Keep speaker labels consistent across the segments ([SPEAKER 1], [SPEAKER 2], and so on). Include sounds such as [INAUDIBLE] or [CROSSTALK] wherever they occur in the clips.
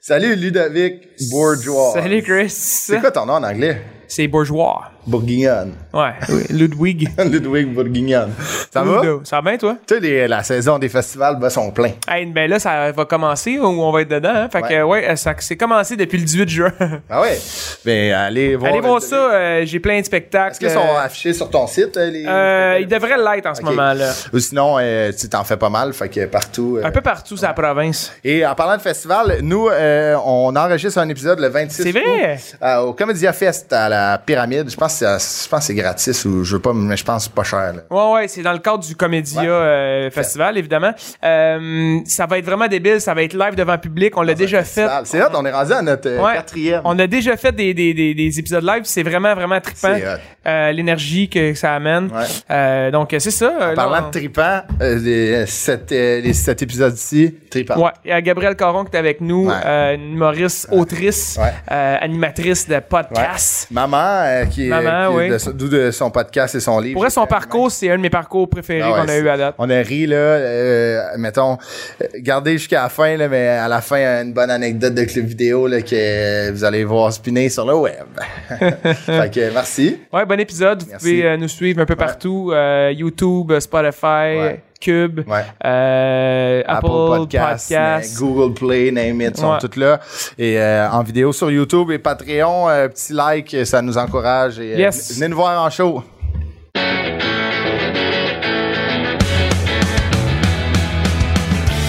[SPEAKER 1] Salut Ludovic Bourgeois.
[SPEAKER 2] Salut Chris.
[SPEAKER 1] C'est quoi ton nom en anglais?
[SPEAKER 2] C'est bourgeois.
[SPEAKER 1] Bourguignonne. [LAUGHS]
[SPEAKER 2] Ouais. oui, Ludwig.
[SPEAKER 1] Ludwig Bourguignonne. Ça va?
[SPEAKER 2] Ludo. Ça va bien, toi?
[SPEAKER 1] Tu sais, les- la saison des festivals, ben, sont pleins.
[SPEAKER 2] Hey, ben là, ça va commencer ou on va être dedans. Hein? Fait que, ouais, ça c'est commencé depuis le 18 juin. [LAUGHS]
[SPEAKER 1] Ah ouais? Ben, allez voir.
[SPEAKER 2] Allez voir
[SPEAKER 1] Ludovic.
[SPEAKER 2] ça, euh, j'ai plein de spectacles.
[SPEAKER 1] Est-ce qu'ils sont affichés sur ton site, euh, les.
[SPEAKER 2] Euh, ils devraient l'être en ce
[SPEAKER 1] Ok.
[SPEAKER 2] moment-là.
[SPEAKER 1] Ou sinon, euh, tu t'en fais pas mal, fait que partout. euh,
[SPEAKER 2] Un peu partout sur la province.
[SPEAKER 1] Et en parlant de festival, nous, euh, on enregistre un épisode le 26
[SPEAKER 2] C'est vrai?
[SPEAKER 1] août, euh, au Comédia Fest à la Pyramide. Je pense que c'est à- je pense que c'est gratis ou je veux pas, mais je pense que c'est pas cher. là.
[SPEAKER 2] Ouais, ouais, c'est dans le cadre du Comédia
[SPEAKER 1] Ouais.
[SPEAKER 2] euh, Festival, évidemment. Euh, ça va être vraiment débile, ça va être live devant public, on l'a déjà fait.
[SPEAKER 1] Festival. C'est hot, on est rendu à notre euh,
[SPEAKER 2] Ouais.
[SPEAKER 1] quatrième.
[SPEAKER 2] On a déjà fait des, des, des, des épisodes live, c'est vraiment, vraiment trippant.
[SPEAKER 1] C'est hot.
[SPEAKER 2] Euh, L'énergie que ça amène.
[SPEAKER 1] Ouais.
[SPEAKER 2] Euh, donc, c'est ça. Euh,
[SPEAKER 1] En parlant
[SPEAKER 2] non,
[SPEAKER 1] de tripant, euh, les- cet, euh, les- cet épisode-ci, tripant.
[SPEAKER 2] Ouais, il y a Gabrielle Caron qui est avec nous,
[SPEAKER 1] Ouais.
[SPEAKER 2] euh, une humoriste, autrice,
[SPEAKER 1] Ouais.
[SPEAKER 2] euh, animatrice de
[SPEAKER 1] Ouais.
[SPEAKER 2] podcast.
[SPEAKER 1] Maman, euh, qui est,
[SPEAKER 2] Maman,
[SPEAKER 1] qui est
[SPEAKER 2] oui.
[SPEAKER 1] de son- d'où de son podcast et son livre.
[SPEAKER 2] Pour vrai, son parcours, c'est un de mes parcours préférés
[SPEAKER 1] Ah ouais,
[SPEAKER 2] qu'on a
[SPEAKER 1] c'est-
[SPEAKER 2] eu à date.
[SPEAKER 1] On a ri, là, euh, mettons, euh, gardez jusqu'à la fin, là, mais à la fin, une bonne anecdote de clip vidéo là, que euh, vous allez voir spinner sur le web. [LAUGHS] fait que euh, merci.
[SPEAKER 2] Ouais, bon épisode. Vous
[SPEAKER 1] Merci.
[SPEAKER 2] pouvez euh, nous suivre un peu partout. euh, YouTube, Spotify,
[SPEAKER 1] Ouais.
[SPEAKER 2] Cube,
[SPEAKER 1] Ouais.
[SPEAKER 2] euh, Apple, Podcast.
[SPEAKER 1] Podcasts, na- Google Play, name it, sont
[SPEAKER 2] Ouais.
[SPEAKER 1] toutes là. Et euh, en vidéo sur YouTube et Patreon, euh, petit like, ça nous encourage. Et, euh,
[SPEAKER 2] Yes.
[SPEAKER 1] v- venez nous voir en show.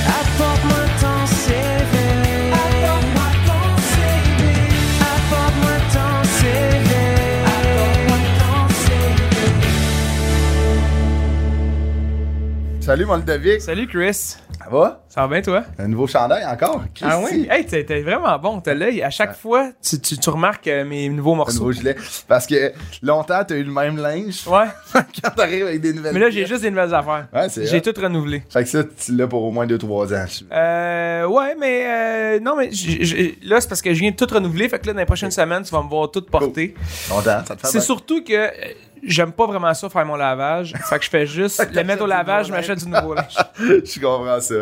[SPEAKER 3] Apporte-moi ton CV. Apporte-moi ton CV. Apporte-moi ton CV. Apporte-moi ton CV.
[SPEAKER 1] Salut, mon Ludovic.
[SPEAKER 2] Salut Chris,
[SPEAKER 1] Ça va?
[SPEAKER 2] ça va bien toi?
[SPEAKER 1] Un nouveau chandail encore?
[SPEAKER 2] Ah
[SPEAKER 1] Christy.
[SPEAKER 2] oui? Hey, t'es t'es vraiment bon, t'as l'œil. À chaque fois, tu, tu, tu remarques euh, mes nouveaux
[SPEAKER 1] Un
[SPEAKER 2] morceaux.
[SPEAKER 1] nouveau gilet. Parce que longtemps, t'as eu le même linge.
[SPEAKER 2] Ouais,
[SPEAKER 1] [LAUGHS] Quand t'arrives avec des nouvelles. [LAUGHS]
[SPEAKER 2] mais là, j'ai
[SPEAKER 1] pièces.
[SPEAKER 2] juste des nouvelles affaires.
[SPEAKER 1] Ouais, c'est
[SPEAKER 2] j'ai
[SPEAKER 1] hot.
[SPEAKER 2] tout renouvelé.
[SPEAKER 1] Fait que ça, tu l'as pour au moins 2-3 ans. je-
[SPEAKER 2] Euh, ouais, mais euh, non, mais j- j- là, c'est parce que je viens de tout renouveler. Fait que là, dans les prochaines semaines, tu vas me voir tout porter.
[SPEAKER 1] Longtemps, ça te fait
[SPEAKER 2] C'est
[SPEAKER 1] bien.
[SPEAKER 2] surtout que euh, j'aime pas vraiment ça, faire mon lavage. fait que je
[SPEAKER 1] [LAUGHS]
[SPEAKER 2] fais juste le mettre au
[SPEAKER 1] du nouveau
[SPEAKER 2] lavage, je
[SPEAKER 1] linge.
[SPEAKER 2] m'achète du
[SPEAKER 1] [LAUGHS]
[SPEAKER 2] nouveau linge.
[SPEAKER 1] [LAUGHS] Je comprends ça.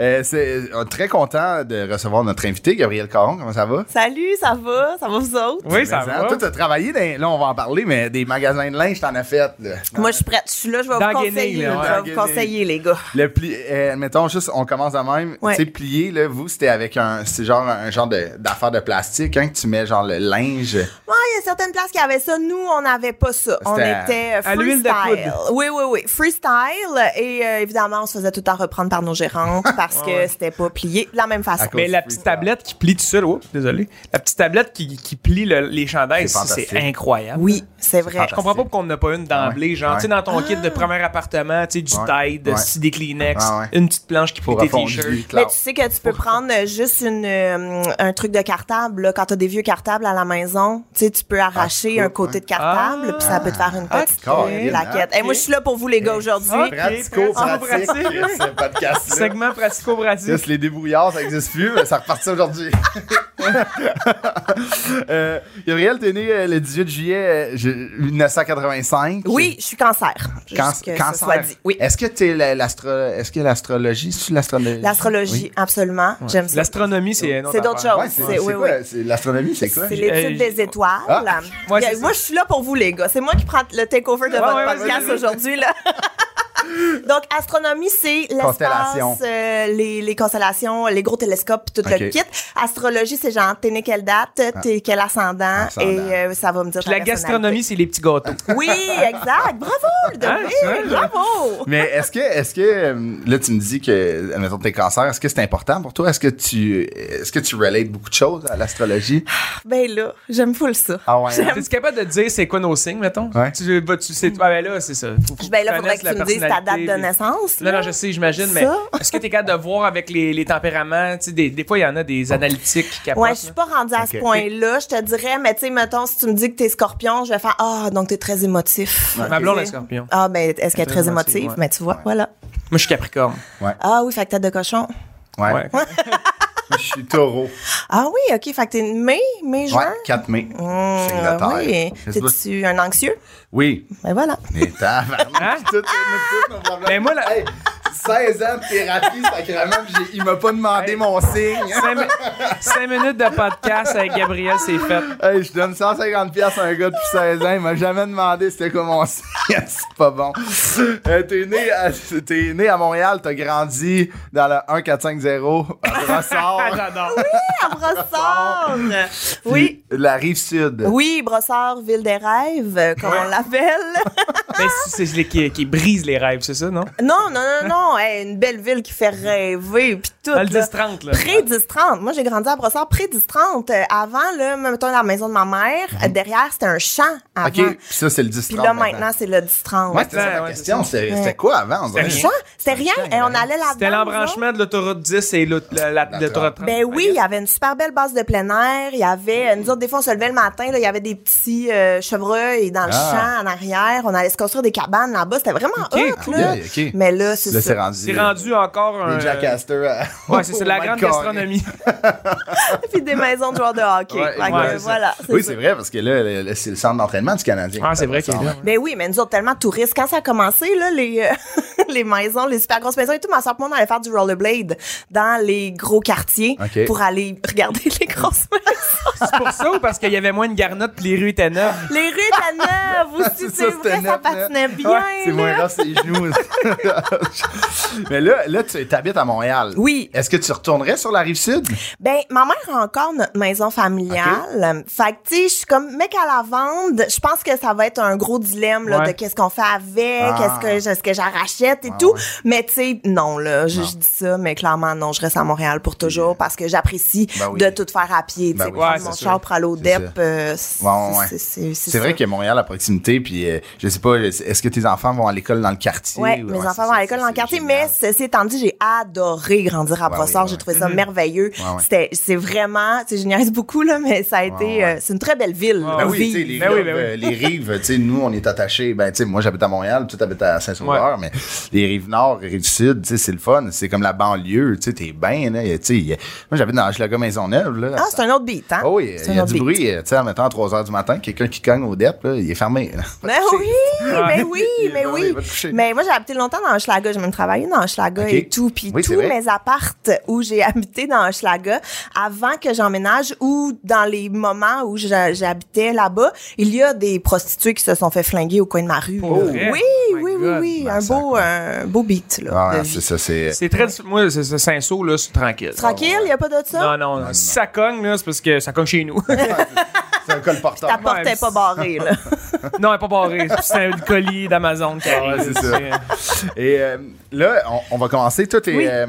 [SPEAKER 1] Euh, c'est euh, très content de recevoir notre invité, Gabriel Caron. Comment ça va?
[SPEAKER 4] Salut, ça va? Ça va vous autres?
[SPEAKER 2] Oui, ça
[SPEAKER 1] Mais,
[SPEAKER 2] va.
[SPEAKER 1] hein, Toi, t'as travaillé dans, là, on va en parler, mais des magasins de linge, t'en as fait, là.
[SPEAKER 4] Moi, je suis prête. Je suis là, je vais vous
[SPEAKER 2] Dans Guinée,
[SPEAKER 4] conseiller.
[SPEAKER 2] là, ouais.
[SPEAKER 4] je
[SPEAKER 1] Dans
[SPEAKER 4] vais
[SPEAKER 1] Guinée.
[SPEAKER 4] vous conseiller, les gars.
[SPEAKER 1] Le pli, euh, mettons juste, on commence de même.
[SPEAKER 4] Ouais.
[SPEAKER 1] Tu sais, plié, là, vous, c'était avec un, c'est genre un genre de- d'affaire de, plastique, hein, que tu mets genre le linge.
[SPEAKER 4] Ouais, il y a certaines places qui avaient ça. Nous, on n'avait pas ça. On
[SPEAKER 1] C'était à-
[SPEAKER 4] était euh,
[SPEAKER 2] à l'huile
[SPEAKER 4] freestyle.
[SPEAKER 2] de
[SPEAKER 4] oui, oui, oui. Freestyle. Et euh, évidemment, on se faisait tout le temps reprendre par
[SPEAKER 2] [LAUGHS]
[SPEAKER 4] nos gérantes parce que c'était pas plié de la même façon.
[SPEAKER 1] cause-
[SPEAKER 2] Mais la
[SPEAKER 1] Cause
[SPEAKER 2] petite
[SPEAKER 1] freestyle.
[SPEAKER 2] tablette qui plie tout seul, oups, désolé. La petite tablette qui, qui plie le- les
[SPEAKER 1] C'est
[SPEAKER 2] chandelles, ça, c'est
[SPEAKER 1] fantastique. Ah
[SPEAKER 2] incroyable.
[SPEAKER 4] Oui, Ah. c'est vrai.
[SPEAKER 2] Je comprends pas pourquoi on n'a pas une d'emblée.
[SPEAKER 1] Ouais.
[SPEAKER 2] Genre, tu sais,
[SPEAKER 1] Ouais.
[SPEAKER 2] dans ton kit de premier appartement, tu sais, du
[SPEAKER 1] Ouais.
[SPEAKER 2] Tide,
[SPEAKER 1] Ouais.
[SPEAKER 2] si des Kleenex,
[SPEAKER 1] Ah ouais.
[SPEAKER 2] une petite planche qui plie
[SPEAKER 1] Pour
[SPEAKER 2] tes
[SPEAKER 1] refondre
[SPEAKER 2] t-shirts.
[SPEAKER 1] [LAUGHS] du
[SPEAKER 4] Mais
[SPEAKER 1] cloud.
[SPEAKER 4] tu sais que tu peux prendre euh, juste une, euh, un truc de cartable. Là, quand t'as des vieux cartables à la maison, tu sais, tu peux arracher
[SPEAKER 1] cool,
[SPEAKER 4] un côté de
[SPEAKER 2] Ah, ouais.
[SPEAKER 4] cartable, puis ça peut te faire une
[SPEAKER 2] Ah, hein?
[SPEAKER 4] petite
[SPEAKER 1] ok.
[SPEAKER 4] euh, plaquette.
[SPEAKER 2] Ok.
[SPEAKER 4] Et moi, je suis là pour vous, les gars, aujourd'hui. Ah,
[SPEAKER 2] Ok,
[SPEAKER 1] Pratico-pratique,
[SPEAKER 2] pratique.
[SPEAKER 1] [LAUGHS] ce podcast-là.
[SPEAKER 2] Segment pratico-pratique.
[SPEAKER 1] Yes, les débrouillards, ça existe plus, mais ça repartit aujourd'hui. [LAUGHS] euh, Gabriel, t'es né euh, le 18 juillet euh, je- 1985.
[SPEAKER 4] Oui, je suis cancer. Juste
[SPEAKER 1] Can-
[SPEAKER 4] que ça
[SPEAKER 1] cancer.
[SPEAKER 4] soit dit. Oui.
[SPEAKER 2] Euh,
[SPEAKER 1] Est-ce que t'es la- l'astro, est-ce que l'astrologie, c'est l'astrologie?
[SPEAKER 4] L'astrologie, absolument. J'aime ça.
[SPEAKER 2] L'astronomie, c'est une autre
[SPEAKER 4] C'est d'autres
[SPEAKER 2] affaire.
[SPEAKER 4] choses.
[SPEAKER 1] Ouais, c'est,
[SPEAKER 4] C'est-
[SPEAKER 1] c'est
[SPEAKER 4] oui,
[SPEAKER 1] quoi?
[SPEAKER 4] oui.
[SPEAKER 1] c'est- L'astronomie, c'est quoi?
[SPEAKER 4] C'est l'étude
[SPEAKER 2] Euh,
[SPEAKER 4] des étoiles.
[SPEAKER 1] Ah.
[SPEAKER 2] Ouais,
[SPEAKER 4] Puis,
[SPEAKER 2] c'est
[SPEAKER 4] euh, moi, je suis là pour vous, les gars. C'est moi qui prends le takeover de
[SPEAKER 2] Ouais,
[SPEAKER 4] votre
[SPEAKER 2] ouais, ouais,
[SPEAKER 4] podcast
[SPEAKER 2] vas-y, vas-y.
[SPEAKER 4] aujourd'hui. là. [LAUGHS] Donc, astronomie, c'est
[SPEAKER 1] Constellations.
[SPEAKER 4] l'espace, euh, les, les constellations, les gros télescopes, puis tout
[SPEAKER 1] Ok.
[SPEAKER 4] le kit. Astrologie, c'est genre, t'es né quelle date, t'es quel ascendant,
[SPEAKER 1] Ascendant.
[SPEAKER 4] et euh, ça va me dire
[SPEAKER 2] Ah. Puis
[SPEAKER 4] ta
[SPEAKER 2] la gastronomie, c'est les petits gâteaux.
[SPEAKER 4] personnalité. Oui, exact. Bravo, Ludovic.
[SPEAKER 2] Ah, c'est vrai, là.
[SPEAKER 4] bravo.
[SPEAKER 1] Mais est-ce que, est-ce que, euh, là, tu me dis que, admettons, t'es cancer, est-ce que c'est important pour toi? Est-ce que tu, est-ce que tu relates beaucoup de choses à l'astrologie?
[SPEAKER 4] Ben là, j'aime full ça.
[SPEAKER 1] Ah ouais. hein?
[SPEAKER 2] T'es-tu capable de dire c'est quoi nos signes, mettons?
[SPEAKER 1] Ouais.
[SPEAKER 2] Tu, bah, tu sais, ah, ben là, c'est ça. Faut- faut
[SPEAKER 4] Ben là,
[SPEAKER 2] tu
[SPEAKER 4] faudrait
[SPEAKER 2] connaisses
[SPEAKER 4] que
[SPEAKER 2] la
[SPEAKER 4] tu me dises ta date
[SPEAKER 2] personnalité,
[SPEAKER 4] de connaissances.
[SPEAKER 2] Non,
[SPEAKER 4] là.
[SPEAKER 2] non, je sais, j'imagine, mais
[SPEAKER 4] Ça?
[SPEAKER 2] est-ce que t'es capable de voir avec les, les tempéraments? Tu sais, des, des fois, il y en a des analytiques qui capotent.
[SPEAKER 4] Ouais, je suis
[SPEAKER 2] là.
[SPEAKER 4] pas rendue à
[SPEAKER 1] Ok.
[SPEAKER 4] ce point-là, je te dirais, mais tu sais, mettons, si tu me dis que t'es scorpion, je vais faire, ah, donc t'es très émotif.
[SPEAKER 2] Ma blonde est
[SPEAKER 4] Tu sais.
[SPEAKER 2] scorpion.
[SPEAKER 4] Ah, ben, est-ce qu'elle est très émotive?
[SPEAKER 2] ouais.
[SPEAKER 4] Mais tu vois, voilà.
[SPEAKER 2] Moi, je suis capricorne.
[SPEAKER 4] Ah oui, fait que t'as de cochon.
[SPEAKER 1] Ouais.
[SPEAKER 2] Ouais.
[SPEAKER 1] Je suis taureau.
[SPEAKER 4] Ah oui, ok, fait que t'es mai, mai,
[SPEAKER 1] Ouais,
[SPEAKER 4] juin.
[SPEAKER 1] 4 mai. Signe
[SPEAKER 4] Hum,
[SPEAKER 1] de terre.
[SPEAKER 4] oui.
[SPEAKER 1] Je sais pas si-
[SPEAKER 4] T'es-tu un anxieux?
[SPEAKER 1] Oui.
[SPEAKER 4] Ben voilà.
[SPEAKER 1] Mais tabarnak,
[SPEAKER 2] Hein?
[SPEAKER 1] tout, tout, tout, nos problèmes.
[SPEAKER 2] Mais moi, la-
[SPEAKER 1] Hey, 16 ans de thérapie, sacrément, puis j'ai- il m'a pas demandé mon signe.
[SPEAKER 2] Cinq, mi- cinq minutes de podcast avec Gabriel, c'est fait.
[SPEAKER 1] Hey, je donne 150 pièces à un gars depuis 16 ans, il m'a jamais demandé c'était quoi mon [LAUGHS] signe. C'est pas bon. Euh, t'es né à, t'es né à Montréal, t'as grandi dans le 1450 à Brossard.
[SPEAKER 2] J'adore.
[SPEAKER 4] Ah, Brossard! [LAUGHS] oui.
[SPEAKER 1] puis La rive sud.
[SPEAKER 4] Oui, Brossard, Ville des rêves, euh, comme on l'appelle. [LAUGHS]
[SPEAKER 2] Mais c'est c'est les qui, qui brise les rêves, c'est ça, non?
[SPEAKER 4] non, non, non, non. hey, une belle ville qui fait rêver, puis tout.
[SPEAKER 2] Dans le
[SPEAKER 4] là.
[SPEAKER 2] 10-30, là.
[SPEAKER 4] Pré-10-30. Moi, j'ai grandi à Brossard pré-10-30. Euh, avant, là, mettons, dans la maison de ma mère, euh, derrière, c'était un champ avant.
[SPEAKER 1] Ok, puis ça, c'est le 10
[SPEAKER 4] Puis là, maintenant, c'est le 10-30.
[SPEAKER 1] Ouais, c'était ça
[SPEAKER 2] Ouais,
[SPEAKER 1] ma
[SPEAKER 2] ouais,
[SPEAKER 1] question. C'était c'était quoi avant? on dirait?
[SPEAKER 4] Un champ? C'était rien. Et on allait là-dedans.
[SPEAKER 2] C'était l'embranchement de l'autoroute 10 et l'aut- la- la- l'autoroute 30.
[SPEAKER 4] Ben oui, il y avait une super belle base de plein air. Il y avait, euh, nous autres, des fois, on se levait le matin, là, il y avait des petits euh, chevreuils dans le
[SPEAKER 1] Ah.
[SPEAKER 4] champ, en arrière. On allait se construire des cabanes là-bas. C'était vraiment hot, là.
[SPEAKER 1] Ok, ok.
[SPEAKER 4] Mais là, c'est
[SPEAKER 1] Là, c'est
[SPEAKER 4] ça.
[SPEAKER 1] rendu.
[SPEAKER 2] C'est rendu encore un.
[SPEAKER 1] Les Jack Astor à-
[SPEAKER 2] Ouais, c'est
[SPEAKER 1] [LAUGHS]
[SPEAKER 2] c'est
[SPEAKER 1] au
[SPEAKER 2] la
[SPEAKER 1] Mike
[SPEAKER 2] grande
[SPEAKER 1] Carré.
[SPEAKER 2] gastronomie.
[SPEAKER 4] [LAUGHS] Puis des maisons de joueurs de hockey.
[SPEAKER 1] Ouais,
[SPEAKER 4] Fait
[SPEAKER 1] ouais,
[SPEAKER 4] que,
[SPEAKER 1] c'est ça.
[SPEAKER 4] voilà.
[SPEAKER 1] Oui,
[SPEAKER 4] ça.
[SPEAKER 1] c'est vrai, parce que là, le- le- c'est le centre d'entraînement du Canadien.
[SPEAKER 2] Ah, c'est vrai qu'il est là.
[SPEAKER 4] Ben oui, mais nous autres, tellement touristes. Quand ça a commencé, là, les, euh, [LAUGHS] les maisons, les super grosses maisons et tout, ma soeur et moi, on allait faire du rollerblade dans les gros quartiers
[SPEAKER 1] Ok.
[SPEAKER 4] pour aller regarder [LAUGHS] les grosses maisons.
[SPEAKER 2] C'est pour ça ou parce qu'il y avait moins de garnottes puis les rues étaient neuves?
[SPEAKER 4] les rues étaient
[SPEAKER 1] [LAUGHS]
[SPEAKER 4] neuves aussi,
[SPEAKER 1] C'est
[SPEAKER 4] c'est
[SPEAKER 1] ça,
[SPEAKER 4] vrai,
[SPEAKER 1] c'était
[SPEAKER 4] ça
[SPEAKER 1] neuf,
[SPEAKER 4] patinait bien.
[SPEAKER 1] Ouais, c'est
[SPEAKER 4] là.
[SPEAKER 1] moins grave, c'est genoux. [LAUGHS] Mais là, là tu habites à Montréal.
[SPEAKER 4] Oui.
[SPEAKER 1] Est-ce que tu retournerais sur la rive sud?
[SPEAKER 4] Ben, ma mère a encore notre maison familiale. Fait que, tu sais, je suis comme, mec à la vente, je pense que ça va être un gros dilemme, là,
[SPEAKER 2] Ouais.
[SPEAKER 4] de qu'est-ce qu'on fait avec,
[SPEAKER 1] Ah.
[SPEAKER 4] est-ce que, est-ce que j'en rachète et tout. Mais, tu sais, non, là, je, je dis ça, mais clairement, non, je reste à Montréal pour toujours parce que j'apprécie
[SPEAKER 1] Ben oui.
[SPEAKER 4] de tout faire à pied, tu
[SPEAKER 1] Ben
[SPEAKER 4] sais,
[SPEAKER 1] oui.
[SPEAKER 4] prendre
[SPEAKER 2] Ouais,
[SPEAKER 4] mon
[SPEAKER 2] c'est
[SPEAKER 4] char
[SPEAKER 2] sûr.
[SPEAKER 4] pour aller au
[SPEAKER 1] C'est
[SPEAKER 4] DEP,
[SPEAKER 1] ça.
[SPEAKER 4] euh,
[SPEAKER 1] Ouais, ouais.
[SPEAKER 4] c'est- c'est-
[SPEAKER 1] C'est vrai
[SPEAKER 4] ça.
[SPEAKER 1] que Montréal à proximité, puis euh, je sais pas, est-ce que tes enfants vont à l'école dans le quartier?
[SPEAKER 4] Ouais,
[SPEAKER 1] ou-
[SPEAKER 4] mes
[SPEAKER 1] ouais,
[SPEAKER 4] enfants
[SPEAKER 1] c'est-
[SPEAKER 4] vont à
[SPEAKER 1] c'est-
[SPEAKER 4] l'école
[SPEAKER 1] c'est-
[SPEAKER 4] dans le
[SPEAKER 1] c'est
[SPEAKER 4] quartier,
[SPEAKER 1] génial.
[SPEAKER 4] mais ceci étant dit, j'ai adoré grandir à
[SPEAKER 1] Ouais,
[SPEAKER 4] Brossard.
[SPEAKER 1] oui,
[SPEAKER 4] J'ai
[SPEAKER 1] ouais.
[SPEAKER 4] trouvé ça merveilleux.
[SPEAKER 1] Ouais, ouais.
[SPEAKER 4] C'était, c'est vraiment, tu sais, je niaise beaucoup, là, mais ça a été,
[SPEAKER 1] ouais.
[SPEAKER 4] euh, c'est une très belle ville.
[SPEAKER 2] Ben
[SPEAKER 1] Ben
[SPEAKER 4] On
[SPEAKER 1] oui,
[SPEAKER 4] vit.
[SPEAKER 1] tu sais, les,
[SPEAKER 2] Ben
[SPEAKER 1] rives,
[SPEAKER 2] oui, ben oui.
[SPEAKER 1] euh, les rives, tu sais, nous, on est attachés. Ben, tu sais, moi, j'habite à Montréal, tu habites à Saint-Sauveur, mais les rives nord, les rives sud, tu sais, c'est le fun. C'est comme la banlieue, tu sais, t'es bien, là. y a- Tu sais, y a- moi, j'habite dans Hochelaga Maisonneuve, là.
[SPEAKER 4] Ah, c'est un autre beat, hein?
[SPEAKER 1] Ah oui,
[SPEAKER 4] C'est
[SPEAKER 1] il
[SPEAKER 4] un
[SPEAKER 1] y a
[SPEAKER 4] autre
[SPEAKER 1] du
[SPEAKER 4] beat.
[SPEAKER 1] bruit, euh, tu sais, en mettant à 3 heures du matin, quelqu'un qui cogne au DEP, là, il est fermé. là.
[SPEAKER 4] [LAUGHS] Ben oui,
[SPEAKER 1] Ah [LAUGHS]
[SPEAKER 4] ben oui, mais
[SPEAKER 1] va-
[SPEAKER 4] oui.
[SPEAKER 1] il va te coucher.
[SPEAKER 4] Mais moi, j'ai habité longtemps dans Hochelaga. J'ai même travaillé dans Hochelaga
[SPEAKER 1] Ok.
[SPEAKER 4] et tout. Puis
[SPEAKER 1] Oui, c'est
[SPEAKER 4] tous
[SPEAKER 1] vrai.
[SPEAKER 4] mes appartes où j'ai [LAUGHS] habité dans Hochelaga, avant que j'emménage ou dans les moments où j'a- j'habitais là-bas, il y a des prostituées qui se sont fait flinguer au coin de ma rue.
[SPEAKER 2] Pour
[SPEAKER 4] là.
[SPEAKER 2] vrai?
[SPEAKER 4] Oui,
[SPEAKER 2] Oh
[SPEAKER 4] oui,
[SPEAKER 2] my
[SPEAKER 4] oui,
[SPEAKER 2] God.
[SPEAKER 4] oui.
[SPEAKER 1] Ben,
[SPEAKER 4] un,
[SPEAKER 1] ça,
[SPEAKER 4] beau,
[SPEAKER 1] quoi.
[SPEAKER 4] un beau beat, là.
[SPEAKER 1] Ah,
[SPEAKER 4] de
[SPEAKER 1] c'est
[SPEAKER 4] vie.
[SPEAKER 1] ça, c'est.
[SPEAKER 4] [LAUGHS]
[SPEAKER 2] C'est très. Moi, c'est c'est Saint-Saul, là, c'est tranquille.
[SPEAKER 4] Tranquille, il n'y a pas de ça?
[SPEAKER 2] Non, non,
[SPEAKER 1] Ah,
[SPEAKER 2] non. Si ça cogne, là, c'est parce que ça cogne chez nous. [LAUGHS]
[SPEAKER 1] C'est un colporteur.
[SPEAKER 4] Ta porte
[SPEAKER 2] Ouais,
[SPEAKER 4] n'est pas barrée, là.
[SPEAKER 2] [LAUGHS] non, elle est pas barrée. C'est un colis d'Amazon qui arrive.
[SPEAKER 1] Ouais, c'est ça. Et euh, là, on, on va commencer. Toi, t'es,
[SPEAKER 4] Oui.
[SPEAKER 1] euh,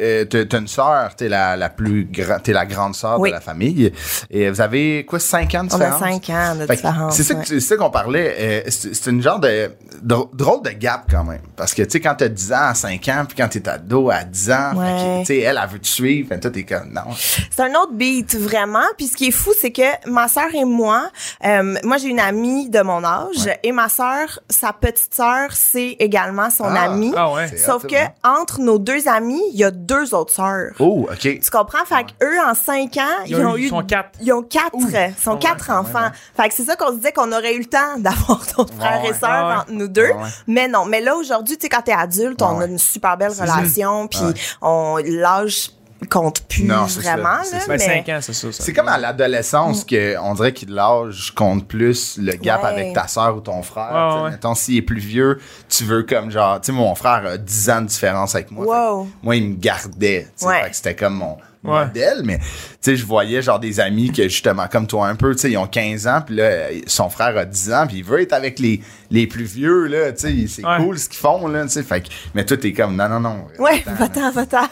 [SPEAKER 1] euh, t'as- t'as une sœur, t'es la, la plus gra- t'es la grande sœur
[SPEAKER 4] Oui.
[SPEAKER 1] de la famille. Et vous avez quoi, 5 ans de
[SPEAKER 4] On a
[SPEAKER 1] différence?
[SPEAKER 4] cinq ans
[SPEAKER 1] Fait
[SPEAKER 4] de
[SPEAKER 1] que
[SPEAKER 4] différence.
[SPEAKER 1] C'est ça, que
[SPEAKER 4] ouais.
[SPEAKER 1] tu- c'est ça qu'on parlait. euh, c'est c'est une genre de dr- drôle de gap quand même. Parce que, tu sais, quand t'as 10 ans à 5 ans, puis quand t'es ado à 10 ans, fait que,
[SPEAKER 4] Ouais.
[SPEAKER 1] tu sais, elle, elle veut te suivre. Fait que toi, t'es comme, non.
[SPEAKER 4] C'est un autre beat vraiment. Puis ce qui est fou, c'est que ma sœur et moi, euh, moi j'ai une amie de mon âge et ma sœur, sa petite sœur, c'est également son
[SPEAKER 1] Ah.
[SPEAKER 4] amie.
[SPEAKER 2] Ah ouais.
[SPEAKER 1] C'est
[SPEAKER 4] Sauf
[SPEAKER 1] hot,
[SPEAKER 4] que
[SPEAKER 1] ça,
[SPEAKER 4] entre nos deux amies, il y a deux autres sœurs.
[SPEAKER 1] Oh, OK.
[SPEAKER 4] Tu comprends? Fait que eux, en cinq ans,
[SPEAKER 2] Ils
[SPEAKER 4] ils,
[SPEAKER 2] ont
[SPEAKER 4] ont
[SPEAKER 2] eu-
[SPEAKER 4] eu.
[SPEAKER 2] ils sont quatre. Ah
[SPEAKER 4] Ils ont quatre. euh, Ils sont
[SPEAKER 2] ouais,
[SPEAKER 4] quatre enfants. Fait que c'est ça qu'on se disait qu'on aurait eu le temps [LAUGHS] d'avoir d'autres frères
[SPEAKER 1] ouais.
[SPEAKER 4] et sœurs
[SPEAKER 2] Ah ouais. Ah
[SPEAKER 4] entre nous deux.
[SPEAKER 1] Ah ouais.
[SPEAKER 4] Mais non. Mais là, aujourd'hui, tu sais, quand t'es adulte, on
[SPEAKER 1] ouais.
[SPEAKER 4] a une super belle relation, puis on l'âge compte plus
[SPEAKER 1] Non, c'est ça,
[SPEAKER 4] vraiment,
[SPEAKER 1] c'est
[SPEAKER 4] là.
[SPEAKER 1] ça.
[SPEAKER 2] Ben,
[SPEAKER 4] mais...
[SPEAKER 2] 5 ans, c'est ça. ça.
[SPEAKER 1] C'est comme à l'adolescence que on dirait qu'il l'âge compte plus le gap
[SPEAKER 4] Mm. Ouais.
[SPEAKER 1] avec ta sœur ou ton frère.
[SPEAKER 2] Ouais,
[SPEAKER 1] Tu sais,
[SPEAKER 2] ouais.
[SPEAKER 1] Mettons, s'il est plus vieux, tu veux comme genre, tu sais, mon frère a 10 ans de différence avec moi.
[SPEAKER 4] Wow.
[SPEAKER 1] Fait que moi, il me gardait. tu sais,
[SPEAKER 4] Ouais.
[SPEAKER 1] fait que C'était comme mon
[SPEAKER 2] Ouais.
[SPEAKER 1] modèle, mais tu sais, tu sais, je voyais genre des amis que justement, comme toi un peu, tu sais, ils ont 15 ans, puis là, euh, son frère a 10 ans, puis il veut être avec les, les plus vieux, là, tu sais, c'est
[SPEAKER 2] Ouais.
[SPEAKER 1] cool ce qu'ils font, là, tu sais, fait que, mais toi, t'es comme, non, non, non.
[SPEAKER 4] Ouais,
[SPEAKER 1] attends,
[SPEAKER 4] va-t'en, va-t'en.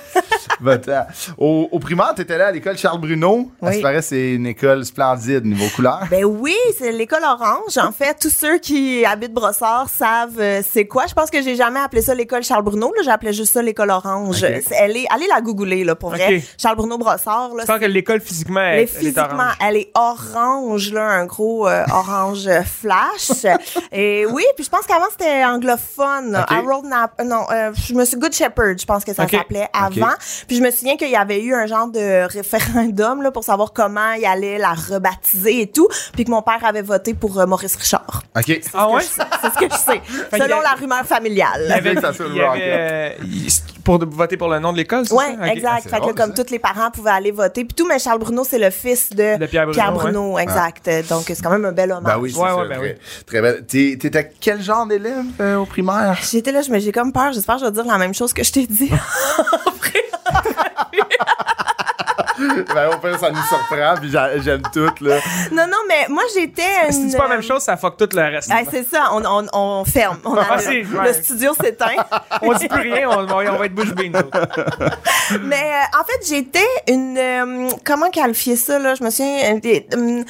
[SPEAKER 1] Va-t'en. Au, au primaire, t'étais là à l'école Charles Bruno. Ça
[SPEAKER 4] Oui.
[SPEAKER 1] se paraît, c'est une école splendide niveau couleur.
[SPEAKER 4] [LAUGHS] Ben oui, c'est l'école orange. En fait, tous ceux qui habitent Brossard savent euh, c'est quoi. Je pense que j'ai jamais appelé ça l'école Charles Bruno. Là, j'appelais juste ça l'école orange.
[SPEAKER 1] Ok.
[SPEAKER 4] C'est- Elle est, allez la googler là pour
[SPEAKER 2] Ok.
[SPEAKER 4] vrai. Charles Bruno Brossard là.
[SPEAKER 2] Je pense que l'école physiquement, elle,
[SPEAKER 4] Mais
[SPEAKER 2] elle est
[SPEAKER 4] physiquement,
[SPEAKER 2] orange.
[SPEAKER 4] elle est orange, là, un gros euh, orange
[SPEAKER 2] [LAUGHS]
[SPEAKER 4] flash. Et oui, puis je pense qu'avant, c'était anglophone. là.
[SPEAKER 1] Ok.
[SPEAKER 4] Harold Nap- Non, euh, je me suis Good Shepherd, je pense que ça
[SPEAKER 2] Ok.
[SPEAKER 4] s'appelait avant. Puis je me souviens qu'il y avait eu un genre de référendum là, pour savoir comment il allait la rebaptiser et tout. Puis que mon père avait voté pour euh, Maurice Richard.
[SPEAKER 1] OK.
[SPEAKER 2] Ah ouais?
[SPEAKER 4] C'est ce que
[SPEAKER 2] [LAUGHS]
[SPEAKER 4] je sais,
[SPEAKER 2] qu'il y a-
[SPEAKER 4] selon la rumeur familiale.
[SPEAKER 2] Il y avait,
[SPEAKER 1] Ça, c'est le
[SPEAKER 2] il y avait,
[SPEAKER 1] rocket.
[SPEAKER 2] euh, il- c'est pour de- voter pour le nom de l'école, c'est
[SPEAKER 4] Oui,
[SPEAKER 2] ça? Ok.
[SPEAKER 4] exact.
[SPEAKER 1] c'est
[SPEAKER 4] fait que là,
[SPEAKER 1] drôle,
[SPEAKER 4] comme
[SPEAKER 1] ça.
[SPEAKER 4] tous les parents pouvaient aller voter. Puis tout, mais Charles Bruno, c'est le fils de,
[SPEAKER 2] De Pierre Bruno, Ah.
[SPEAKER 4] exact. Donc, c'est quand même un bel hommage.
[SPEAKER 1] Ben oui, c'est
[SPEAKER 2] Ouais,
[SPEAKER 1] ça,
[SPEAKER 2] ouais, ben
[SPEAKER 1] très, très belle. T'es- T'étais quel genre d'élève euh, au
[SPEAKER 4] [LAUGHS]
[SPEAKER 1] primaire?
[SPEAKER 4] J'étais là, je me- j'ai comme peur. J'espère que je vais dire la même chose que je
[SPEAKER 2] [LAUGHS]
[SPEAKER 4] t'ai dit.
[SPEAKER 1] ben, au pire, ça nous surprend, puis j'a- j'aime tout, là.
[SPEAKER 4] non, non, mais moi, j'étais.
[SPEAKER 2] Si
[SPEAKER 4] une-
[SPEAKER 2] c'est pas la même chose, ça fuck tout le reste.
[SPEAKER 4] Ah, c'est ça, on, on, on ferme. On
[SPEAKER 2] Ah,
[SPEAKER 4] arrête.
[SPEAKER 2] c'est-
[SPEAKER 4] Le
[SPEAKER 2] ouais.
[SPEAKER 4] studio s'éteint.
[SPEAKER 2] On dit plus rien, on, va- on va être bouche bée, nous autres.
[SPEAKER 4] [LAUGHS] mais euh, en fait, j'étais une. euh, comment qualifier ça, là? Je me souviens. euh, des- euh,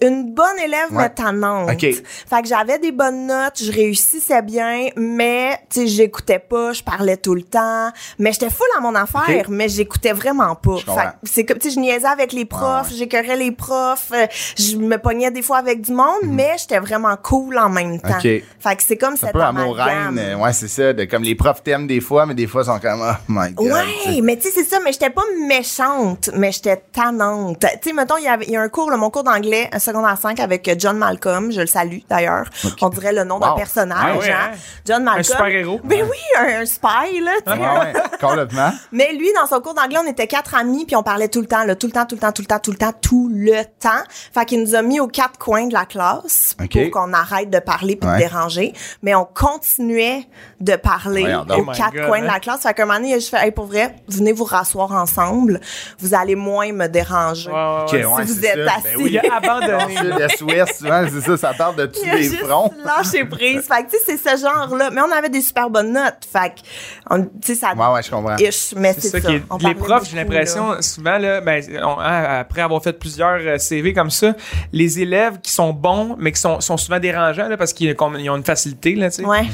[SPEAKER 4] une bonne élève,
[SPEAKER 1] Ouais.
[SPEAKER 4] mais tannante.
[SPEAKER 1] OK.
[SPEAKER 4] Fait que j'avais des bonnes notes, je réussissais bien, mais, tu sais, j'écoutais pas, je parlais tout le temps. Mais j'étais full à mon affaire,
[SPEAKER 1] OK.
[SPEAKER 4] mais j'écoutais vraiment pas.
[SPEAKER 1] Je comprends. Ah
[SPEAKER 4] Fait que c'est comme, tu sais, je niaisais avec les profs, j'écœurais les profs, euh, je me pognais des fois avec du monde, mais j'étais vraiment cool en même temps.
[SPEAKER 1] Mhm. OK.
[SPEAKER 4] Fait que c'est comme
[SPEAKER 1] Un
[SPEAKER 4] cette
[SPEAKER 1] peu amour-reine.
[SPEAKER 4] amalgame.
[SPEAKER 1] euh, Ouais, c'est ça. De, comme les profs t'aiment des fois, mais des fois, ils sont comme, oh my god.
[SPEAKER 4] Ouais, mais tu sais, c'est ça, mais j'étais pas méchante, mais j'étais tannante. Tu sais, mettons, il y, avait- il y a un cours, là, mon cours d'anglais, un secondaire 5 avec euh, John Malcolm, je le salue d'ailleurs. On dirait le nom d'un
[SPEAKER 1] Wow.
[SPEAKER 4] personnage,
[SPEAKER 2] Ah ouais,
[SPEAKER 4] hein.
[SPEAKER 2] hein?
[SPEAKER 4] John Malcolm.
[SPEAKER 2] super-héros. Ah,
[SPEAKER 4] Ben oui, un, un spy, là, tu sais,
[SPEAKER 1] Ouais, ouais,
[SPEAKER 4] [LAUGHS]
[SPEAKER 1] complètement.
[SPEAKER 4] mais lui, dans son cours d'anglais, on était quatre amis, puis on parlait tout le temps, là, tout le temps, tout le temps, tout le temps, tout le temps, tout le temps. Fait qu'il nous a mis aux quatre coins de la classe
[SPEAKER 1] OK.
[SPEAKER 4] pour qu'on arrête de parler puis
[SPEAKER 1] Ouais.
[SPEAKER 4] de déranger. Mais on continuait de parler
[SPEAKER 1] Voyons donc.
[SPEAKER 4] aux
[SPEAKER 2] Oh my
[SPEAKER 4] quatre
[SPEAKER 2] God,
[SPEAKER 4] coins de
[SPEAKER 2] hein.
[SPEAKER 4] la classe. Fait qu'à un moment donné, il a juste fait, hey, pour vrai, venez vous rasseoir ensemble. Vous allez moins me déranger.
[SPEAKER 2] Ouais, ouais, ouais.
[SPEAKER 1] Ok, ouais,
[SPEAKER 4] si vous
[SPEAKER 1] c'est
[SPEAKER 4] êtes
[SPEAKER 1] ça.
[SPEAKER 4] assis.
[SPEAKER 1] Ben
[SPEAKER 2] Il
[SPEAKER 1] oui.
[SPEAKER 2] a abandonné.
[SPEAKER 1] Sud, Est, Ouest, souvent, c'est ça, ça part de tous
[SPEAKER 4] [LAUGHS] Il a
[SPEAKER 1] les
[SPEAKER 4] juste
[SPEAKER 1] fronts.
[SPEAKER 4] lâché prise. Fait que, tu sais, c'est ce genre-là. Mais on avait des super bonnes notes. Fait que, on- tu sais, ça...
[SPEAKER 1] Ouais, ouais, je comprends.
[SPEAKER 4] Ish, mais
[SPEAKER 2] C'est
[SPEAKER 4] Ah, c'est
[SPEAKER 2] ça
[SPEAKER 4] ça.
[SPEAKER 2] qui est-
[SPEAKER 4] On
[SPEAKER 2] Les
[SPEAKER 4] parlait
[SPEAKER 2] profs, j'ai
[SPEAKER 4] beaucoup, là.
[SPEAKER 2] l'impression, souvent, là, ben, on- hein, après avoir fait plusieurs euh, CV comme ça, les élèves qui sont bons, mais qui sont, sont souvent dérangeants là, parce qu'ils comme- ils ont une facilité. Là, tu sais.
[SPEAKER 4] Ouais.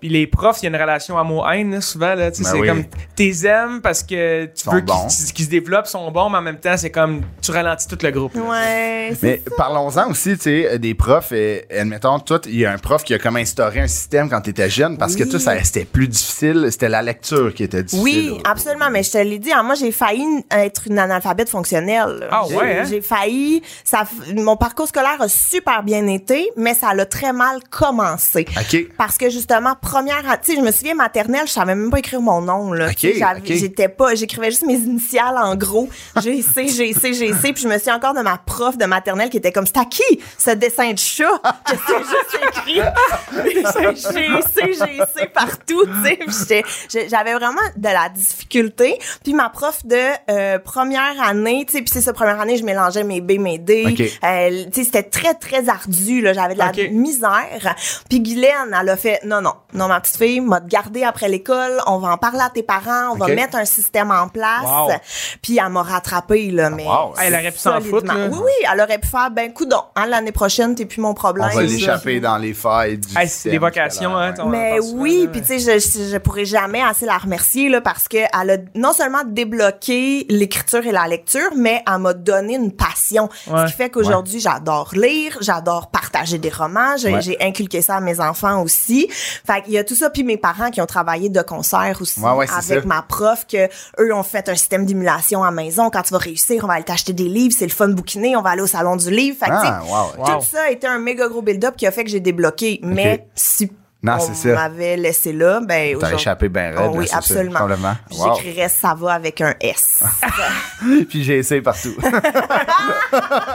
[SPEAKER 2] Puis les profs, il y a une relation amour-haine, là, souvent. Là, tu sais,
[SPEAKER 1] Ben
[SPEAKER 2] c'est
[SPEAKER 1] oui.
[SPEAKER 2] comme, t'es aimes parce que tu
[SPEAKER 1] sont
[SPEAKER 2] veux
[SPEAKER 1] bons.
[SPEAKER 2] qu'ils qu'ils se développent, sont bons, mais en même temps, c'est comme, tu ralentis tout le groupe. là.
[SPEAKER 4] Ouais. c'est
[SPEAKER 1] Mais parlons-en aussi, tu sais, des profs, euh, admettons, toi, il y a un prof qui a comme instauré un système quand tu étais jeune parce que
[SPEAKER 4] Oui.
[SPEAKER 1] tout ça, c'était plus difficile, c'était la lecture qui était difficile.
[SPEAKER 4] Oui, absolument. Mais je te l'ai dit, hein, moi, j'ai failli n- être une analphabète fonctionnelle.
[SPEAKER 2] Ah
[SPEAKER 4] J'ai-
[SPEAKER 2] ouais, hein?
[SPEAKER 4] J'ai failli. Ça, f- mon parcours scolaire a super bien été, mais ça l'a très mal commencé.
[SPEAKER 1] OK.
[SPEAKER 4] Parce que justement, première, an- tu sais, je me souviens maternelle, je savais même pas écrire mon nom là.
[SPEAKER 1] Ok,
[SPEAKER 4] Tu sais, j'avais-
[SPEAKER 1] ok.
[SPEAKER 4] J'étais pas, j'écrivais juste mes initiales en gros. J'ai C, j'ai C, j'ai C. Puis je me souviens encore de ma prof de maternelle qui était comme, c'est à qui ce dessin de chat que c'est juste écrit J'ai C, j'ai C partout. Tu sais, Puis j'étais- j'ai- j'avais vraiment de la difficulté. Puis ma prof de euh, première année, tu sais, puis c'est ça première année, je mélangeais mes B, mes D.
[SPEAKER 1] Ok.
[SPEAKER 4] Euh, tu sais, c'était très très ardu là. J'avais de la
[SPEAKER 2] Ok.
[SPEAKER 4] misère. Puis Guylaine, elle a fait non, non, non, ma petite fille, m'a te garder après l'école, on va en parler à tes parents,
[SPEAKER 1] OK.
[SPEAKER 4] on va mettre un système en place.
[SPEAKER 2] Wow. Ah,
[SPEAKER 4] Puis elle m'a rattrapée, là, mais.
[SPEAKER 1] wow.
[SPEAKER 2] Elle aurait pu s'en foutre,
[SPEAKER 4] solidement.
[SPEAKER 2] là.
[SPEAKER 4] Oui, oui, elle aurait pu faire, ben, coudon, hein, l'année prochaine, t'es plus mon
[SPEAKER 1] On
[SPEAKER 4] problème.
[SPEAKER 1] va l'échapper dans les failles du
[SPEAKER 2] Hey, c'est
[SPEAKER 1] système
[SPEAKER 2] des vocations,
[SPEAKER 1] scolaire,
[SPEAKER 2] hein,
[SPEAKER 1] ouais.
[SPEAKER 2] on en
[SPEAKER 4] Mais
[SPEAKER 2] parle souvent,
[SPEAKER 4] oui,
[SPEAKER 2] là.
[SPEAKER 4] puis tu sais, je, je, je pourrais jamais assez la remercier là parce que elle a non seulement débloqué l'écriture et la lecture, mais elle m'a donné une passion,
[SPEAKER 2] Ouais.
[SPEAKER 4] ce qui fait qu'aujourd'hui j'adore lire, j'adore partager des romans, j'ai
[SPEAKER 1] Ouais.
[SPEAKER 4] j'ai inculqué ça à mes enfants aussi. Fait qu'il y a tout ça, puis mes parents qui ont travaillé de concert aussi
[SPEAKER 1] Ouais, ouais, c'est
[SPEAKER 4] avec
[SPEAKER 1] ça.
[SPEAKER 4] ma prof que eux ont fait un système d'émulation à maison. Quand tu vas réussir, on va aller t'acheter des livres, c'est le fun de bouquiner, on va aller au salon du livre. Fait que, tu sais,
[SPEAKER 1] Ah, wow.
[SPEAKER 2] Wow.
[SPEAKER 4] tout ça a été un méga gros build-up qui a fait que j'ai débloqué. Mais
[SPEAKER 1] Ok.
[SPEAKER 4] si
[SPEAKER 1] Non,
[SPEAKER 4] on
[SPEAKER 1] c'est ça.
[SPEAKER 4] m'avait laissé là, ben
[SPEAKER 1] T'as
[SPEAKER 4] aujourd'hui-
[SPEAKER 1] échappé bien
[SPEAKER 4] Oh
[SPEAKER 1] raide.
[SPEAKER 4] oui,
[SPEAKER 1] là, c'est ça,
[SPEAKER 4] absolument.
[SPEAKER 1] Complètement.
[SPEAKER 4] Puis
[SPEAKER 1] Wow.
[SPEAKER 4] J'écrirais ça va avec un
[SPEAKER 1] [LAUGHS]
[SPEAKER 4] S.
[SPEAKER 1] Puis j'ai essayé partout. [LAUGHS]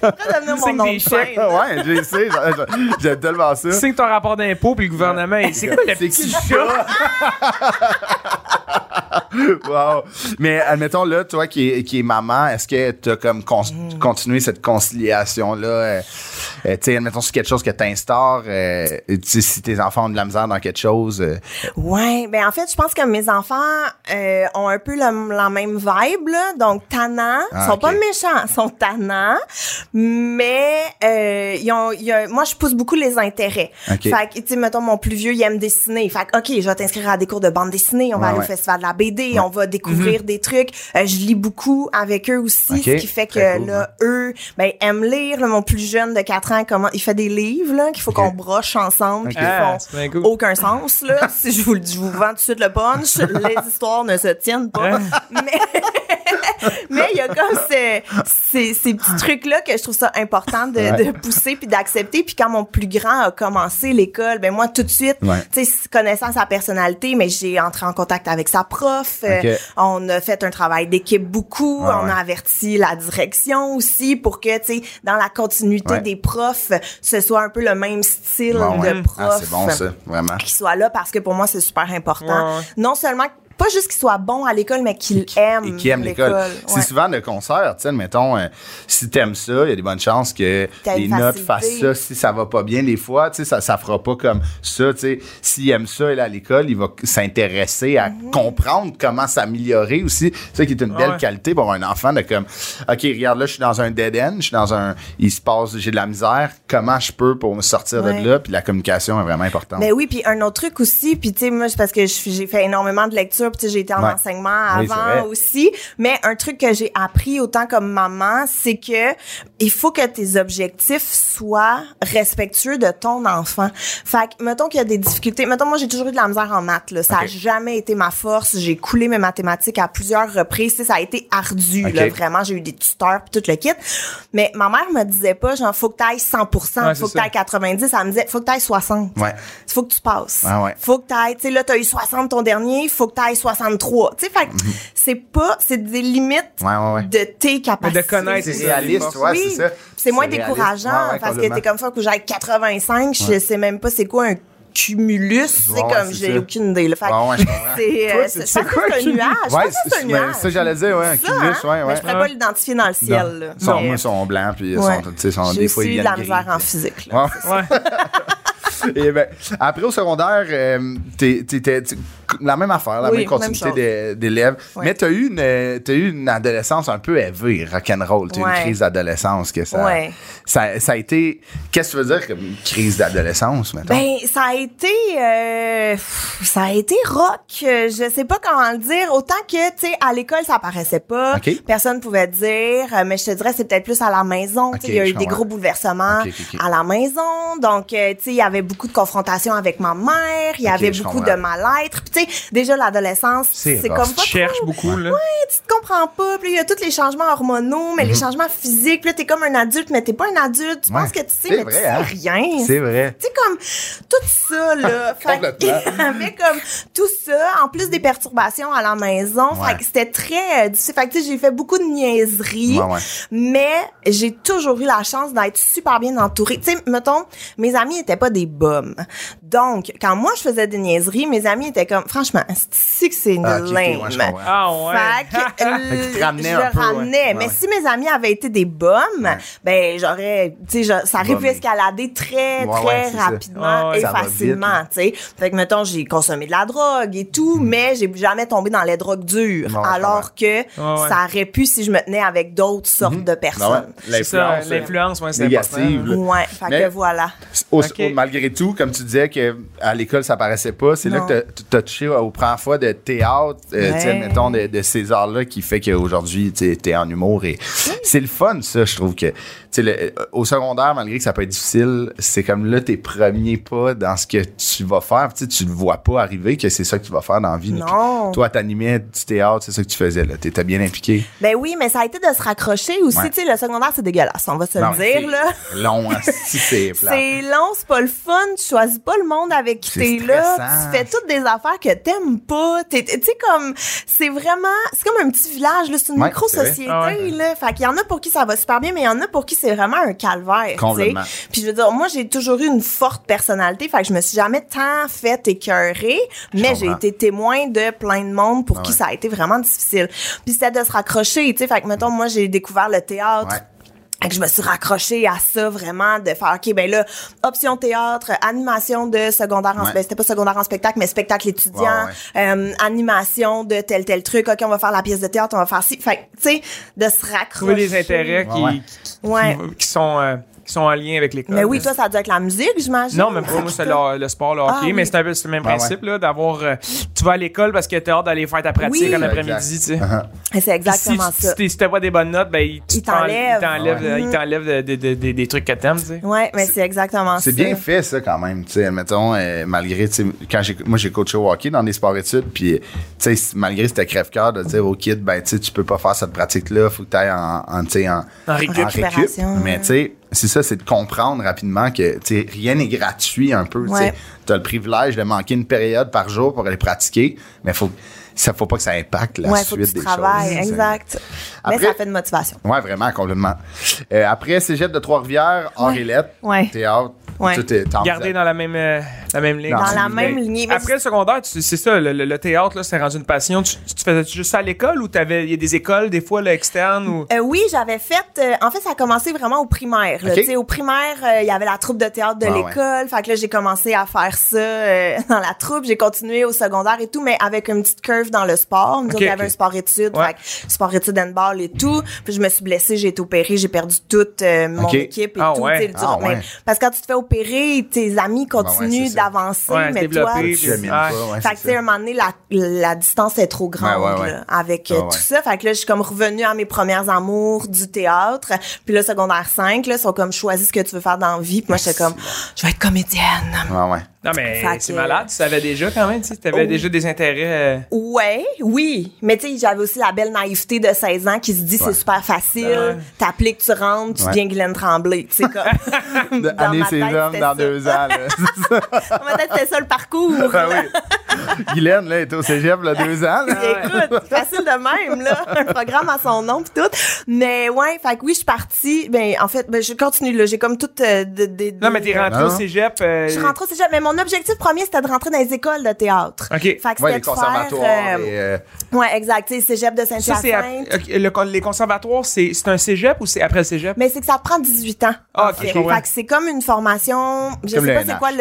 [SPEAKER 4] Ça devenait
[SPEAKER 2] Signe
[SPEAKER 4] mon nom
[SPEAKER 2] des
[SPEAKER 4] de
[SPEAKER 2] chèques.
[SPEAKER 4] scène.
[SPEAKER 1] ouais, j'ai essayé. j'ai- J'aime tellement ça.
[SPEAKER 2] Tu sais que ton
[SPEAKER 1] [LAUGHS]
[SPEAKER 2] rapport d'impôt, puis le gouvernement, il- c'est quoi le
[SPEAKER 1] C'est
[SPEAKER 2] petit
[SPEAKER 1] qui
[SPEAKER 2] chat?
[SPEAKER 1] [LAUGHS] wow. Mais admettons, là, toi qui es, qui est maman, est-ce que tu as comme con- continué cette conciliation-là? euh, euh, tu sais, admettons, c'est quelque chose que tu instaures, si tes enfants ont de la misère dans quelque chose. euh,
[SPEAKER 4] Ouais, ben en fait, je pense que mes enfants euh, ont un peu le- la même vibe, là, donc tannants.
[SPEAKER 1] Ah,
[SPEAKER 4] ils sont
[SPEAKER 1] ok.
[SPEAKER 4] pas méchants, ils sont tannants, mais euh, ils ont, il y a- moi, je pousse beaucoup les intérêts.
[SPEAKER 1] Ok.
[SPEAKER 4] Fait que, tu sais, mettons, mon plus vieux, il aime dessiner. Fait que, OK, je vais t'inscrire à des cours de bande dessinée, on va
[SPEAKER 1] Ouais,
[SPEAKER 4] aller
[SPEAKER 1] ouais. Mhm.
[SPEAKER 4] au festival de la BD, on va découvrir des trucs. Euh, je lis beaucoup avec eux aussi,
[SPEAKER 1] Ok,
[SPEAKER 4] ce qui fait
[SPEAKER 1] très
[SPEAKER 4] que,
[SPEAKER 1] cool,
[SPEAKER 4] là, eux, ben, aiment lire. Là, mon plus jeune de 4 ans, comment, il fait des livres, là, qu'il faut qu'on broche ensemble,
[SPEAKER 1] Ok.
[SPEAKER 4] qu'ils font
[SPEAKER 2] Ah, c'est bien cool.
[SPEAKER 4] aucun sens là. si je vous le dis, je vous vends tout de suite le punch. les histoires ne se tiennent
[SPEAKER 2] Hein?
[SPEAKER 4] pas.
[SPEAKER 1] Hein?
[SPEAKER 4] mais mais il y a comme ces, ces, ces petits trucs là que je trouve ça important de,
[SPEAKER 1] Ouais.
[SPEAKER 4] de pousser puis d'accepter. Puis quand mon plus grand a commencé l'école, ben moi tout de suite,
[SPEAKER 1] Ouais.
[SPEAKER 4] tu sais, connaissant sa personnalité, mais j'ai entré en contact avec sa prof. Euh,
[SPEAKER 1] Ok.
[SPEAKER 4] on a fait un travail d'équipe beaucoup.
[SPEAKER 1] Ouais,
[SPEAKER 4] on
[SPEAKER 1] ouais.
[SPEAKER 4] a averti la direction aussi pour que tu sais dans la continuité
[SPEAKER 1] Ouais.
[SPEAKER 4] des profs, ce soit un peu le même style
[SPEAKER 1] bon, ouais.
[SPEAKER 4] de prof
[SPEAKER 1] Ah, c'est bon, ça, vraiment.
[SPEAKER 4] qu'il soit là parce que pour moi c'est super important.
[SPEAKER 2] Ouais, ouais.
[SPEAKER 4] Non seulement pas juste qu'il soit bon à l'école mais qu'il aime
[SPEAKER 1] et qui aiment l'école. C'est
[SPEAKER 4] Ouais.
[SPEAKER 1] souvent le concert, tu sais, mettons, euh, si t'aimes ça, il y a des bonnes chances que
[SPEAKER 4] T'as
[SPEAKER 1] les
[SPEAKER 4] une
[SPEAKER 1] notes
[SPEAKER 4] facilité.
[SPEAKER 1] fassent ça. Si ça va pas bien, des fois, tu sais, ça, ça fera pas comme ça, tu sais. S'il aime ça, il est à l'école, il va s'intéresser à
[SPEAKER 4] Mhm.
[SPEAKER 1] comprendre comment s'améliorer aussi. Tu sais, qui est une belle
[SPEAKER 2] ouais.
[SPEAKER 1] qualité pour un enfant de comme, OK, regarde, là, je suis dans un dead end, je suis dans un, il se passe, j'ai de la misère, comment je peux pour me sortir
[SPEAKER 4] Ouais.
[SPEAKER 1] de là? Puis la communication est vraiment importante.
[SPEAKER 4] Mais Ben oui, puis un autre truc aussi, puis tu sais moi c'est parce que je suis- j'ai fait énormément de lectures, puis tu sais, j'ai été en
[SPEAKER 1] Ouais.
[SPEAKER 4] enseignement
[SPEAKER 1] Oui, c'est vrai.
[SPEAKER 4] avant aussi, mais un truc que j'ai appris autant comme maman, c'est que il faut que tes objectifs soient respectueux de ton enfant. Fait que mettons qu'il y a des difficultés, mettons moi j'ai toujours eu de la misère en maths là, ça a
[SPEAKER 1] Ok.
[SPEAKER 4] jamais été ma force, j'ai coulé mes mathématiques à plusieurs reprises, Tu sais, ça a été ardu là,
[SPEAKER 1] Ok.
[SPEAKER 4] vraiment, j'ai eu des tuteurs puis tout le kit. Mais ma mère me disait pas genre faut que tu ailles 100%,
[SPEAKER 2] Ouais,
[SPEAKER 4] faut
[SPEAKER 2] c'est
[SPEAKER 4] que tu ailles
[SPEAKER 2] ça.
[SPEAKER 4] 90, elle me disait faut que tu ailles 60
[SPEAKER 1] Ouais.
[SPEAKER 4] faut que tu passes.
[SPEAKER 1] Ah ouais.
[SPEAKER 4] Faut que t'ailles, tu sais là t'as eu 60 ton dernier, faut que t'ailles 63. Tu sais fait que c'est pas c'est des limites
[SPEAKER 1] Mhm. Ouais, ouais, ouais.
[SPEAKER 4] de tes capacités.
[SPEAKER 2] Mais de connaître
[SPEAKER 1] C'est
[SPEAKER 2] C'est
[SPEAKER 1] réaliste,
[SPEAKER 2] réaliste,
[SPEAKER 1] ouais,
[SPEAKER 4] oui,
[SPEAKER 1] c'est ça.
[SPEAKER 4] Puis c'est moins
[SPEAKER 1] réaliste.
[SPEAKER 4] décourageant
[SPEAKER 1] Ouais, ouais,
[SPEAKER 4] parce que
[SPEAKER 1] complètement.
[SPEAKER 4] t'es comme ça que j'ai 85, je sais même pas c'est quoi un cumulus, c'est
[SPEAKER 1] Ouais, ouais,
[SPEAKER 4] comme
[SPEAKER 1] c'est
[SPEAKER 4] j'ai
[SPEAKER 1] ça.
[SPEAKER 4] aucune idée. Là, fait que
[SPEAKER 1] Ouais,
[SPEAKER 4] [LAUGHS]
[SPEAKER 1] ouais, je comprends.
[SPEAKER 4] c'est euh,
[SPEAKER 2] tu-
[SPEAKER 4] c'est- je
[SPEAKER 2] c'est
[SPEAKER 4] pense que
[SPEAKER 2] quoi un
[SPEAKER 4] c'est un
[SPEAKER 2] cumulus?
[SPEAKER 4] nuage. Ah, Je pense
[SPEAKER 1] Ouais,
[SPEAKER 4] que c'est un
[SPEAKER 1] c'est-
[SPEAKER 4] nuage.
[SPEAKER 1] ben, ça, j'allais dire, ouais, un
[SPEAKER 4] C'est
[SPEAKER 1] cumulus,
[SPEAKER 4] hein?
[SPEAKER 1] ouais,
[SPEAKER 4] Mais
[SPEAKER 1] ouais.
[SPEAKER 4] je pourrais pas l'identifier dans le ciel. Là.
[SPEAKER 1] Ils sont,
[SPEAKER 4] Mais-
[SPEAKER 1] ils sont blancs, puis ils
[SPEAKER 4] Ouais.
[SPEAKER 1] sont, tu sais, sont,
[SPEAKER 4] J'ai
[SPEAKER 1] des fois,
[SPEAKER 4] aussi
[SPEAKER 1] ils
[SPEAKER 4] eu de
[SPEAKER 1] viennent
[SPEAKER 4] la
[SPEAKER 1] gris.
[SPEAKER 4] misère en physique. là.
[SPEAKER 1] Ouais. [LAUGHS]
[SPEAKER 2] Ouais.
[SPEAKER 4] [LAUGHS]
[SPEAKER 1] Et ben, après, au secondaire, euh, t'es- t'es- t'es- t'es- la même affaire, la
[SPEAKER 4] Oui,
[SPEAKER 1] même continuité
[SPEAKER 4] même chose.
[SPEAKER 1] des- d'élèves.
[SPEAKER 4] Ouais.
[SPEAKER 1] Mais t'as eu, une, euh, t'as eu une adolescence un peu élevée, rock'n'roll. T'as eu une
[SPEAKER 4] Ouais.
[SPEAKER 1] crise d'adolescence que ça,
[SPEAKER 4] Ouais.
[SPEAKER 1] ça... Ça a été... Qu'est-ce que tu veux dire comme une crise d'adolescence, mettons?
[SPEAKER 4] Ben, ça a été, euh, pff, ça a été rock. Euh, Je sais pas comment le dire. Autant que, tu sais, à l'école, ça paraissait pas.
[SPEAKER 1] Ok.
[SPEAKER 4] Personne pouvait dire. euh, Mais je te dirais, c'est peut-être plus à la maison. Tu sais,
[SPEAKER 1] Ok,
[SPEAKER 4] il y a
[SPEAKER 1] je
[SPEAKER 4] eu des
[SPEAKER 1] comprends.
[SPEAKER 4] gros bouleversements
[SPEAKER 1] Ok, ok, ok.
[SPEAKER 4] à la maison. Donc, euh, tu sais, il y avait beaucoup de confrontations avec ma mère. Il y
[SPEAKER 1] Ok,
[SPEAKER 4] avait
[SPEAKER 1] je
[SPEAKER 4] beaucoup
[SPEAKER 1] comprends.
[SPEAKER 4] de mal-être. Puis, tu sais, déjà l'adolescence,
[SPEAKER 1] C'est
[SPEAKER 4] c'est
[SPEAKER 1] rough.
[SPEAKER 4] comme pas
[SPEAKER 2] Tu te cherches beaucoup, là.
[SPEAKER 4] tu te comprends pas. Puis là, il y a tous les changements hormonaux, mais les changements physiques. Puis là, t'es comme un adulte, mais t'es pas un adulte. Tu
[SPEAKER 1] Mhm. Ouais.
[SPEAKER 4] penses que tu sais,
[SPEAKER 1] C'est
[SPEAKER 4] mais
[SPEAKER 1] vrai,
[SPEAKER 4] tu sais
[SPEAKER 1] hein?
[SPEAKER 4] rien.
[SPEAKER 1] C'est vrai.
[SPEAKER 4] Tu sais, comme tout ça,
[SPEAKER 1] [LAUGHS]
[SPEAKER 4] là. fait que- [LAUGHS] il y avait comme tout ça, en plus des perturbations à la maison.
[SPEAKER 1] Ouais.
[SPEAKER 4] Fait que c'était très euh, difficile. Fait que, tu sais, j'ai fait beaucoup de niaiseries.
[SPEAKER 1] Ouais, ouais.
[SPEAKER 4] Mais j'ai toujours eu la chance d'être super bien entourée. Tu sais, mettons, mes amis étaient pas des bums. Donc, quand moi, je faisais des niaiseries, mes amis étaient comme, franchement, c'est que c'est une
[SPEAKER 1] Ah, ok, ok, ouais,
[SPEAKER 4] lame.
[SPEAKER 1] je comprends.
[SPEAKER 2] Ah ouais.
[SPEAKER 4] Fait que, euh,
[SPEAKER 1] [LAUGHS] Fait que tu te ramenais
[SPEAKER 4] je
[SPEAKER 1] un peu, ouais.
[SPEAKER 4] ramenais.
[SPEAKER 1] Ouais,
[SPEAKER 4] mais
[SPEAKER 1] ouais.
[SPEAKER 4] si mes amis avaient été des bums, ben j'aurais, tu sais, je- ça aurait pu
[SPEAKER 1] Bommé.
[SPEAKER 4] escalader très,
[SPEAKER 1] Ouais, ouais,
[SPEAKER 4] très
[SPEAKER 1] c'est ça.
[SPEAKER 4] rapidement
[SPEAKER 2] Ouais, ouais.
[SPEAKER 4] et
[SPEAKER 1] Ça va vite,
[SPEAKER 4] facilement, tu sais. Fait que mettons, j'ai consommé de la drogue et tout, mais j'ai jamais tombé dans les drogues dures,
[SPEAKER 1] Hmm. Ouais, ouais,
[SPEAKER 4] alors que
[SPEAKER 2] ouais.
[SPEAKER 4] ça aurait pu si je me tenais avec d'autres sortes de personnes.
[SPEAKER 1] Ah ouais,
[SPEAKER 2] C'est ça,
[SPEAKER 1] l'influence, euh,
[SPEAKER 2] l'influence, ouais, c'est important.
[SPEAKER 1] négative. là.
[SPEAKER 4] Ouais, fait
[SPEAKER 1] Mais-
[SPEAKER 4] que voilà.
[SPEAKER 1] Au-
[SPEAKER 2] Ok.
[SPEAKER 1] au- malgré tout, comme tu disais que à l'école ça paraissait pas, c'est là
[SPEAKER 4] Non.
[SPEAKER 1] que t'as- tu t'as touché aux premières fois de théâtre, euh,
[SPEAKER 4] Ouais.
[SPEAKER 1] tu sais, mettons de, de ces arts là qui fait qu'aujourd'hui tu es en humour et c'est le fun ça, je trouve que tu sais, le- au secondaire malgré que ça peut être difficile, c'est comme là tes premiers pas dans ce que tu vas faire, tu sais, tu le vois pas arriver que c'est ça que tu vas faire dans la vie. là.
[SPEAKER 4] Non.
[SPEAKER 1] Puis Toi t'animais du théâtre, c'est ça que tu faisais là, t'étais bien impliqué.
[SPEAKER 4] Ben oui, mais ça a été de se raccrocher aussi.
[SPEAKER 1] Ouais. Ben
[SPEAKER 4] Tu sais, le secondaire, c'est dégueulasse, on va se
[SPEAKER 1] Non,
[SPEAKER 4] le dire,
[SPEAKER 1] c'est
[SPEAKER 4] là. [LAUGHS]
[SPEAKER 1] Long, hein, si c'est plat.
[SPEAKER 4] C'est long, c'est pas le fun, tu choisis pas le monde avec qui
[SPEAKER 1] C'est
[SPEAKER 4] t'es là.
[SPEAKER 1] stressant.
[SPEAKER 4] Tu fais toutes des affaires que t'aimes pas. T'es- t'es- Tu sais, comme, c'est vraiment, c'est comme un petit village, là. C'est une
[SPEAKER 1] Ouais,
[SPEAKER 4] micro-société,
[SPEAKER 2] c'est vrai. Ah ouais.
[SPEAKER 4] là. Fait qu'il y en a pour qui ça va super bien, mais il y en a pour qui c'est vraiment un calvaire, tu sais.
[SPEAKER 1] Complètement.
[SPEAKER 4] Puis je veux dire, moi, j'ai toujours eu une forte personnalité. Fait que je me suis jamais tant fait écœurer, mais j'ai
[SPEAKER 1] comprends.
[SPEAKER 4] été témoin de plein de monde pour
[SPEAKER 1] Ah
[SPEAKER 4] qui
[SPEAKER 1] ouais.
[SPEAKER 4] ça a été vraiment difficile. Puis c'était de se raccrocher, tu sais. Fait que, mettons, moi, j'ai découvert le théâtre.
[SPEAKER 1] Ouais.
[SPEAKER 4] Fait que je me suis raccrochée à ça vraiment de faire OK ben là option théâtre, euh, animation de secondaire en
[SPEAKER 1] Ouais.
[SPEAKER 4] ben, c'était pas secondaire en spectacle mais spectacle étudiant,
[SPEAKER 1] Ouais,
[SPEAKER 4] euh, animation de tel tel truc, OK on va faire la pièce de théâtre, on va faire ci. Fait que, tu sais de se raccrocher
[SPEAKER 2] Trouver des intérêts qui,
[SPEAKER 1] Ouais, ouais.
[SPEAKER 2] qui-
[SPEAKER 4] Ouais.
[SPEAKER 2] qui, qui sont, euh, qui sont en lien avec l'école.
[SPEAKER 4] Mais oui, toi ça a dû être la musique, j'imagine.
[SPEAKER 2] Non, même pas. Moi, c'est le, le sport, le hockey.
[SPEAKER 4] Ah, oui.
[SPEAKER 2] Mais c'est un peu c'est le même
[SPEAKER 1] Ah, ouais.
[SPEAKER 2] principe, là, d'avoir. euh, tu vas à l'école parce que t'as hâte d'aller faire ta pratique
[SPEAKER 4] Oui.
[SPEAKER 2] en après-midi, tu sais.
[SPEAKER 1] Uh-huh.
[SPEAKER 4] Et [LAUGHS] c'est
[SPEAKER 2] Puis si,
[SPEAKER 4] exactement
[SPEAKER 2] tu-
[SPEAKER 4] ça.
[SPEAKER 2] si t'as pas des bonnes notes, ben, il tu
[SPEAKER 4] Il
[SPEAKER 2] t'en-
[SPEAKER 4] t'enlève.
[SPEAKER 2] il t'enlève
[SPEAKER 1] Ah,
[SPEAKER 4] ouais.
[SPEAKER 2] il t'enlève de- de- de- de- des trucs que t'aimes, tu sais.
[SPEAKER 4] Ouais, mais Ah, c'est exactement ça.
[SPEAKER 1] C'est bien fait, ça, quand même. Tu sais, mettons, euh, malgré, tu sais, quand j'ai, moi, j'ai coaché au hockey dans des sports-études, puis, tu sais, c- malgré c'était crève-cœur de dire aux kids, ben, tu sais, tu peux pas faire cette pratique-là, faut que t'ailles en, en, tu sais, en,
[SPEAKER 2] En récup.
[SPEAKER 4] Récupération, ouais.
[SPEAKER 1] Mais, tu sais, c'est ça, c'est de comprendre rapidement que, tu sais, rien n'est gratuit un peu, tu
[SPEAKER 4] Ouais.
[SPEAKER 1] sais. T'as le privilège de manquer une période par jour pour aller pratiquer, mais faut, ça faut pas que ça impacte la
[SPEAKER 4] ouais,
[SPEAKER 1] suite
[SPEAKER 4] faut que tu
[SPEAKER 1] des
[SPEAKER 4] travailles,
[SPEAKER 1] choses. tu sais.
[SPEAKER 4] exact. Mais
[SPEAKER 1] Après-
[SPEAKER 4] ça fait de motivation.
[SPEAKER 1] Ouais, vraiment, complètement. Euh, après, Cégep de Trois-Rivières, Henriette,
[SPEAKER 4] Ouais.
[SPEAKER 1] théâtre,
[SPEAKER 4] Ouais.
[SPEAKER 1] tout est en
[SPEAKER 2] Garder dans la même, euh, la même ligne.
[SPEAKER 1] Dans
[SPEAKER 4] Dans la
[SPEAKER 1] Mais-
[SPEAKER 4] même lignée. mais
[SPEAKER 2] Après le secondaire, tu- c'est ça, le, le- le théâtre, là, c'est rendu une passion. Tu, tu faisais juste ça à l'école ou t'avais, il y a des écoles, des fois, là, externes ou.
[SPEAKER 4] Euh, oui, j'avais fait. euh, en fait, ça a commencé vraiment au primaire. là.
[SPEAKER 1] Ok.
[SPEAKER 4] Tu sais, Au primaire, euh, il y avait la troupe de théâtre de
[SPEAKER 1] Ah ouais.
[SPEAKER 4] l'école. Fait que là, j'ai commencé à faire ça euh, [LAUGHS] dans la troupe. J'ai continué au secondaire et tout, mais avec une petite curve dans le sport. Nous autres, il y avait
[SPEAKER 2] ok.
[SPEAKER 4] un sport-études,
[SPEAKER 2] Ouais.
[SPEAKER 4] fait que sport-études handball et tout. Puis je me suis blessée, j'ai été opérée, j'ai perdu toute euh, mon
[SPEAKER 1] Ok.
[SPEAKER 4] équipe et
[SPEAKER 2] Ah
[SPEAKER 4] tout.
[SPEAKER 2] ouais. Ah ben
[SPEAKER 4] tu sais, le
[SPEAKER 1] Ah
[SPEAKER 4] dur- mais-
[SPEAKER 1] ouais.
[SPEAKER 4] Parce que quand tu te fais opérer, tes amis continuent
[SPEAKER 1] ça.
[SPEAKER 4] d'avancer,
[SPEAKER 2] Ouais, se
[SPEAKER 4] mais toi,
[SPEAKER 2] développer,
[SPEAKER 4] tu-
[SPEAKER 2] puis-
[SPEAKER 1] Tu aimes
[SPEAKER 2] Ouais.
[SPEAKER 1] pas, ouais,
[SPEAKER 4] fait que, tu
[SPEAKER 1] c'est
[SPEAKER 4] sais,
[SPEAKER 1] ça.
[SPEAKER 4] à un moment donné, la, la distance est trop grande
[SPEAKER 1] Ouais, ouais, ouais.
[SPEAKER 4] là, avec euh,
[SPEAKER 1] Ah,
[SPEAKER 4] tout
[SPEAKER 1] ouais.
[SPEAKER 4] ça. Fait que là, je suis comme revenue à mes premières amours du théâtre. Puis là, secondaire 5, là, sont comme choisis ce que tu veux faire dans la vie. Puis moi, j'étais comme, je vais être comédienne.
[SPEAKER 1] Ouais, ouais.
[SPEAKER 2] Non, mais
[SPEAKER 4] Fait que- Oh.
[SPEAKER 2] c'est malade, tu savais déjà quand même, tu sais, t'avais déjà des intérêts. euh,
[SPEAKER 4] Ouais, oui. Mais tu sais, j'avais aussi la belle naïveté de 16 ans qui se dit, c'est
[SPEAKER 1] Ouais.
[SPEAKER 4] super facile. T'appliques, tu rentres, tu
[SPEAKER 1] Ouais.
[SPEAKER 4] deviens Guylaine Tremblay. Tu sais, comme. [LAUGHS]
[SPEAKER 1] De-
[SPEAKER 4] Dans
[SPEAKER 1] Année
[SPEAKER 4] ma tête,
[SPEAKER 1] Sésame [LAUGHS]
[SPEAKER 4] c'était
[SPEAKER 1] dans
[SPEAKER 4] ça.
[SPEAKER 1] deux ans. Là. [LAUGHS] C'est ça.
[SPEAKER 4] Dans ma tête, c'était ça le parcours.
[SPEAKER 1] Ah oui. Guylaine, là, est au cégep, là, deux ans.
[SPEAKER 2] Ah
[SPEAKER 1] là.
[SPEAKER 4] Écoute, facile de même, là. Un programme à son nom pis tout. Mais ouais, fait que oui, je suis partie. Ben, en fait, ben, je continue, là. J'ai comme tout, euh, de- de- de-
[SPEAKER 2] Non, mais t'es rentré
[SPEAKER 1] Non.
[SPEAKER 2] au cégep. euh,
[SPEAKER 4] Je rentre au cégep, mais mon objectif premier, c'était de rentrer dans les écoles de théâtre.
[SPEAKER 2] OK.
[SPEAKER 4] Fait que c'était
[SPEAKER 1] Ouais, les
[SPEAKER 4] de faire,
[SPEAKER 1] conservatoires.
[SPEAKER 4] euh,
[SPEAKER 1] et, euh,
[SPEAKER 4] Ouais, exact. Tu sais, cégep de
[SPEAKER 2] Ça, c'est ap-
[SPEAKER 4] Saint-Hyacinthe.
[SPEAKER 2] ok, le con- les conservatoires, c'est c'est un cégep ou c'est après le cégep?
[SPEAKER 4] Mais c'est que ça te prend 18 ans.
[SPEAKER 2] Ah,
[SPEAKER 4] en
[SPEAKER 2] ok,
[SPEAKER 4] fait.
[SPEAKER 2] je comprends.
[SPEAKER 4] Fait que c'est comme une formation. Je
[SPEAKER 1] Comme
[SPEAKER 4] sais
[SPEAKER 1] le
[SPEAKER 4] pas c'est
[SPEAKER 1] NH.
[SPEAKER 4] quoi le,